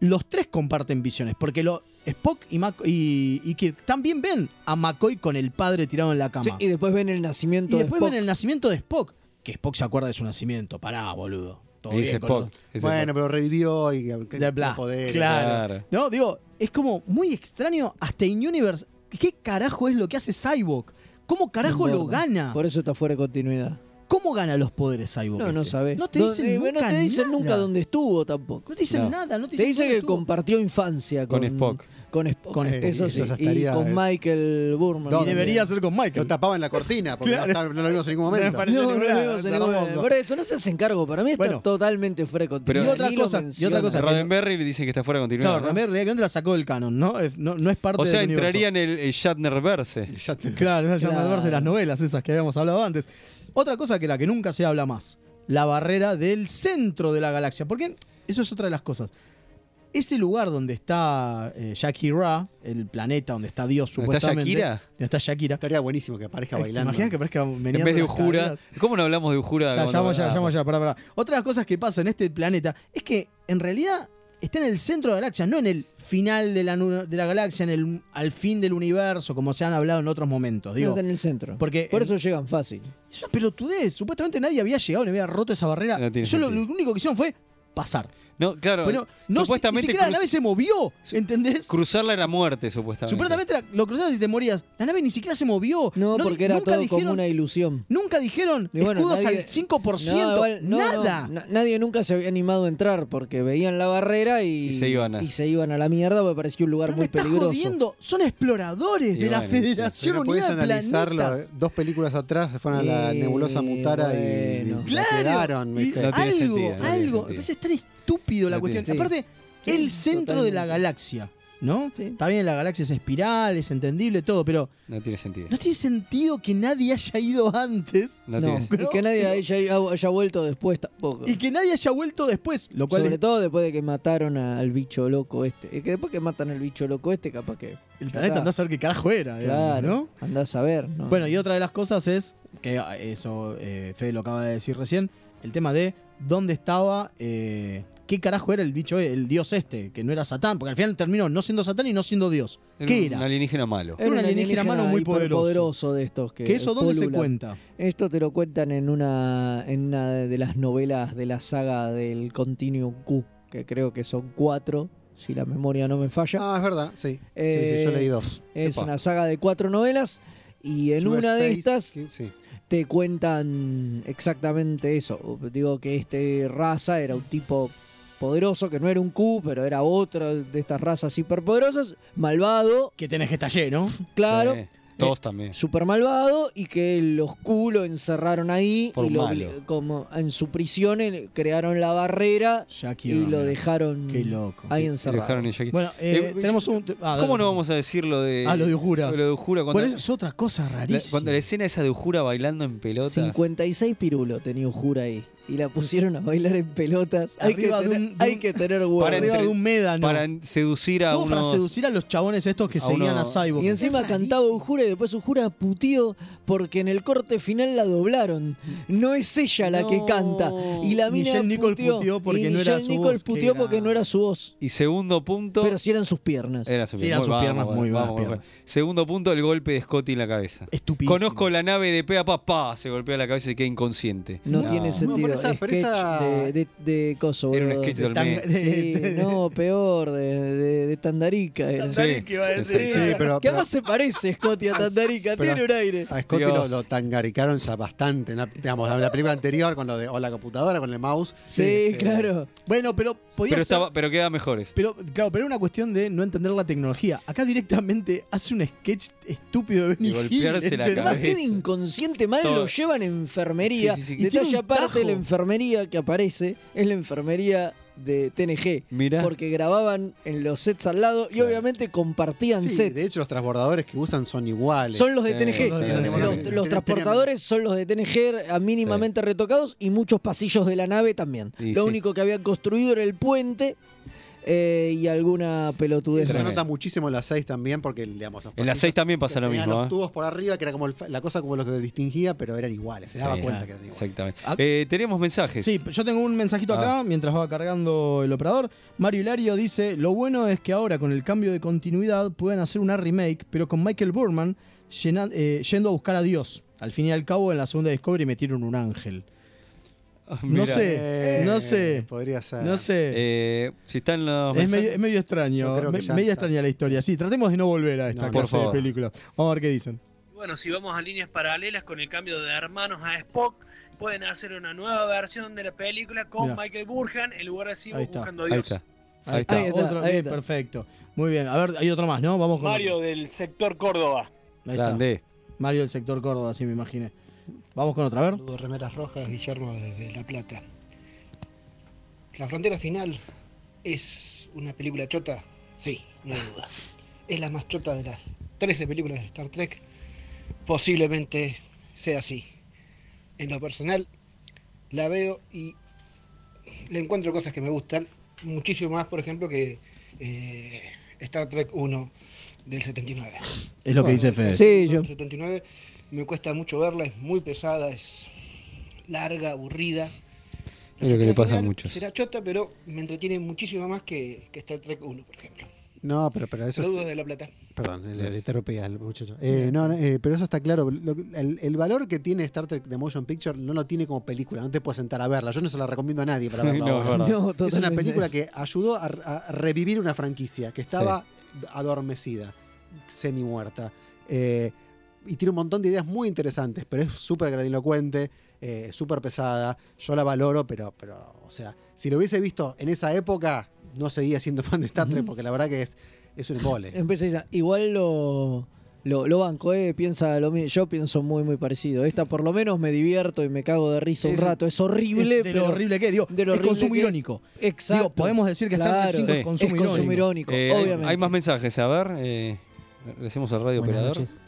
Speaker 4: los tres comparten visiones. Porque lo, Spock y, Mac- y, y Kirk también ven a McCoy con el padre tirado en la
Speaker 3: Sí,
Speaker 4: cama.
Speaker 3: y
Speaker 4: y,
Speaker 3: después ven el nacimiento de
Speaker 4: después
Speaker 3: Spock.
Speaker 4: ven el nacimiento de Spock. Que Spock se acuerda de su nacimiento. Pará, boludo. Todo
Speaker 2: Ese
Speaker 4: bien con
Speaker 2: Spock, ese
Speaker 5: bueno, pero revivió y.
Speaker 4: los- de bla.
Speaker 5: poder.
Speaker 4: claro.
Speaker 2: claro.
Speaker 4: No, digo, es como muy extraño hasta in Universe. ¿Qué carajo es lo que hace Cyborg? ¿Cómo carajo
Speaker 3: No
Speaker 4: lo
Speaker 3: importa.
Speaker 4: gana?
Speaker 3: Por eso está fuera de continuidad.
Speaker 4: ¿Cómo gana los poderes Cyborg?
Speaker 3: No, no
Speaker 4: este?
Speaker 3: sabes.
Speaker 4: No te dicen
Speaker 3: eh,
Speaker 4: nunca
Speaker 3: no te dicen
Speaker 4: nada.
Speaker 3: nunca dónde estuvo tampoco.
Speaker 4: No te dicen
Speaker 2: No.
Speaker 4: nada, no te
Speaker 3: Te
Speaker 4: dicen
Speaker 3: dice
Speaker 4: dónde
Speaker 3: que
Speaker 4: estuvo.
Speaker 3: compartió infancia con,
Speaker 2: Con Spock.
Speaker 3: Con Spock,
Speaker 4: Con
Speaker 5: Spock,
Speaker 3: eso sí.
Speaker 5: eso ya
Speaker 3: y
Speaker 5: estaría-
Speaker 3: con
Speaker 5: es-
Speaker 3: Michael Burman.
Speaker 5: No,
Speaker 4: Y eh, debería ser con
Speaker 5: Lo
Speaker 4: Michael.
Speaker 5: tapaba en la cortina, porque
Speaker 4: Claro.
Speaker 5: no, estaba- no lo vimos en ningún
Speaker 4: me
Speaker 5: momento.
Speaker 4: parece
Speaker 3: No, no,
Speaker 4: ningún
Speaker 3: no,
Speaker 4: lado,
Speaker 3: no,
Speaker 4: es
Speaker 3: no, no,
Speaker 4: hermoso.
Speaker 3: Por eso no se hacen cargo. Para mí está
Speaker 4: Bueno.
Speaker 3: totalmente fuera de continuidad.
Speaker 2: Pero- Y
Speaker 4: otra
Speaker 3: Ni lo
Speaker 4: cosa, y
Speaker 3: menciona.
Speaker 4: otra cosa.
Speaker 2: Roddenberry le dicen que está fuera de continuidad.
Speaker 4: Claro,
Speaker 2: ¿no?
Speaker 4: Ramírez realmente la sacó del canon, ¿no? Es- No, no es parte
Speaker 2: O sea,
Speaker 4: del
Speaker 2: entraría en el, el Shatner verse.
Speaker 5: Ya te-
Speaker 4: universo. Claro, es la
Speaker 3: Claro.
Speaker 4: de las novelas esas que habíamos hablado antes. Otra cosa que la que nunca se habla más, la barrera del centro de la galaxia. Porque eso es otra de las cosas. Ese lugar donde está eh, Shakira, el planeta donde está Dios
Speaker 2: ¿Dónde está
Speaker 4: supuestamente.
Speaker 2: Shakira?
Speaker 4: Donde está Shakira.
Speaker 5: Estaría buenísimo que aparezca bailando.
Speaker 4: Imagina que parezca
Speaker 2: En vez de Ujura. ¿Cómo no hablamos de Ujura?
Speaker 4: Ya,
Speaker 2: cuando-
Speaker 4: llamo ya,
Speaker 2: Ah,
Speaker 4: llamo ya, pará, pará. Otra de las cosas que pasa en este planeta es que en realidad está en el centro de la galaxia, no en el final de la, nu- de la galaxia, en el, al fin del universo, como se han hablado en otros momentos.
Speaker 3: No
Speaker 4: Digo,
Speaker 3: está en el centro.
Speaker 4: porque
Speaker 3: Por
Speaker 4: en-
Speaker 3: eso llegan fácil.
Speaker 4: es una pelotudez. Supuestamente nadie había llegado ni había roto esa barrera.
Speaker 2: No tiene
Speaker 4: Yo lo, lo
Speaker 2: sentido.
Speaker 4: único que hicieron fue pasar.
Speaker 2: No, claro.
Speaker 4: Bueno, no
Speaker 2: supuestamente
Speaker 4: se, ni siquiera
Speaker 2: cruz-
Speaker 4: la nave se movió, ¿entendés?
Speaker 2: cruzarla era muerte, supuestamente.
Speaker 4: Supuestamente la- lo cruzabas y te morías. La nave ni siquiera se movió.
Speaker 3: No,
Speaker 4: di-
Speaker 3: porque era
Speaker 4: nunca
Speaker 3: todo
Speaker 4: dijeron-
Speaker 3: como una ilusión.
Speaker 4: Nunca dijeron
Speaker 3: Y bueno,
Speaker 4: escudos
Speaker 3: nadie-
Speaker 4: al 5%.
Speaker 3: No, igual, no, no,
Speaker 4: nada.
Speaker 3: na- nadie nunca se había animado a entrar porque veían la barrera y,
Speaker 2: Y se iban a-
Speaker 3: y se iban a la mierda porque parecía un lugar
Speaker 4: Pero me
Speaker 3: muy
Speaker 4: estás
Speaker 3: peligroso.
Speaker 4: jodiendo. Son exploradores
Speaker 2: Y
Speaker 4: de la
Speaker 2: bueno, sí.
Speaker 5: Si
Speaker 4: Federación
Speaker 5: no podés
Speaker 4: Unida de
Speaker 5: analizarlo.
Speaker 4: Planetas.
Speaker 5: Dos películas atrás se fueron a la
Speaker 3: Eh,
Speaker 5: nebulosa Mutara y-
Speaker 3: bueno.
Speaker 5: y,
Speaker 4: Claro.
Speaker 5: la quedaron.
Speaker 4: y
Speaker 5: ¿viste?
Speaker 2: No tiene
Speaker 4: algo,
Speaker 2: sentido, no tiene
Speaker 4: algo.
Speaker 2: sentido.
Speaker 4: Me parece tan estúpido la
Speaker 2: No
Speaker 4: cuestión.
Speaker 3: tiene-
Speaker 4: Aparte,
Speaker 3: Sí,
Speaker 4: el centro de la
Speaker 3: totalmente.
Speaker 4: galaxia, ¿no?
Speaker 3: Sí.
Speaker 4: Está bien, la galaxia es espiral, es entendible, todo, pero
Speaker 2: No tiene sentido.
Speaker 4: no tiene sentido que nadie haya ido antes
Speaker 2: No,
Speaker 3: No,
Speaker 2: tiene sentido.
Speaker 3: y que nadie haya, haya vuelto después tampoco.
Speaker 4: y que nadie haya vuelto después, lo cual
Speaker 3: Sobre
Speaker 4: es-
Speaker 3: todo después de que mataron a- al bicho loco este. Es que después que matan al bicho loco este, capaz que.
Speaker 4: el
Speaker 3: ya
Speaker 4: planeta
Speaker 3: está.
Speaker 4: andás a saber qué carajo era, digamos,
Speaker 3: Claro,
Speaker 4: ¿no?
Speaker 3: Andás a ver, ¿no?
Speaker 4: Bueno, y otra de las cosas es, que ah, eso eh, Fede lo acaba de decir recién, el tema de dónde estaba eh, qué carajo era el bicho, el dios este, que no era Satán, porque al final terminó no siendo Satán y no siendo dios. ¿Qué
Speaker 2: un
Speaker 4: era?
Speaker 2: alienígena malo.
Speaker 4: Era un alienígena malo muy
Speaker 3: hiperpoderoso
Speaker 4: poderoso.
Speaker 3: de estos que
Speaker 4: ¿Que eso dónde se
Speaker 3: pululan.
Speaker 4: cuenta?
Speaker 3: Esto te lo cuentan en una en una de las novelas de la saga del Continuum Q, que creo que son cuatro, si la memoria no me falla.
Speaker 5: Ah, es verdad, sí.
Speaker 3: Eh,
Speaker 5: sí, sí, yo leí dos.
Speaker 3: Es
Speaker 5: Epa.
Speaker 3: una saga de cuatro novelas y en
Speaker 5: Cyberspace,
Speaker 3: una de estas
Speaker 5: que- sí.
Speaker 3: te cuentan exactamente eso. Digo que este raza era un tipo poderoso, que no era un Q, pero era otro de estas razas hiperpoderosas, malvado,
Speaker 4: Que tenés que estar lleno.
Speaker 3: claro,
Speaker 2: Sí, Todos también.
Speaker 3: super malvado, y que los Q lo encerraron ahí
Speaker 2: Por
Speaker 3: y lo
Speaker 2: malo.
Speaker 3: obli- como en su prisión en- crearon la barrera
Speaker 4: Jackie
Speaker 3: y lo
Speaker 4: O'Neill.
Speaker 3: dejaron
Speaker 4: Qué loco.
Speaker 3: ahí
Speaker 2: Lo
Speaker 3: encerrado.
Speaker 2: dejaron en Jackie.
Speaker 4: Bueno, eh,
Speaker 2: Eh,
Speaker 4: tenemos un. ah, dale.
Speaker 2: ¿Cómo no vamos a decir lo de.
Speaker 4: Ah, lo de Ujura.
Speaker 2: Lo de Ujura cuando.
Speaker 4: Bueno, eso es otra cosa
Speaker 2: la,
Speaker 4: rarísima.
Speaker 2: cuando la escena esa de Ujura bailando en pelota.
Speaker 3: 56 pirulo tenía Ujura ahí. Y la pusieron a bailar en pelotas. Hay que,
Speaker 4: Arriba de
Speaker 3: tener,
Speaker 4: un- de un-
Speaker 3: hay que tener huevo.
Speaker 2: Para
Speaker 4: Arriba
Speaker 2: entre-
Speaker 4: de un médano.
Speaker 2: Para en- seducir a
Speaker 4: Todo para
Speaker 2: unos.
Speaker 4: seducir a los chabones estos que
Speaker 2: a
Speaker 4: seguían
Speaker 2: uno-
Speaker 4: a Cyborg.
Speaker 3: Y encima cantaba Ujura y después Ujura putió porque en el corte final la doblaron. No es ella la que
Speaker 2: No.
Speaker 3: canta. Y la mina
Speaker 4: Michelle Nichols putió porque
Speaker 3: y
Speaker 4: no era
Speaker 3: Michelle
Speaker 4: su
Speaker 3: Nichols
Speaker 4: voz, que
Speaker 3: putió
Speaker 4: era-
Speaker 3: porque no era su voz.
Speaker 2: Y segundo punto.
Speaker 3: Pero sí eran sus piernas.
Speaker 2: Era su
Speaker 4: Sí, eran
Speaker 2: muy-
Speaker 4: sus
Speaker 2: vamos,
Speaker 4: piernas,
Speaker 2: vamos,
Speaker 4: muy buenas
Speaker 2: vamos,
Speaker 4: piernas.
Speaker 2: vamos. Segundo punto, el golpe de Scotty en la cabeza.
Speaker 4: Estupidísimo.
Speaker 2: Conozco la nave de Pea Papá. Se golpea la cabeza y queda inconsciente.
Speaker 3: No, tiene
Speaker 5: pero
Speaker 3: sentido.
Speaker 5: esa- pero
Speaker 3: sketch
Speaker 5: esa-
Speaker 3: de, de, de coso,
Speaker 2: Era un
Speaker 3: boludo.
Speaker 2: sketch de
Speaker 4: de tan-
Speaker 2: Olmedo.
Speaker 3: Sí,
Speaker 4: de-
Speaker 3: no, peor, de, de- de Tandarica. era.
Speaker 2: Tandarica. Sí,
Speaker 4: iba a decir.
Speaker 5: Sí, pero, pero
Speaker 3: Que además se parece Scotty a Tandarica,
Speaker 5: pero-
Speaker 3: tiene un aire.
Speaker 5: a Scotty
Speaker 2: Dios.
Speaker 5: lo, lo tangaricaron ya bastante. En la, digamos, en la película anterior con lo de o la computadora, con el mouse.
Speaker 3: Sí,
Speaker 5: Eh,
Speaker 3: claro.
Speaker 4: Bueno, pero podía
Speaker 2: Pero,
Speaker 4: ser-
Speaker 2: estaba, pero queda mejores.
Speaker 4: Pero, claro, pero era una cuestión de no entender la tecnología. Acá directamente hace un sketch estúpido de Benny
Speaker 2: Y golpearse
Speaker 4: Hill,
Speaker 2: la
Speaker 4: ¿entendés?
Speaker 2: cabeza.
Speaker 3: Además queda inconsciente mal,
Speaker 2: Todo.
Speaker 3: lo llevan a enfermería.
Speaker 2: Sí, sí, sí.
Speaker 4: Y tiene
Speaker 3: Detalle
Speaker 4: un
Speaker 3: aparte,
Speaker 4: tajo.
Speaker 3: la enfermería que aparece es la enfermería de TNG.
Speaker 2: Mirá.
Speaker 3: Porque grababan en los sets al lado y obviamente compartían
Speaker 5: Sí,
Speaker 3: sets.
Speaker 5: de hecho, los transbordadores que usan son iguales.
Speaker 3: son los de
Speaker 2: Sí,
Speaker 3: TNG.
Speaker 2: los de
Speaker 3: Los-
Speaker 2: TNG.
Speaker 3: los,
Speaker 5: Tenían-
Speaker 3: transportadores son los de TNG a mínimamente retocados y muchos pasillos de la nave también.
Speaker 2: Y
Speaker 3: lo
Speaker 2: sí.
Speaker 3: único que habían construido era el puente eh, y alguna pelotudez.
Speaker 5: Eso se
Speaker 2: Tremendo.
Speaker 5: nota muchísimo en las 6 también, porque digamos, los
Speaker 2: En las
Speaker 5: pasillos
Speaker 2: 6 también pasa lo
Speaker 5: tenían
Speaker 2: mismo.
Speaker 5: Los
Speaker 2: ¿eh?
Speaker 5: tubos por arriba, que era como el fa- la cosa como lo que distinguía, pero eran iguales. Se daba
Speaker 2: Sí,
Speaker 5: cuenta que eran iguales.
Speaker 2: Exactamente.
Speaker 4: Ah.
Speaker 2: Eh, tenemos mensajes.
Speaker 4: Sí, yo tengo un mensajito
Speaker 2: Ah.
Speaker 4: acá mientras va cargando el operador. Mario Hilario dice: Lo bueno es que ahora con el cambio de continuidad pueden hacer una remake, pero con Michael Burman llena- eh, yendo a buscar a Dios. Al fin y al cabo, en la segunda Discovery metieron un ángel.
Speaker 2: Ah,
Speaker 4: No
Speaker 2: mirá.
Speaker 4: sé. No sé.
Speaker 5: Podría ser.
Speaker 4: No sé.
Speaker 2: Eh, si están los
Speaker 4: es, medio,
Speaker 2: mensajes-
Speaker 4: es medio
Speaker 5: Yo
Speaker 4: extraño.
Speaker 5: creo que
Speaker 4: Me-
Speaker 5: ya
Speaker 4: media
Speaker 5: está.
Speaker 4: extraña la historia. Sí, tratemos de no volver a esta
Speaker 5: No,
Speaker 2: por
Speaker 4: clase de
Speaker 2: favor.
Speaker 4: película. Vamos a ver qué dicen.
Speaker 9: Bueno, si vamos a líneas paralelas con el cambio de hermanos a Spock, pueden hacer una nueva versión de la película con
Speaker 4: Mirá.
Speaker 9: Michael Burhan en lugar de Sigo
Speaker 4: Ahí está.
Speaker 9: buscando a
Speaker 2: Ahí
Speaker 9: Dios.
Speaker 2: está. Ahí está.
Speaker 3: Ahí está,
Speaker 4: Otro-
Speaker 3: ahí
Speaker 4: eh,
Speaker 3: está.
Speaker 4: perfecto. Muy bien. A ver, hay otro más, ¿no? Vamos con.
Speaker 9: Mario del sector Córdoba.
Speaker 4: Ahí está.
Speaker 2: Grande.
Speaker 4: Mario del sector Córdoba, así me imaginé. Vamos con otra, a ver.
Speaker 20: Saludos, remeras rojas, Guillermo desde La Plata. La frontera final es una película chota, sí, no hay duda. Es la más chota de las 13 películas de Star Trek. Posiblemente sea así. En lo personal, la veo y le encuentro cosas que me gustan. Muchísimo más, por ejemplo, que eh, Star Trek 1 del 79.
Speaker 4: Es lo que dice
Speaker 20: Fede.
Speaker 3: Sí, yo.
Speaker 20: 79 me cuesta mucho verla, es muy pesada, es larga, aburrida.
Speaker 2: Es lo que le
Speaker 20: Al
Speaker 2: pasa a
Speaker 20: final
Speaker 2: muchos.
Speaker 20: Será chota, pero me entretiene muchísimo más que, que Star Trek 1, por ejemplo.
Speaker 5: No, pero, pero eso.
Speaker 20: Saludos de La Plata.
Speaker 5: Perdón, le, le interrumpí al muchacho. Eh, no, no, eh, pero eso está claro. Lo- el, el valor que tiene Star Trek de Motion Picture no lo tiene como película. No te puedes sentar a verla. Yo no se la recomiendo a nadie para verla.
Speaker 2: No,
Speaker 5: ahora.
Speaker 2: es verdad.
Speaker 3: No,
Speaker 5: es una
Speaker 3: totalmente.
Speaker 5: película que ayudó a, a revivir una franquicia que estaba adormecida, semi muerta. y tiene un montón de ideas muy interesantes, pero es súper grandilocuente, eh, súper pesada. Yo la valoro, pero, pero, o sea, si lo hubiese visto en esa época, no seguía siendo fan de Star Trek, porque la verdad que es, es un embole.
Speaker 3: Empecé esa. Igual lo, lo, lo banco, ¿eh? Piensa lo mi- Yo pienso muy, muy parecido. Esta por lo menos me divierto y me cago de risa un
Speaker 4: Es-
Speaker 3: rato. Es
Speaker 4: Es
Speaker 3: horrible,
Speaker 4: de lo
Speaker 3: pero-
Speaker 4: horrible que es, digo,
Speaker 3: de lo
Speaker 4: es
Speaker 3: horrible
Speaker 4: consumo
Speaker 3: que es.
Speaker 4: irónico.
Speaker 3: Exacto.
Speaker 4: Digo, podemos decir que Star Trek
Speaker 3: Claro,
Speaker 4: cinco es consumo
Speaker 3: es consumo
Speaker 4: irónico.
Speaker 3: irónico,
Speaker 2: Eh, hay-
Speaker 3: obviamente.
Speaker 2: hay, más mensajes. A ver, eh, le hacemos al radio
Speaker 21: Buenas
Speaker 2: operador.
Speaker 21: noches.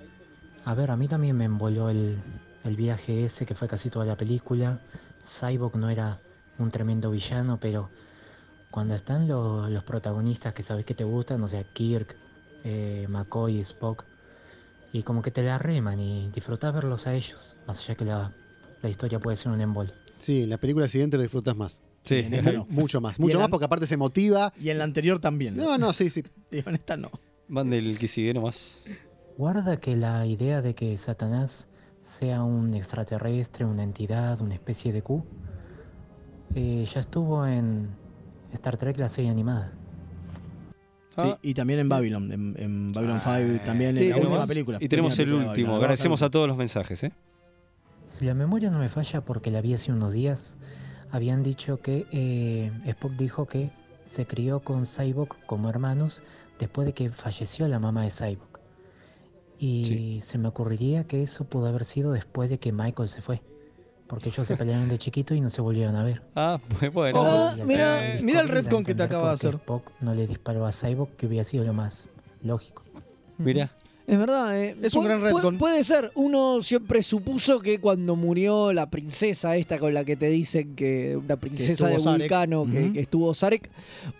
Speaker 21: A ver, a mí también me envoló el, el viaje ese que fue casi toda la película. Cyborg no era un tremendo villano, pero cuando están lo- los protagonistas que sabes que te gustan, o sea, Kirk, eh, McCoy, Spock, y como que te la reman y disfrutás verlos a ellos, más allá que la, la historia puede ser un embol.
Speaker 5: Sí, en la película siguiente lo disfrutas más.
Speaker 4: Sí, en esta no.
Speaker 5: Mucho más.
Speaker 4: Y
Speaker 5: Mucho
Speaker 4: en la-
Speaker 5: más porque aparte se motiva.
Speaker 4: Y en la anterior también.
Speaker 5: No, no, sí, sí.
Speaker 4: Digo, en esta no.
Speaker 2: Van del que sigue nomás.
Speaker 21: Guarda que la idea de que Satanás sea un extraterrestre, una entidad, una especie de Q, eh, ya estuvo en Star Trek la serie animada.
Speaker 4: Sí, y también en Babylon, en, en
Speaker 5: Ah,
Speaker 4: Babylon 5, también
Speaker 2: Ah. Sí,
Speaker 4: en la
Speaker 2: tenemos-
Speaker 4: última película.
Speaker 2: Y tenemos el
Speaker 4: Última película de
Speaker 2: último.
Speaker 4: Babylon.
Speaker 2: Agradecemos a todos los mensajes, ¿eh?
Speaker 21: Si la memoria no me falla, porque la vi hace unos días, habían dicho que eh, Spock dijo que se crió con Cyborg como hermanos después de que falleció la mamá de Cyborg. Y se me ocurriría que eso pudo haber sido después de que Michael se fue. Porque ellos se pelearon de chiquito y no se volvieron a ver.
Speaker 2: Ah, bueno.
Speaker 4: Ah,
Speaker 21: Y al
Speaker 4: mira-
Speaker 21: final
Speaker 2: Eh,
Speaker 21: Spock
Speaker 4: mira el
Speaker 21: da a
Speaker 4: retcon que te
Speaker 21: entender
Speaker 4: acaba de
Speaker 21: por qué
Speaker 4: hacer.
Speaker 21: Spock no le disparó a Cyborg, que hubiera sido lo más lógico.
Speaker 2: Mira.
Speaker 3: Es verdad, eh,
Speaker 4: Es un
Speaker 3: pu-
Speaker 4: gran
Speaker 3: pu-
Speaker 4: retcon.
Speaker 3: Puede ser, uno siempre supuso que cuando murió la princesa esta con la que te dicen que una princesa
Speaker 4: estuvo
Speaker 3: de
Speaker 4: Sarek.
Speaker 3: Vulcano que,
Speaker 4: Ujú.
Speaker 3: que estuvo Sarek,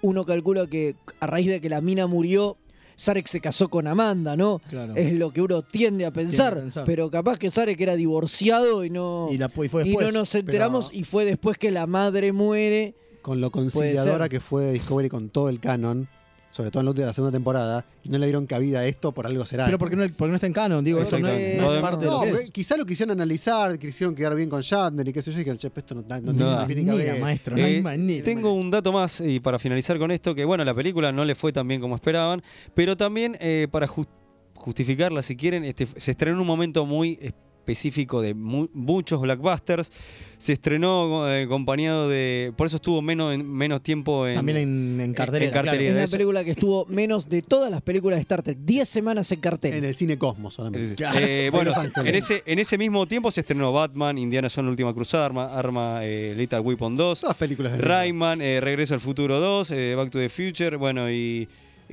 Speaker 3: uno calcula que a raíz de que la mina murió, Sarek se casó con Amanda, ¿no?
Speaker 4: Claro.
Speaker 3: Es lo que uno tiende a pensar,
Speaker 4: pensar.
Speaker 3: pero capaz que Sarek era divorciado y no
Speaker 4: Y, la, y fue
Speaker 3: y
Speaker 4: después.
Speaker 3: no nos enteramos y fue después que la madre muere.
Speaker 5: Con lo
Speaker 3: Puede ser.
Speaker 5: conciliadora que fue Discovery con todo el canon, sobre todo en la última- la segunda temporada, y no le dieron cabida a esto, por algo será.
Speaker 4: Pero, porque no, porque no está en canon, digo, eso no,
Speaker 5: Porque-
Speaker 4: es- no es parte de lo
Speaker 5: No,
Speaker 4: que
Speaker 5: porque
Speaker 4: es.
Speaker 5: quizá lo quisieron analizar, quisieron quedar bien con Shatner y qué sé yo, y dijeron, che, pues esto no, no, no
Speaker 2: No.
Speaker 5: tiene- no tiene
Speaker 4: Mira,
Speaker 5: cabeza.
Speaker 4: maestro, no hay
Speaker 2: Eh,
Speaker 4: manera.
Speaker 2: Tengo un dato más y para finalizar con esto, que bueno, la película no le fue tan bien como esperaban, pero también eh, para jus- justificarla, si quieren, este, se estrenó en un momento muy específico de mu- muchos blackbusters, se estrenó eh, acompañado de... Por eso estuvo menos, en- menos tiempo en...
Speaker 4: También en, en cartelera.
Speaker 2: en cartelera.
Speaker 3: Es
Speaker 2: Mira,
Speaker 3: una
Speaker 2: eso-
Speaker 3: película que estuvo menos de todas las películas de Star Trek, 10 semanas en cartel.
Speaker 5: En el cine Cosmos solamente.
Speaker 2: Eh, bueno,
Speaker 5: Ahí está.
Speaker 2: en ese, en ese mismo tiempo se estrenó Batman, Indiana Jones, La Última Cruzada, Arma, Arma eh, Little Weapon 2,
Speaker 5: Todas películas de
Speaker 2: Rayman, eh, Regreso al Futuro 2, eh, Back to the Future, bueno, y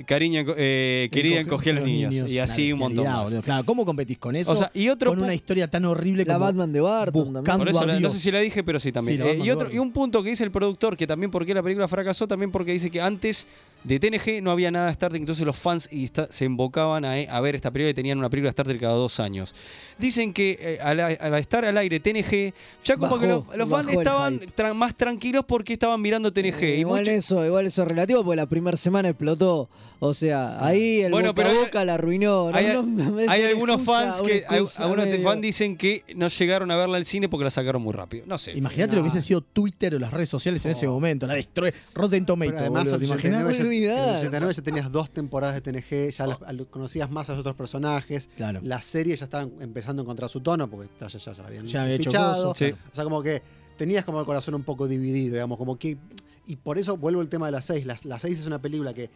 Speaker 2: Cariño, eh, Querida encogía a los niños, y así
Speaker 4: Claro,
Speaker 2: un montón
Speaker 4: calidad,
Speaker 2: más.
Speaker 4: boludo. Claro, ¿cómo competís con eso?
Speaker 2: O sea, y otro
Speaker 4: con
Speaker 2: pu-
Speaker 4: una historia tan horrible
Speaker 3: La
Speaker 4: como
Speaker 3: Batman de Barton también.
Speaker 4: buscando
Speaker 2: Por eso,
Speaker 4: a
Speaker 2: la- no
Speaker 4: Dios.
Speaker 2: sé si la dije, pero sí también.
Speaker 4: Sí, la
Speaker 2: Eh,
Speaker 4: Batman
Speaker 2: y, otro,
Speaker 4: Duarte.
Speaker 2: y un punto que dice el productor, que también por qué la película fracasó, también porque dice que antes de TNG no había nada de Star Trek, entonces los fans y esta- se embocaban a, eh, a ver esta película y tenían una película de Star Trek cada dos años. Dicen que eh, al, al estar al aire TNG, ya como
Speaker 3: Bajó,
Speaker 2: que los, los fans
Speaker 3: bajó el
Speaker 2: estaban
Speaker 3: hype. Eh,
Speaker 2: tra- más tranquilos porque estaban mirando TNG. y
Speaker 3: igual,
Speaker 2: mucho-
Speaker 3: eso, igual eso es relativo porque la primera semana explotó. O sea, ahí el
Speaker 2: Bueno,
Speaker 3: boca
Speaker 2: pero
Speaker 3: a
Speaker 2: hay-
Speaker 3: boca la arruinó. No,
Speaker 2: hay,
Speaker 3: no, no, es
Speaker 2: hay
Speaker 3: una
Speaker 2: algunos
Speaker 3: excusa,
Speaker 2: fans
Speaker 3: una
Speaker 2: que hay-
Speaker 3: excusa
Speaker 2: algunos
Speaker 3: medio-
Speaker 2: fans dicen que no llegaron a verla al cine porque la sacaron muy rápido. No sé.
Speaker 4: Imagínate lo que hubiese sido Twitter o las redes sociales en ese momento. La destruye. Rotten Tomatoes.
Speaker 5: Pero además,
Speaker 4: boludo,
Speaker 5: en
Speaker 4: ¿te
Speaker 5: el
Speaker 4: imaginas?
Speaker 5: 89 ya- en el
Speaker 3: Olvidar.
Speaker 5: 89 ya tenías dos temporadas de TNG, ya las- al- conocías más a los otros personajes,
Speaker 4: Claro.
Speaker 5: la serie ya estaba empezando a encontrar su tono, porque ya, ya- ya- ya la habían
Speaker 4: Ya había hecho
Speaker 5: fichado.
Speaker 4: cosas, claro.
Speaker 5: O sea, como que tenías como el corazón un poco dividido, digamos, como que... Y por eso vuelvo al tema de las seis. Las, las seis es una película que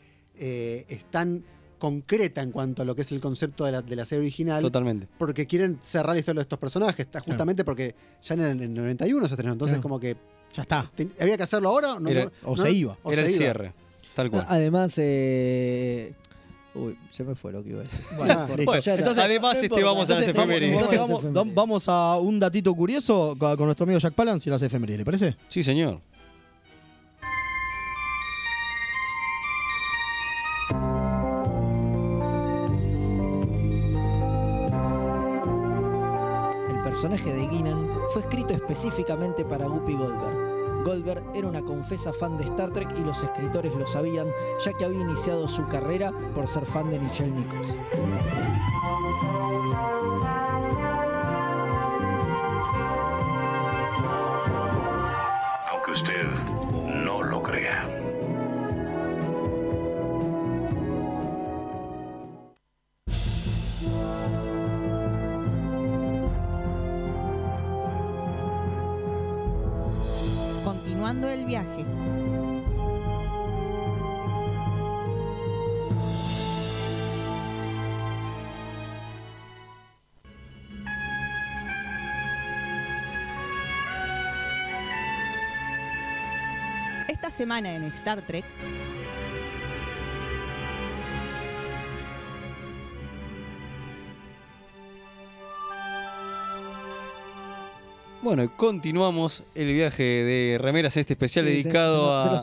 Speaker 5: eh, es tan concreta en cuanto a lo que es el concepto de la, de la serie original.
Speaker 2: Totalmente.
Speaker 5: Porque quieren cerrar la historia de estos personajes, está justamente porque ya en el, en el 91 se estrenó, entonces
Speaker 4: Claro.
Speaker 5: como que
Speaker 4: Ya está.
Speaker 5: ten- había que hacerlo ahora no-
Speaker 2: Era-
Speaker 5: no-
Speaker 4: o
Speaker 5: no-
Speaker 4: se iba.
Speaker 5: o
Speaker 2: Era
Speaker 5: se
Speaker 2: el
Speaker 5: iba.
Speaker 2: cierre. Tal cual.
Speaker 3: Además, eh, uy, se me fue lo que iba a decir.
Speaker 4: Bueno,
Speaker 3: por-
Speaker 4: listo.
Speaker 3: ya está.
Speaker 2: Entonces, además, este,
Speaker 3: importa.
Speaker 2: vamos a las
Speaker 3: Entonces,
Speaker 2: efemérides.
Speaker 3: vamos-
Speaker 4: Entonces
Speaker 3: vamos a las
Speaker 4: vamos, vam- vamos a un datito curioso con con nuestro amigo Jack Palance y las efemérides, ¿le parece?
Speaker 2: Sí, señor.
Speaker 3: El personaje de Guinan fue escrito específicamente para Guppy Goldberg. Goldberg era una confesa fan de Star Trek y los escritores lo sabían, ya que había iniciado su carrera por ser fan de Michelle Nichols.
Speaker 12: Aunque usted no lo crea.
Speaker 1: Continuando el viaje. Esta semana en Star Trek,
Speaker 2: Bueno, continuamos el viaje de remeras, este especial
Speaker 3: Sí, se-
Speaker 2: dedicado
Speaker 3: se lo-
Speaker 2: a.
Speaker 3: se los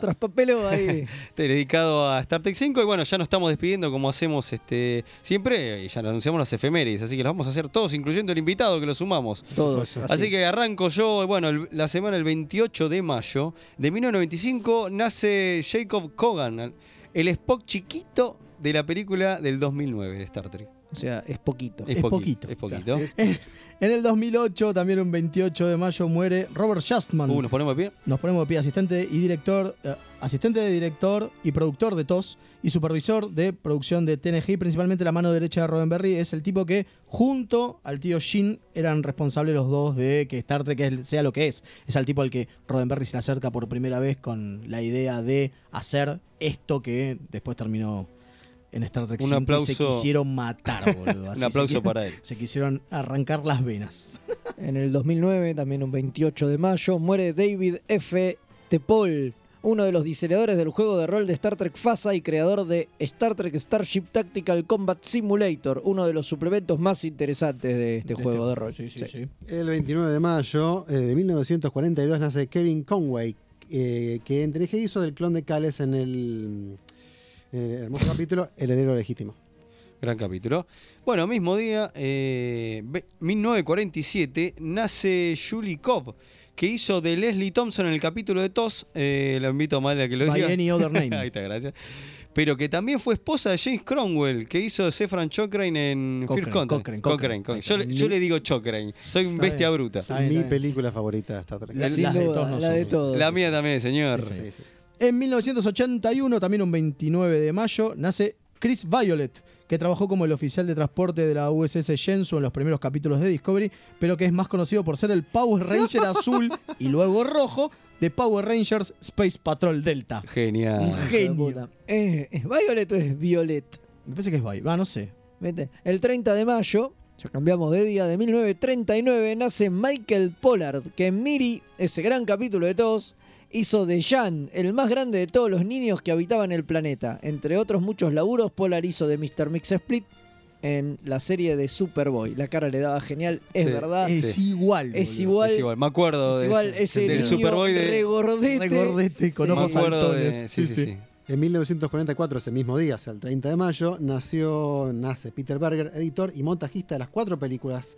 Speaker 3: traspapeló ahí.
Speaker 2: Este, dedicado a Star Trek 5 y bueno, ya nos estamos despidiendo como hacemos este siempre y ya lo anunciamos las efemérides, así que las vamos a hacer todos, incluyendo el invitado que lo sumamos.
Speaker 3: Todos,
Speaker 2: Así,
Speaker 3: así.
Speaker 2: que arranco yo, y bueno, el- la semana el 28 de mayo de 1995 nace Jacob Cogan, el Spock chiquito de la película del 2009 de Star Trek.
Speaker 3: O sea, es poquito.
Speaker 2: Es poquito, es poquito.
Speaker 4: En el 2008, también un 28 de mayo, muere Robert Justman.
Speaker 2: Uh, nos ponemos de pie.
Speaker 4: Nos ponemos de pie, asistente y director, eh, asistente de director y productor de TOS y supervisor de producción de TNG, principalmente la mano derecha de Roddenberry, es el tipo que junto al tío Shin eran responsables los dos de que Star Trek es- sea lo que es. Es al tipo al que Roddenberry se le acerca por primera vez con la idea de hacer esto que después terminó en Star Trek
Speaker 2: Un
Speaker 4: 5 y se
Speaker 2: aplauso.
Speaker 4: quisieron matar, boludo. Así
Speaker 2: Un
Speaker 4: se
Speaker 2: aplauso
Speaker 4: quisieron-
Speaker 2: para él.
Speaker 4: Se quisieron arrancar las venas.
Speaker 3: En el 2009, también un 28 de mayo, muere David F. Tepol, uno de los diseñadores del juego de rol de Star Trek FASA y creador de Star Trek Starship Tactical Combat Simulator, uno de los suplementos más interesantes de este juego de rol. Sí,
Speaker 5: El 29 de mayo eh, de 1942 nace Kevin Conway, eh, que entre que hizo del clon de Cales en el, eh, hermoso capítulo Heredero Legítimo.
Speaker 2: Gran capítulo. Bueno, mismo día, eh, ve- 1947, nace Julie Cobb, que hizo de Leslie Thompson en el capítulo de TOS. Eh, lo invito a Malia que lo
Speaker 4: By
Speaker 2: diga.
Speaker 4: any other name.
Speaker 2: Ahí está, gracias. Pero que también fue esposa de James Cromwell, que hizo de Sefran Cochrane en
Speaker 4: Cochrane,
Speaker 2: Fear Content.
Speaker 4: Cochrane,
Speaker 2: Cochrane,
Speaker 4: Cochrane.
Speaker 2: Cochrane. Yo, le- yo le digo Cochrane. Soy un
Speaker 5: Está
Speaker 2: bestia
Speaker 5: bien,
Speaker 2: bruta.
Speaker 5: está bien, Mi está bien. película favorita de Star Trek.
Speaker 4: La- Sin la de duda, todos la nosotros. de todos.
Speaker 2: La mía también, señor.
Speaker 4: En 1981, también un 29 de mayo, nace Chris Violet, que trabajó como el oficial de transporte de la USS Jensu en los primeros capítulos de Discovery, pero que es más conocido por ser el Power Ranger azul y luego rojo de Power Rangers Space Patrol Delta.
Speaker 2: Genial.
Speaker 4: Un genio.
Speaker 3: Eh, ¿Es Violet o es Violet?
Speaker 4: Me parece que es Violet, ah, no sé.
Speaker 3: Vete. El 30 de mayo, ya cambiamos de día, de 1939, nace Michael Pollard, que en Miri, ese gran capítulo de todos, hizo de Jan, el más grande de todos los niños que habitaban el planeta. Entre otros muchos laburos, Pollard hizo de Mr. Mix Split en la serie de Superboy. La cara le daba genial, es
Speaker 2: Sí,
Speaker 3: verdad.
Speaker 2: Es sí.
Speaker 4: igual.
Speaker 3: Es igual.
Speaker 2: Es igual, me acuerdo
Speaker 3: es
Speaker 2: de
Speaker 3: igual
Speaker 2: eso.
Speaker 3: ese
Speaker 2: del
Speaker 3: niño
Speaker 2: Superboy de.
Speaker 3: regordete.
Speaker 4: Regordete, con
Speaker 3: Sí.
Speaker 4: ojos
Speaker 2: Me acuerdo de-
Speaker 4: saltones.
Speaker 2: sí, sí, sí.
Speaker 5: En 1944, ese mismo día, o sea, el 30 de mayo, nació, nace Peter Berger, editor y montajista de las cuatro películas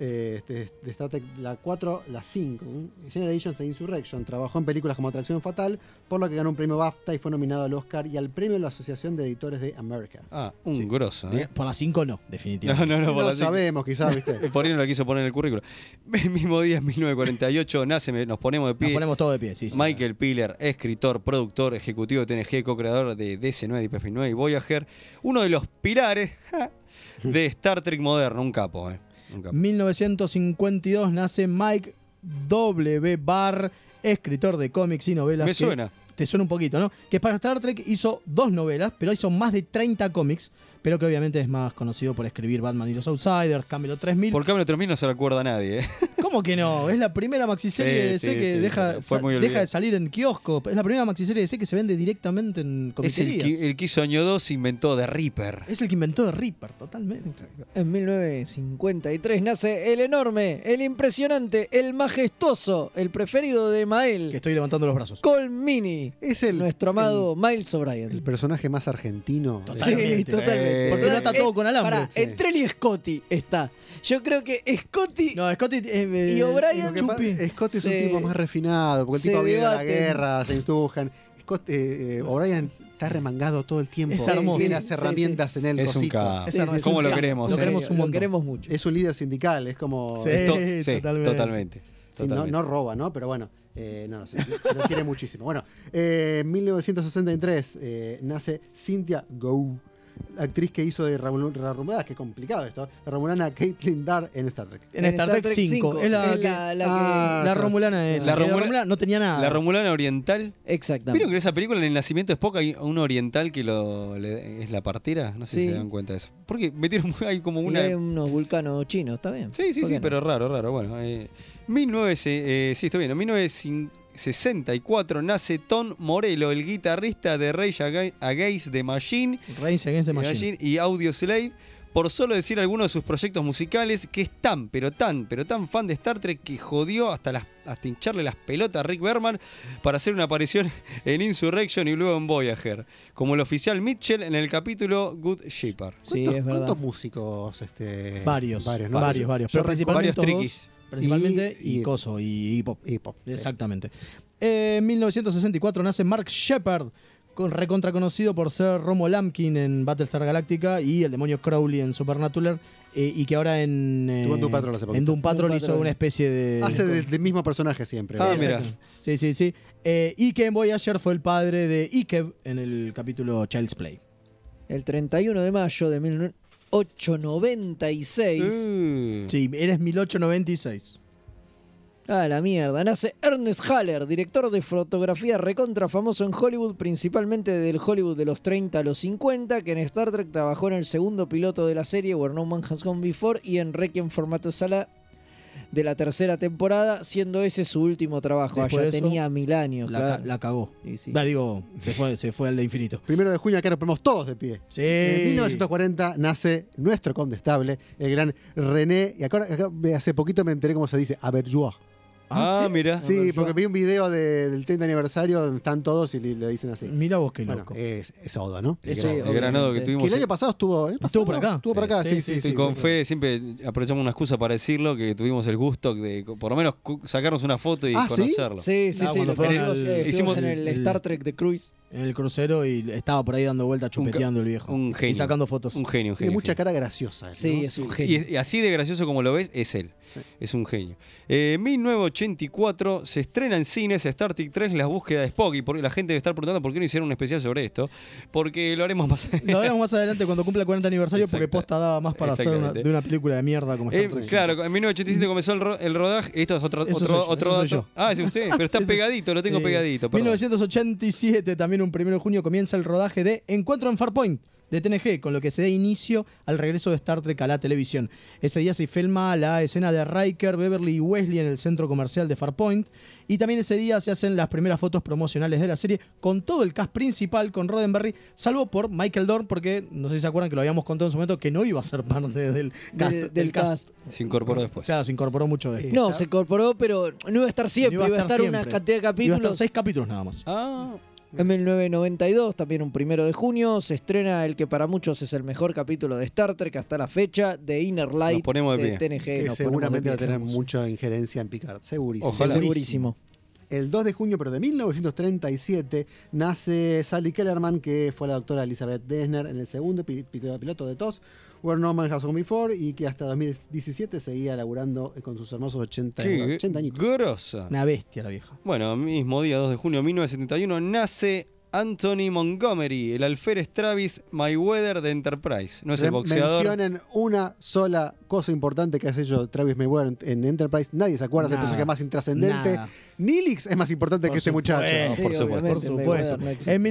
Speaker 5: eh, de, de Star Trek, la 4, la 5, ¿eh? Generations e Insurrection. Trabajó en películas como Atracción Fatal, por lo que ganó un premio BAFTA y fue nominado al Oscar y al premio de la Asociación de Editores de América.
Speaker 2: Ah, un grosso, ¿eh?
Speaker 4: Por las 5 no,
Speaker 2: No,
Speaker 4: definitivamente.
Speaker 2: no, no, por
Speaker 5: Lo
Speaker 2: la-
Speaker 5: sabemos, quizás, ¿viste?
Speaker 2: Por ahí no lo quiso poner en el currículo. El mismo día, en 1948, nace, me- nos ponemos de pie.
Speaker 4: Nos ponemos todo de pie, sí. sí.
Speaker 2: Michael Piller, escritor, productor, ejecutivo de TNG, co-creador de DC9 y PF9 y Voyager, uno de los pilares ja, de Star Trek moderno, un capo, ¿eh? Un capo.
Speaker 4: 1952 nace Mike W. Barr, escritor de cómics y novelas.
Speaker 2: Me
Speaker 4: que-
Speaker 2: suena.
Speaker 4: Te suena un poquito, ¿no? Que para Star Trek hizo dos novelas, pero hizo más de 30 cómics, pero que obviamente es más conocido por escribir Batman y los Outsiders, Camelot 3000.
Speaker 2: Por cambio, 3000 no se lo acuerda nadie, ¿eh?
Speaker 4: ¿Cómo que no? Es la primera maxiserie
Speaker 2: Sí,
Speaker 4: de DC
Speaker 2: sí,
Speaker 4: que
Speaker 2: sí,
Speaker 4: deja, sa-
Speaker 2: fue muy
Speaker 4: deja
Speaker 2: olvidada.
Speaker 4: de salir en kiosco. Es la primera maxiserie de DC que se vende directamente en
Speaker 2: Es el
Speaker 4: comiquerías.
Speaker 2: que, el que hizo año 2 inventó The Reaper.
Speaker 4: Es el que inventó de Reaper, totalmente.
Speaker 3: En 1953 nace el enorme, el impresionante, el majestuoso, el preferido de Mael,
Speaker 4: Que estoy levantando los brazos.
Speaker 3: Colmini,
Speaker 5: Es el,
Speaker 3: nuestro amado Miles O'Brien.
Speaker 5: el personaje más argentino. de Star Trek.
Speaker 3: Sí, totalmente.
Speaker 2: Eh, Porque
Speaker 4: ahora está todo
Speaker 3: Eh,
Speaker 4: con alambre.
Speaker 3: pará,
Speaker 5: Sí.
Speaker 3: entre él y Scotty está. Yo creo que Scotty
Speaker 4: No, Scotty. eh,
Speaker 3: y O'Brien
Speaker 5: Lo que pasa es que Scott es
Speaker 3: Sí.
Speaker 5: un tipo más refinado, porque el
Speaker 3: Se
Speaker 5: tipo viene a la
Speaker 3: debaten.
Speaker 5: guerra, se estujan. Scott, eh, eh, O'Brien está remangado todo el tiempo.
Speaker 4: Es hermoso.
Speaker 5: Tiene
Speaker 4: Sí,
Speaker 5: las
Speaker 4: sí,
Speaker 5: herramientas en él.
Speaker 2: Es un
Speaker 5: cositas.
Speaker 2: capo.
Speaker 5: Es
Speaker 3: Sí, sí,
Speaker 5: hermoso.
Speaker 3: es
Speaker 2: ¿Cómo
Speaker 3: un
Speaker 2: lo
Speaker 3: ca-
Speaker 2: queremos,
Speaker 4: Lo
Speaker 2: eh?
Speaker 4: queremos un
Speaker 3: lo
Speaker 4: montón.
Speaker 3: queremos mucho.
Speaker 5: Es un líder sindical, es como.
Speaker 4: Sí,
Speaker 5: Eh,
Speaker 2: To- sí, totalmente.
Speaker 4: totalmente.
Speaker 5: sí, no,
Speaker 2: totalmente.
Speaker 5: no roba, ¿no? Pero bueno, eh, no, no, se, se lo quiere muchísimo. Bueno, eh, en 1963 eh, nace Cynthia Go, la actriz que hizo de Ramul- Ramudadas, que complicado esto, la Ramulana Caitlin Dar en Star Trek.
Speaker 4: En, Star, Trek 5. Es la, que- la,
Speaker 3: la
Speaker 5: Ah, ya sé.
Speaker 4: Romulana es. La
Speaker 2: Romula-
Speaker 4: Romulana no tenía nada.
Speaker 2: La Romulana Oriental.
Speaker 3: que-
Speaker 2: ¿Vieron que
Speaker 3: Exactamente.
Speaker 2: en esa película, en el nacimiento de Spock, hay un oriental que lo, le- es la partera? No sé si
Speaker 3: Sí.
Speaker 2: se dan cuenta de eso. Porque metieron, hay como
Speaker 3: Y
Speaker 2: una...
Speaker 3: hay unos vulcanos chinos, está bien.
Speaker 2: Sí, sí,
Speaker 3: ¿Por
Speaker 2: sí,
Speaker 3: qué no?
Speaker 2: pero raro, raro. Bueno, eh, 19, eh, sí, estoy bien. En 1964 nace Tom Morello, el guitarrista de Rage Aga- Against the Machine,
Speaker 4: Reigns Against the Machine.
Speaker 2: Machine y Audio Slave. por solo decir algunos de sus proyectos musicales, que es tan, pero tan, pero tan fan de Star Trek que jodió hasta, las, hasta hincharle las pelotas a Rick Berman para hacer una aparición en Insurrection y luego en Voyager, como el oficial Mitchell en el capítulo Good Shepherd.
Speaker 5: Sí, ¿Cuántos, ¿cuántos músicos? Este,
Speaker 4: Varios, varios,
Speaker 5: ¿no?
Speaker 4: varios, varios, pero
Speaker 5: Yo
Speaker 4: principalmente
Speaker 5: recuerdo-
Speaker 4: estos dos, principalmente y, Coso y Hip Hop. Exactamente. Eh, En 1964 nace Mark Shepard, con, recontra conocido por ser Romo Lampkin en Battlestar Galactica y el demonio Crowley en Supernatural. eh, y que ahora en, eh,
Speaker 5: Estuvo en Doom Patrol hace poquito.
Speaker 4: en Doom Patrol
Speaker 5: Doom
Speaker 4: hizo
Speaker 5: Patrol.
Speaker 4: una especie de.
Speaker 5: Hace de- del mismo personaje siempre.
Speaker 4: Ah, mira. Sí, sí, sí. Eh, y que en Voyager fue el padre de Ikeb en el capítulo Child's Play.
Speaker 3: El 31 de mayo de 1896.
Speaker 4: Mm. Sí, eres 1896.
Speaker 3: Ah, la mierda. Nace Ernest Haller, director de fotografía recontra famoso en Hollywood, principalmente del Hollywood de los 30 a los 50, que en Star Trek trabajó en el segundo piloto de la serie Where No Man Has Gone Before y en Requiem formato sala de la tercera temporada, siendo ese su último trabajo.
Speaker 4: Después
Speaker 3: Allá
Speaker 4: de eso,
Speaker 3: tenía mil años,
Speaker 4: La,
Speaker 3: claro.
Speaker 4: ca- la cagó.
Speaker 3: Sí, sí.
Speaker 4: Va, digo, se fue, se fue al infinito.
Speaker 5: Primero de junio, acá nos ponemos todos de pie.
Speaker 4: Sí.
Speaker 5: En 1940 nace nuestro condestable, el gran René. Y acá, acá me- hace poquito me enteré cómo se dice, Averjois.
Speaker 2: Ah,
Speaker 5: mira.
Speaker 2: mira.
Speaker 5: Sí, porque vi un video de- del 30 aniversario donde están todos y le, le dicen así.
Speaker 4: Mira vos qué
Speaker 5: Bueno,
Speaker 4: loco.
Speaker 5: es, es Odo, ¿no?
Speaker 2: El gran- el granado que tuvimos. eh.
Speaker 5: Que el año pasado estuvo. ¿el pasado?
Speaker 4: por acá.
Speaker 5: Estuvo por acá, sí, sí. sí,
Speaker 2: Y con fe siempre aprovechamos una excusa para decirlo, que tuvimos el gusto de por lo menos cu- sacarnos una foto y
Speaker 5: Ah, ¿sí?
Speaker 2: conocerlo.
Speaker 3: Sí, sí,
Speaker 4: Ah,
Speaker 3: sí.
Speaker 4: cuando
Speaker 3: lo
Speaker 4: fueron
Speaker 3: conocimos,
Speaker 4: al-
Speaker 3: eh, estuvimos
Speaker 2: hicimos
Speaker 3: en el,
Speaker 4: el-
Speaker 3: Star Trek de Cruise.
Speaker 4: En el crucero y estaba por ahí dando vueltas, chupeteando el viejo.
Speaker 2: Un genio.
Speaker 4: Y sacando fotos.
Speaker 2: Un genio, un
Speaker 5: Tiene
Speaker 2: genio.
Speaker 5: mucha cara graciosa. él,
Speaker 3: Sí,
Speaker 5: ¿no?
Speaker 3: es un genio.
Speaker 2: Y, y así de gracioso como lo ves, es él. Es un genio. Eh, En 1984 se estrena en cines Star Trek 3 La búsqueda de Spock. Y por- la gente debe estar preguntando por qué no hicieron un especial sobre esto. Porque lo haremos más adelante.
Speaker 4: Lo hablamos más adelante cuando cumpla el 40 aniversario porque
Speaker 2: Exacta-
Speaker 4: posta daba más para hacer una,
Speaker 2: exactamente.
Speaker 4: de una película de mierda como Star
Speaker 2: Eh,
Speaker 4: Trek.
Speaker 2: claro, en 1987 comenzó el, ro- el rodaje. Esto es otro,
Speaker 4: Eso
Speaker 2: otro,
Speaker 4: soy yo,
Speaker 2: otro
Speaker 4: eso soy
Speaker 2: dato.
Speaker 4: yo.
Speaker 2: Ah, es usted, pero está
Speaker 4: Sí, sí, sí.
Speaker 2: pegadito, lo tengo
Speaker 4: Eh,
Speaker 2: pegadito. Perdón.
Speaker 4: 1987, también un 1 de junio, comienza el rodaje de Encuentro en Farpoint de TNG, con lo que se da inicio al regreso de Star Trek a la televisión. Ese día se filma la escena de Riker, Beverly y Wesley en el centro comercial de Farpoint. Y también ese día se hacen las primeras fotos promocionales de la serie con todo el cast principal, con Roddenberry, salvo por Michael Dorn, porque no sé si se acuerdan que lo habíamos contado en su momento que no iba a ser parte del cast.
Speaker 3: Del- del cast. Eh,
Speaker 2: Se incorporó
Speaker 4: O
Speaker 2: después.
Speaker 4: sea, se incorporó mucho después.
Speaker 3: No, se incorporó, pero no iba a estar siempre,
Speaker 4: No
Speaker 3: iba a estar, una
Speaker 4: siempre.
Speaker 3: cantidad de
Speaker 4: Iba a
Speaker 3: capítulos.
Speaker 4: estar seis capítulos nada más.
Speaker 2: Ah,
Speaker 3: En 1992, también un primero de junio, se estrena el que para muchos es el mejor capítulo de Star Trek hasta la fecha, de Inner Light
Speaker 2: Nos ponemos de pie.
Speaker 3: TNG.
Speaker 5: Que
Speaker 3: Nos ponemos
Speaker 5: seguramente
Speaker 3: de
Speaker 5: va a
Speaker 3: pie,
Speaker 5: tener
Speaker 3: digamos.
Speaker 5: mucha injerencia en Picard. Segurísimo.
Speaker 2: Ojalá.
Speaker 3: Segurísimo.
Speaker 5: El 2 de junio, pero de 1937, nace Sally Kellerman, que fue la doctora Elizabeth Desner en el segundo pi- pi- piloto de TOS, Where No Man Has Gone Before, y que hasta 2017 seguía laburando eh, con sus hermosos 80,
Speaker 2: qué
Speaker 5: 80 añitos.
Speaker 2: grosa.
Speaker 4: Una bestia la vieja.
Speaker 2: Bueno, mismo día, 2 de junio de 1971, nace Anthony Montgomery, el alférez Travis Mayweather de Enterprise. No es el
Speaker 5: Men-
Speaker 2: boxeador.
Speaker 5: Mencionen una sola cosa importante que has hecho Travis Mayweather en- en Enterprise. Nadie se acuerda, es el
Speaker 4: Nada.
Speaker 5: personaje más intrascendente.
Speaker 4: Nada.
Speaker 5: Nilix es más importante que este muchacho.
Speaker 2: No,
Speaker 3: Sí,
Speaker 2: por supuesto.
Speaker 4: Por
Speaker 3: obviamente,
Speaker 4: supuesto.
Speaker 3: Mayweather no existe.
Speaker 4: En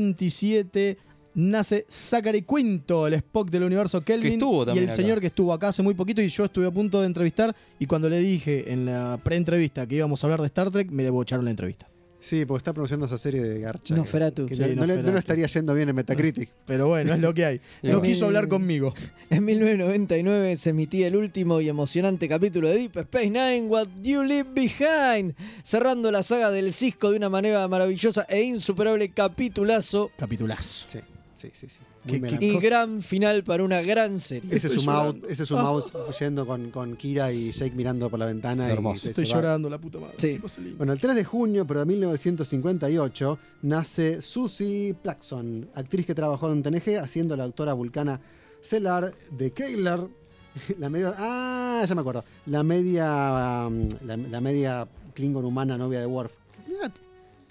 Speaker 4: 1977 nace Zachary Quinto, el Spock del universo Kelvin.
Speaker 2: Que estuvo también
Speaker 4: Y el
Speaker 2: acá.
Speaker 4: señor que estuvo acá hace muy poquito y yo estuve a punto de entrevistar. Y cuando le dije en la preentrevista que íbamos a hablar de Star Trek, me le bocharon la entrevista.
Speaker 5: Sí, porque está produciendo esa serie de Garcha. que-
Speaker 3: Nosferatu.
Speaker 5: que
Speaker 4: Sí,
Speaker 5: no, no le- no
Speaker 4: Nosferatu.
Speaker 5: le estaría yendo bien en Metacritic.
Speaker 4: Pero bueno, es lo que hay.
Speaker 2: bueno.
Speaker 4: No quiso hablar conmigo.
Speaker 3: En 1999 se emitía el último y emocionante capítulo de Deep Space Nine, What You Leave Behind, cerrando la saga del Cisco de una manera maravillosa e insuperable capitulazo
Speaker 4: Capitulazo.
Speaker 5: Sí, sí, sí. sí.
Speaker 4: Qué-
Speaker 5: Muy
Speaker 4: qué-
Speaker 5: melancólico.
Speaker 3: y gran final para una gran serie.
Speaker 5: Ese
Speaker 4: Estoy
Speaker 5: zoom
Speaker 4: llorando. Ah.
Speaker 5: ese zoom out yendo con, con Kira y Jake mirando por la ventana. y
Speaker 2: Hermoso.
Speaker 5: se-
Speaker 4: Estoy
Speaker 5: se va.
Speaker 4: llorando, la puta madre.
Speaker 3: Sí.
Speaker 4: Qué cosa linda.
Speaker 5: Bueno, el 3 de junio, pero de 1958, nace Susie Plaxon, actriz que trabajó en TNG haciendo la doctora vulcana Celar de Keyler. La media. Ah, ya me acuerdo. La media. um, la, la media Klingon humana novia de Worf. Mira,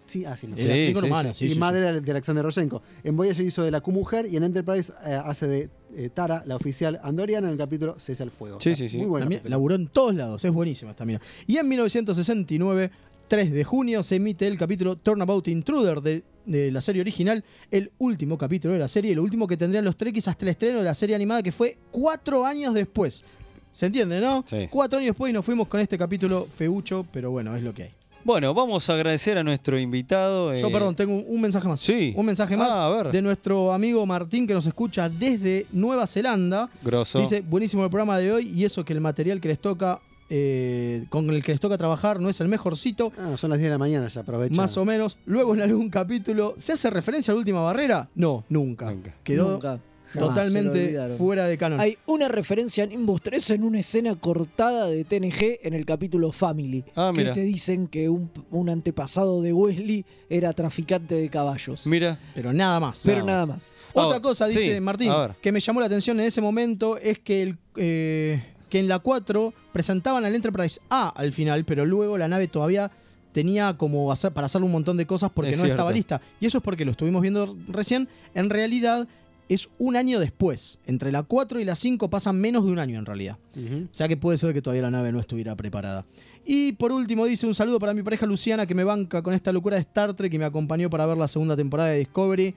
Speaker 5: Sí, ah, sí, me
Speaker 4: Era
Speaker 5: acuerdo.
Speaker 2: Sí,
Speaker 4: Klingon
Speaker 2: sí,
Speaker 4: humano, sí,
Speaker 5: y
Speaker 4: sí, sí.
Speaker 5: madre de Alexander Roshenko. En Voyager hizo de la Q-Mujer y en Enterprise eh, hace de eh, Tara, la oficial andoriana, en el capítulo Cese al Fuego.
Speaker 2: Sí, sí, sí.
Speaker 5: Muy bueno.
Speaker 4: También laburó en todos lados, es buenísima esta mina. Y en 1969, 3 de junio, se emite el capítulo Turnabout Intruder de, de la serie original, el último capítulo de la serie, el último que tendrían los Trekkies hasta el estreno de la serie animada, que fue cuatro años después. ¿Se entiende, no?
Speaker 2: Sí.
Speaker 4: Cuatro años después y nos fuimos con este capítulo feucho, pero bueno, es lo que hay.
Speaker 2: Bueno, vamos a agradecer a nuestro invitado. eh,
Speaker 4: Yo, perdón, tengo un- un mensaje más.
Speaker 2: Sí.
Speaker 4: Un mensaje más
Speaker 2: Ah, a ver.
Speaker 4: de nuestro amigo Martín que nos escucha desde Nueva Zelanda.
Speaker 2: Grosso.
Speaker 4: Dice, buenísimo el programa de hoy y eso que el material que les toca, eh, con el que les toca trabajar no es el mejorcito.
Speaker 5: Ah, son las 10 de la mañana, ya aprovecha.
Speaker 4: Más o menos. Luego en algún capítulo, ¿se hace referencia a la última barrera? No, nunca. Quedó
Speaker 3: Nunca. Jamás, se lo
Speaker 4: totalmente
Speaker 3: olvidaron.
Speaker 4: fuera de canon.
Speaker 3: Hay una referencia en Imbus 3 en una escena cortada de TNG en el capítulo Family.
Speaker 2: Ah,
Speaker 3: que
Speaker 2: mira.
Speaker 3: te dicen que un, un antepasado de Wesley era traficante de caballos.
Speaker 2: Mira.
Speaker 4: Pero nada más.
Speaker 3: Pero nada más.
Speaker 4: Otra
Speaker 3: Ah,
Speaker 4: cosa,
Speaker 3: sí,
Speaker 4: dice Martín,
Speaker 3: a ver.
Speaker 4: que me llamó la atención en ese momento es que, el, eh, que en la 4 presentaban al Enterprise A al final, pero luego la nave todavía tenía como hacer, para hacer un montón de cosas porque
Speaker 2: Es
Speaker 4: no estaba
Speaker 2: cierto.
Speaker 4: lista. Y eso es porque lo estuvimos viendo recién. En realidad es un año después. Entre la 4 y la 5 pasan menos de un año en realidad. O sea que puede ser que todavía la nave no estuviera preparada. Y por último dice un saludo para mi pareja Luciana que me banca con esta locura de Star Trek y me acompañó para ver la segunda temporada de Discovery.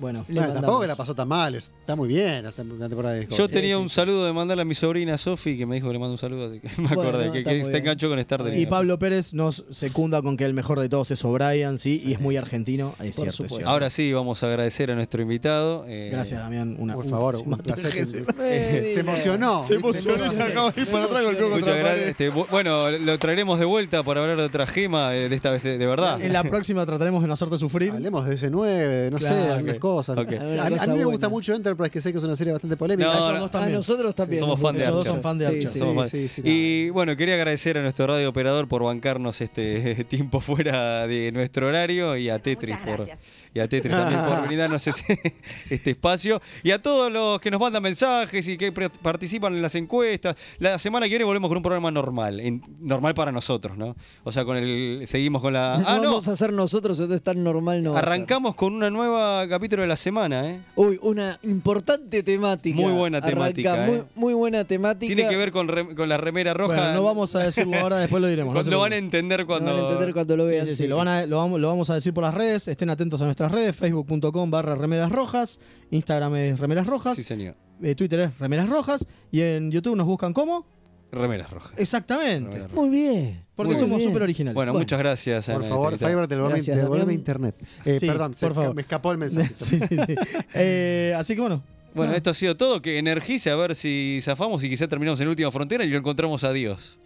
Speaker 4: Bueno,
Speaker 5: Bueno, tampoco que la pasó tan mal, está muy bien hasta la temporada de
Speaker 2: Yo
Speaker 5: Discovery.
Speaker 2: tenía un saludo de mandarle a mi sobrina Sofi, que me dijo que le mando un saludo, así que me
Speaker 4: Bueno,
Speaker 2: acordé, que,
Speaker 4: está
Speaker 2: que
Speaker 4: muy
Speaker 2: se
Speaker 4: bien.
Speaker 2: enganchó con Star Trek.
Speaker 4: Y Pablo Pérez nos secunda con que el mejor de todos es O'Brien, sí, y es muy argentino. Es
Speaker 2: Por
Speaker 4: cierto, es
Speaker 2: supuesto.
Speaker 4: cierto.
Speaker 2: Ahora sí, vamos a agradecer a nuestro invitado. eh,
Speaker 4: Gracias, Damián. Una,
Speaker 5: Por favor, un placer.
Speaker 4: Eh,
Speaker 5: Se emocionó.
Speaker 4: Se emocionó y se acabó de ir para atrás con el coco
Speaker 2: Muchas
Speaker 4: contra la
Speaker 2: gracias.
Speaker 4: pared.
Speaker 2: este, bu- bueno, lo traeremos de vuelta para hablar de otra gema eh, de esta vez, eh, de verdad.
Speaker 4: En la próxima trataremos de no hacerte sufrir.
Speaker 5: Hablemos de ese 9, no sé,
Speaker 4: Claro.
Speaker 5: algunas
Speaker 4: Ok.
Speaker 5: cosas.
Speaker 4: Ok.
Speaker 5: A,
Speaker 4: Alguna
Speaker 5: a mí
Speaker 4: cosa
Speaker 5: me
Speaker 4: buena.
Speaker 5: gusta mucho Enterprise, que sé que es una serie bastante polémica.
Speaker 2: No,
Speaker 5: Ellos
Speaker 2: no.
Speaker 5: dos
Speaker 3: A nosotros también.
Speaker 2: Somos fan de
Speaker 4: Ellos dos
Speaker 2: Archer.
Speaker 4: son fan de
Speaker 3: Sí,
Speaker 4: Archer.
Speaker 3: sí,
Speaker 2: Somos fan.
Speaker 5: sí, sí,
Speaker 2: y bueno, quería agradecer a nuestro radio operador por bancarnos este tiempo fuera de nuestro horario y a Tetris por y a Tetris también por brindarnos ese- este espacio y a todos los que nos mandan mensajes y que pre- participan en las encuestas. La semana que viene volvemos con un programa normal, en- normal para nosotros, ¿no? O sea, con el seguimos con la Ah,
Speaker 3: no
Speaker 2: no.
Speaker 3: vamos a hacer nosotros, esto es tan normal no. va a ser.
Speaker 2: Arrancamos con una nueva capítulo de la semana, ¿eh?
Speaker 3: Uy, una importante temática.
Speaker 2: Muy buena temática,
Speaker 3: Arranca, muy,
Speaker 2: eh.
Speaker 3: muy buena temática.
Speaker 2: Tiene que ver con, rem- con la remera roja.
Speaker 4: Bueno, no vamos a decirlo ahora, después lo diremos. no se
Speaker 2: lo van a
Speaker 4: preocupen.
Speaker 2: entender cuando.
Speaker 3: Van a entender cuando lo vean.
Speaker 4: Sí, sí, sí, lo, van a- lo vamos, lo vamos a decir por las redes. Estén atentos a nuestras redes: facebook.com barra remeras rojas, Instagram es remeras rojas,
Speaker 2: Sí, señor.
Speaker 4: eh, Twitter es remeras rojas y en YouTube nos buscan como.
Speaker 2: Remeras rojas.
Speaker 4: Exactamente.
Speaker 2: Remeras
Speaker 3: Muy bien.
Speaker 4: Porque
Speaker 2: Muy
Speaker 4: somos
Speaker 2: bien.
Speaker 4: súper originales.
Speaker 2: Bueno, muchas gracias. este,
Speaker 5: Por
Speaker 2: Ana,
Speaker 5: favor,
Speaker 2: Estevita.
Speaker 5: Fiverr, te devuelve,
Speaker 4: Gracias,
Speaker 5: te devuelve
Speaker 4: Damián.
Speaker 5: internet. Eh,
Speaker 4: Sí,
Speaker 5: perdón, se
Speaker 4: por favor.
Speaker 5: me escapó el mensaje.
Speaker 4: Sí, sí, sí. Eh, así que bueno.
Speaker 2: Bueno,
Speaker 4: nada.
Speaker 2: esto ha sido todo. Que energice a ver si zafamos y quizá terminamos en Última Frontera y lo encontramos a Dios.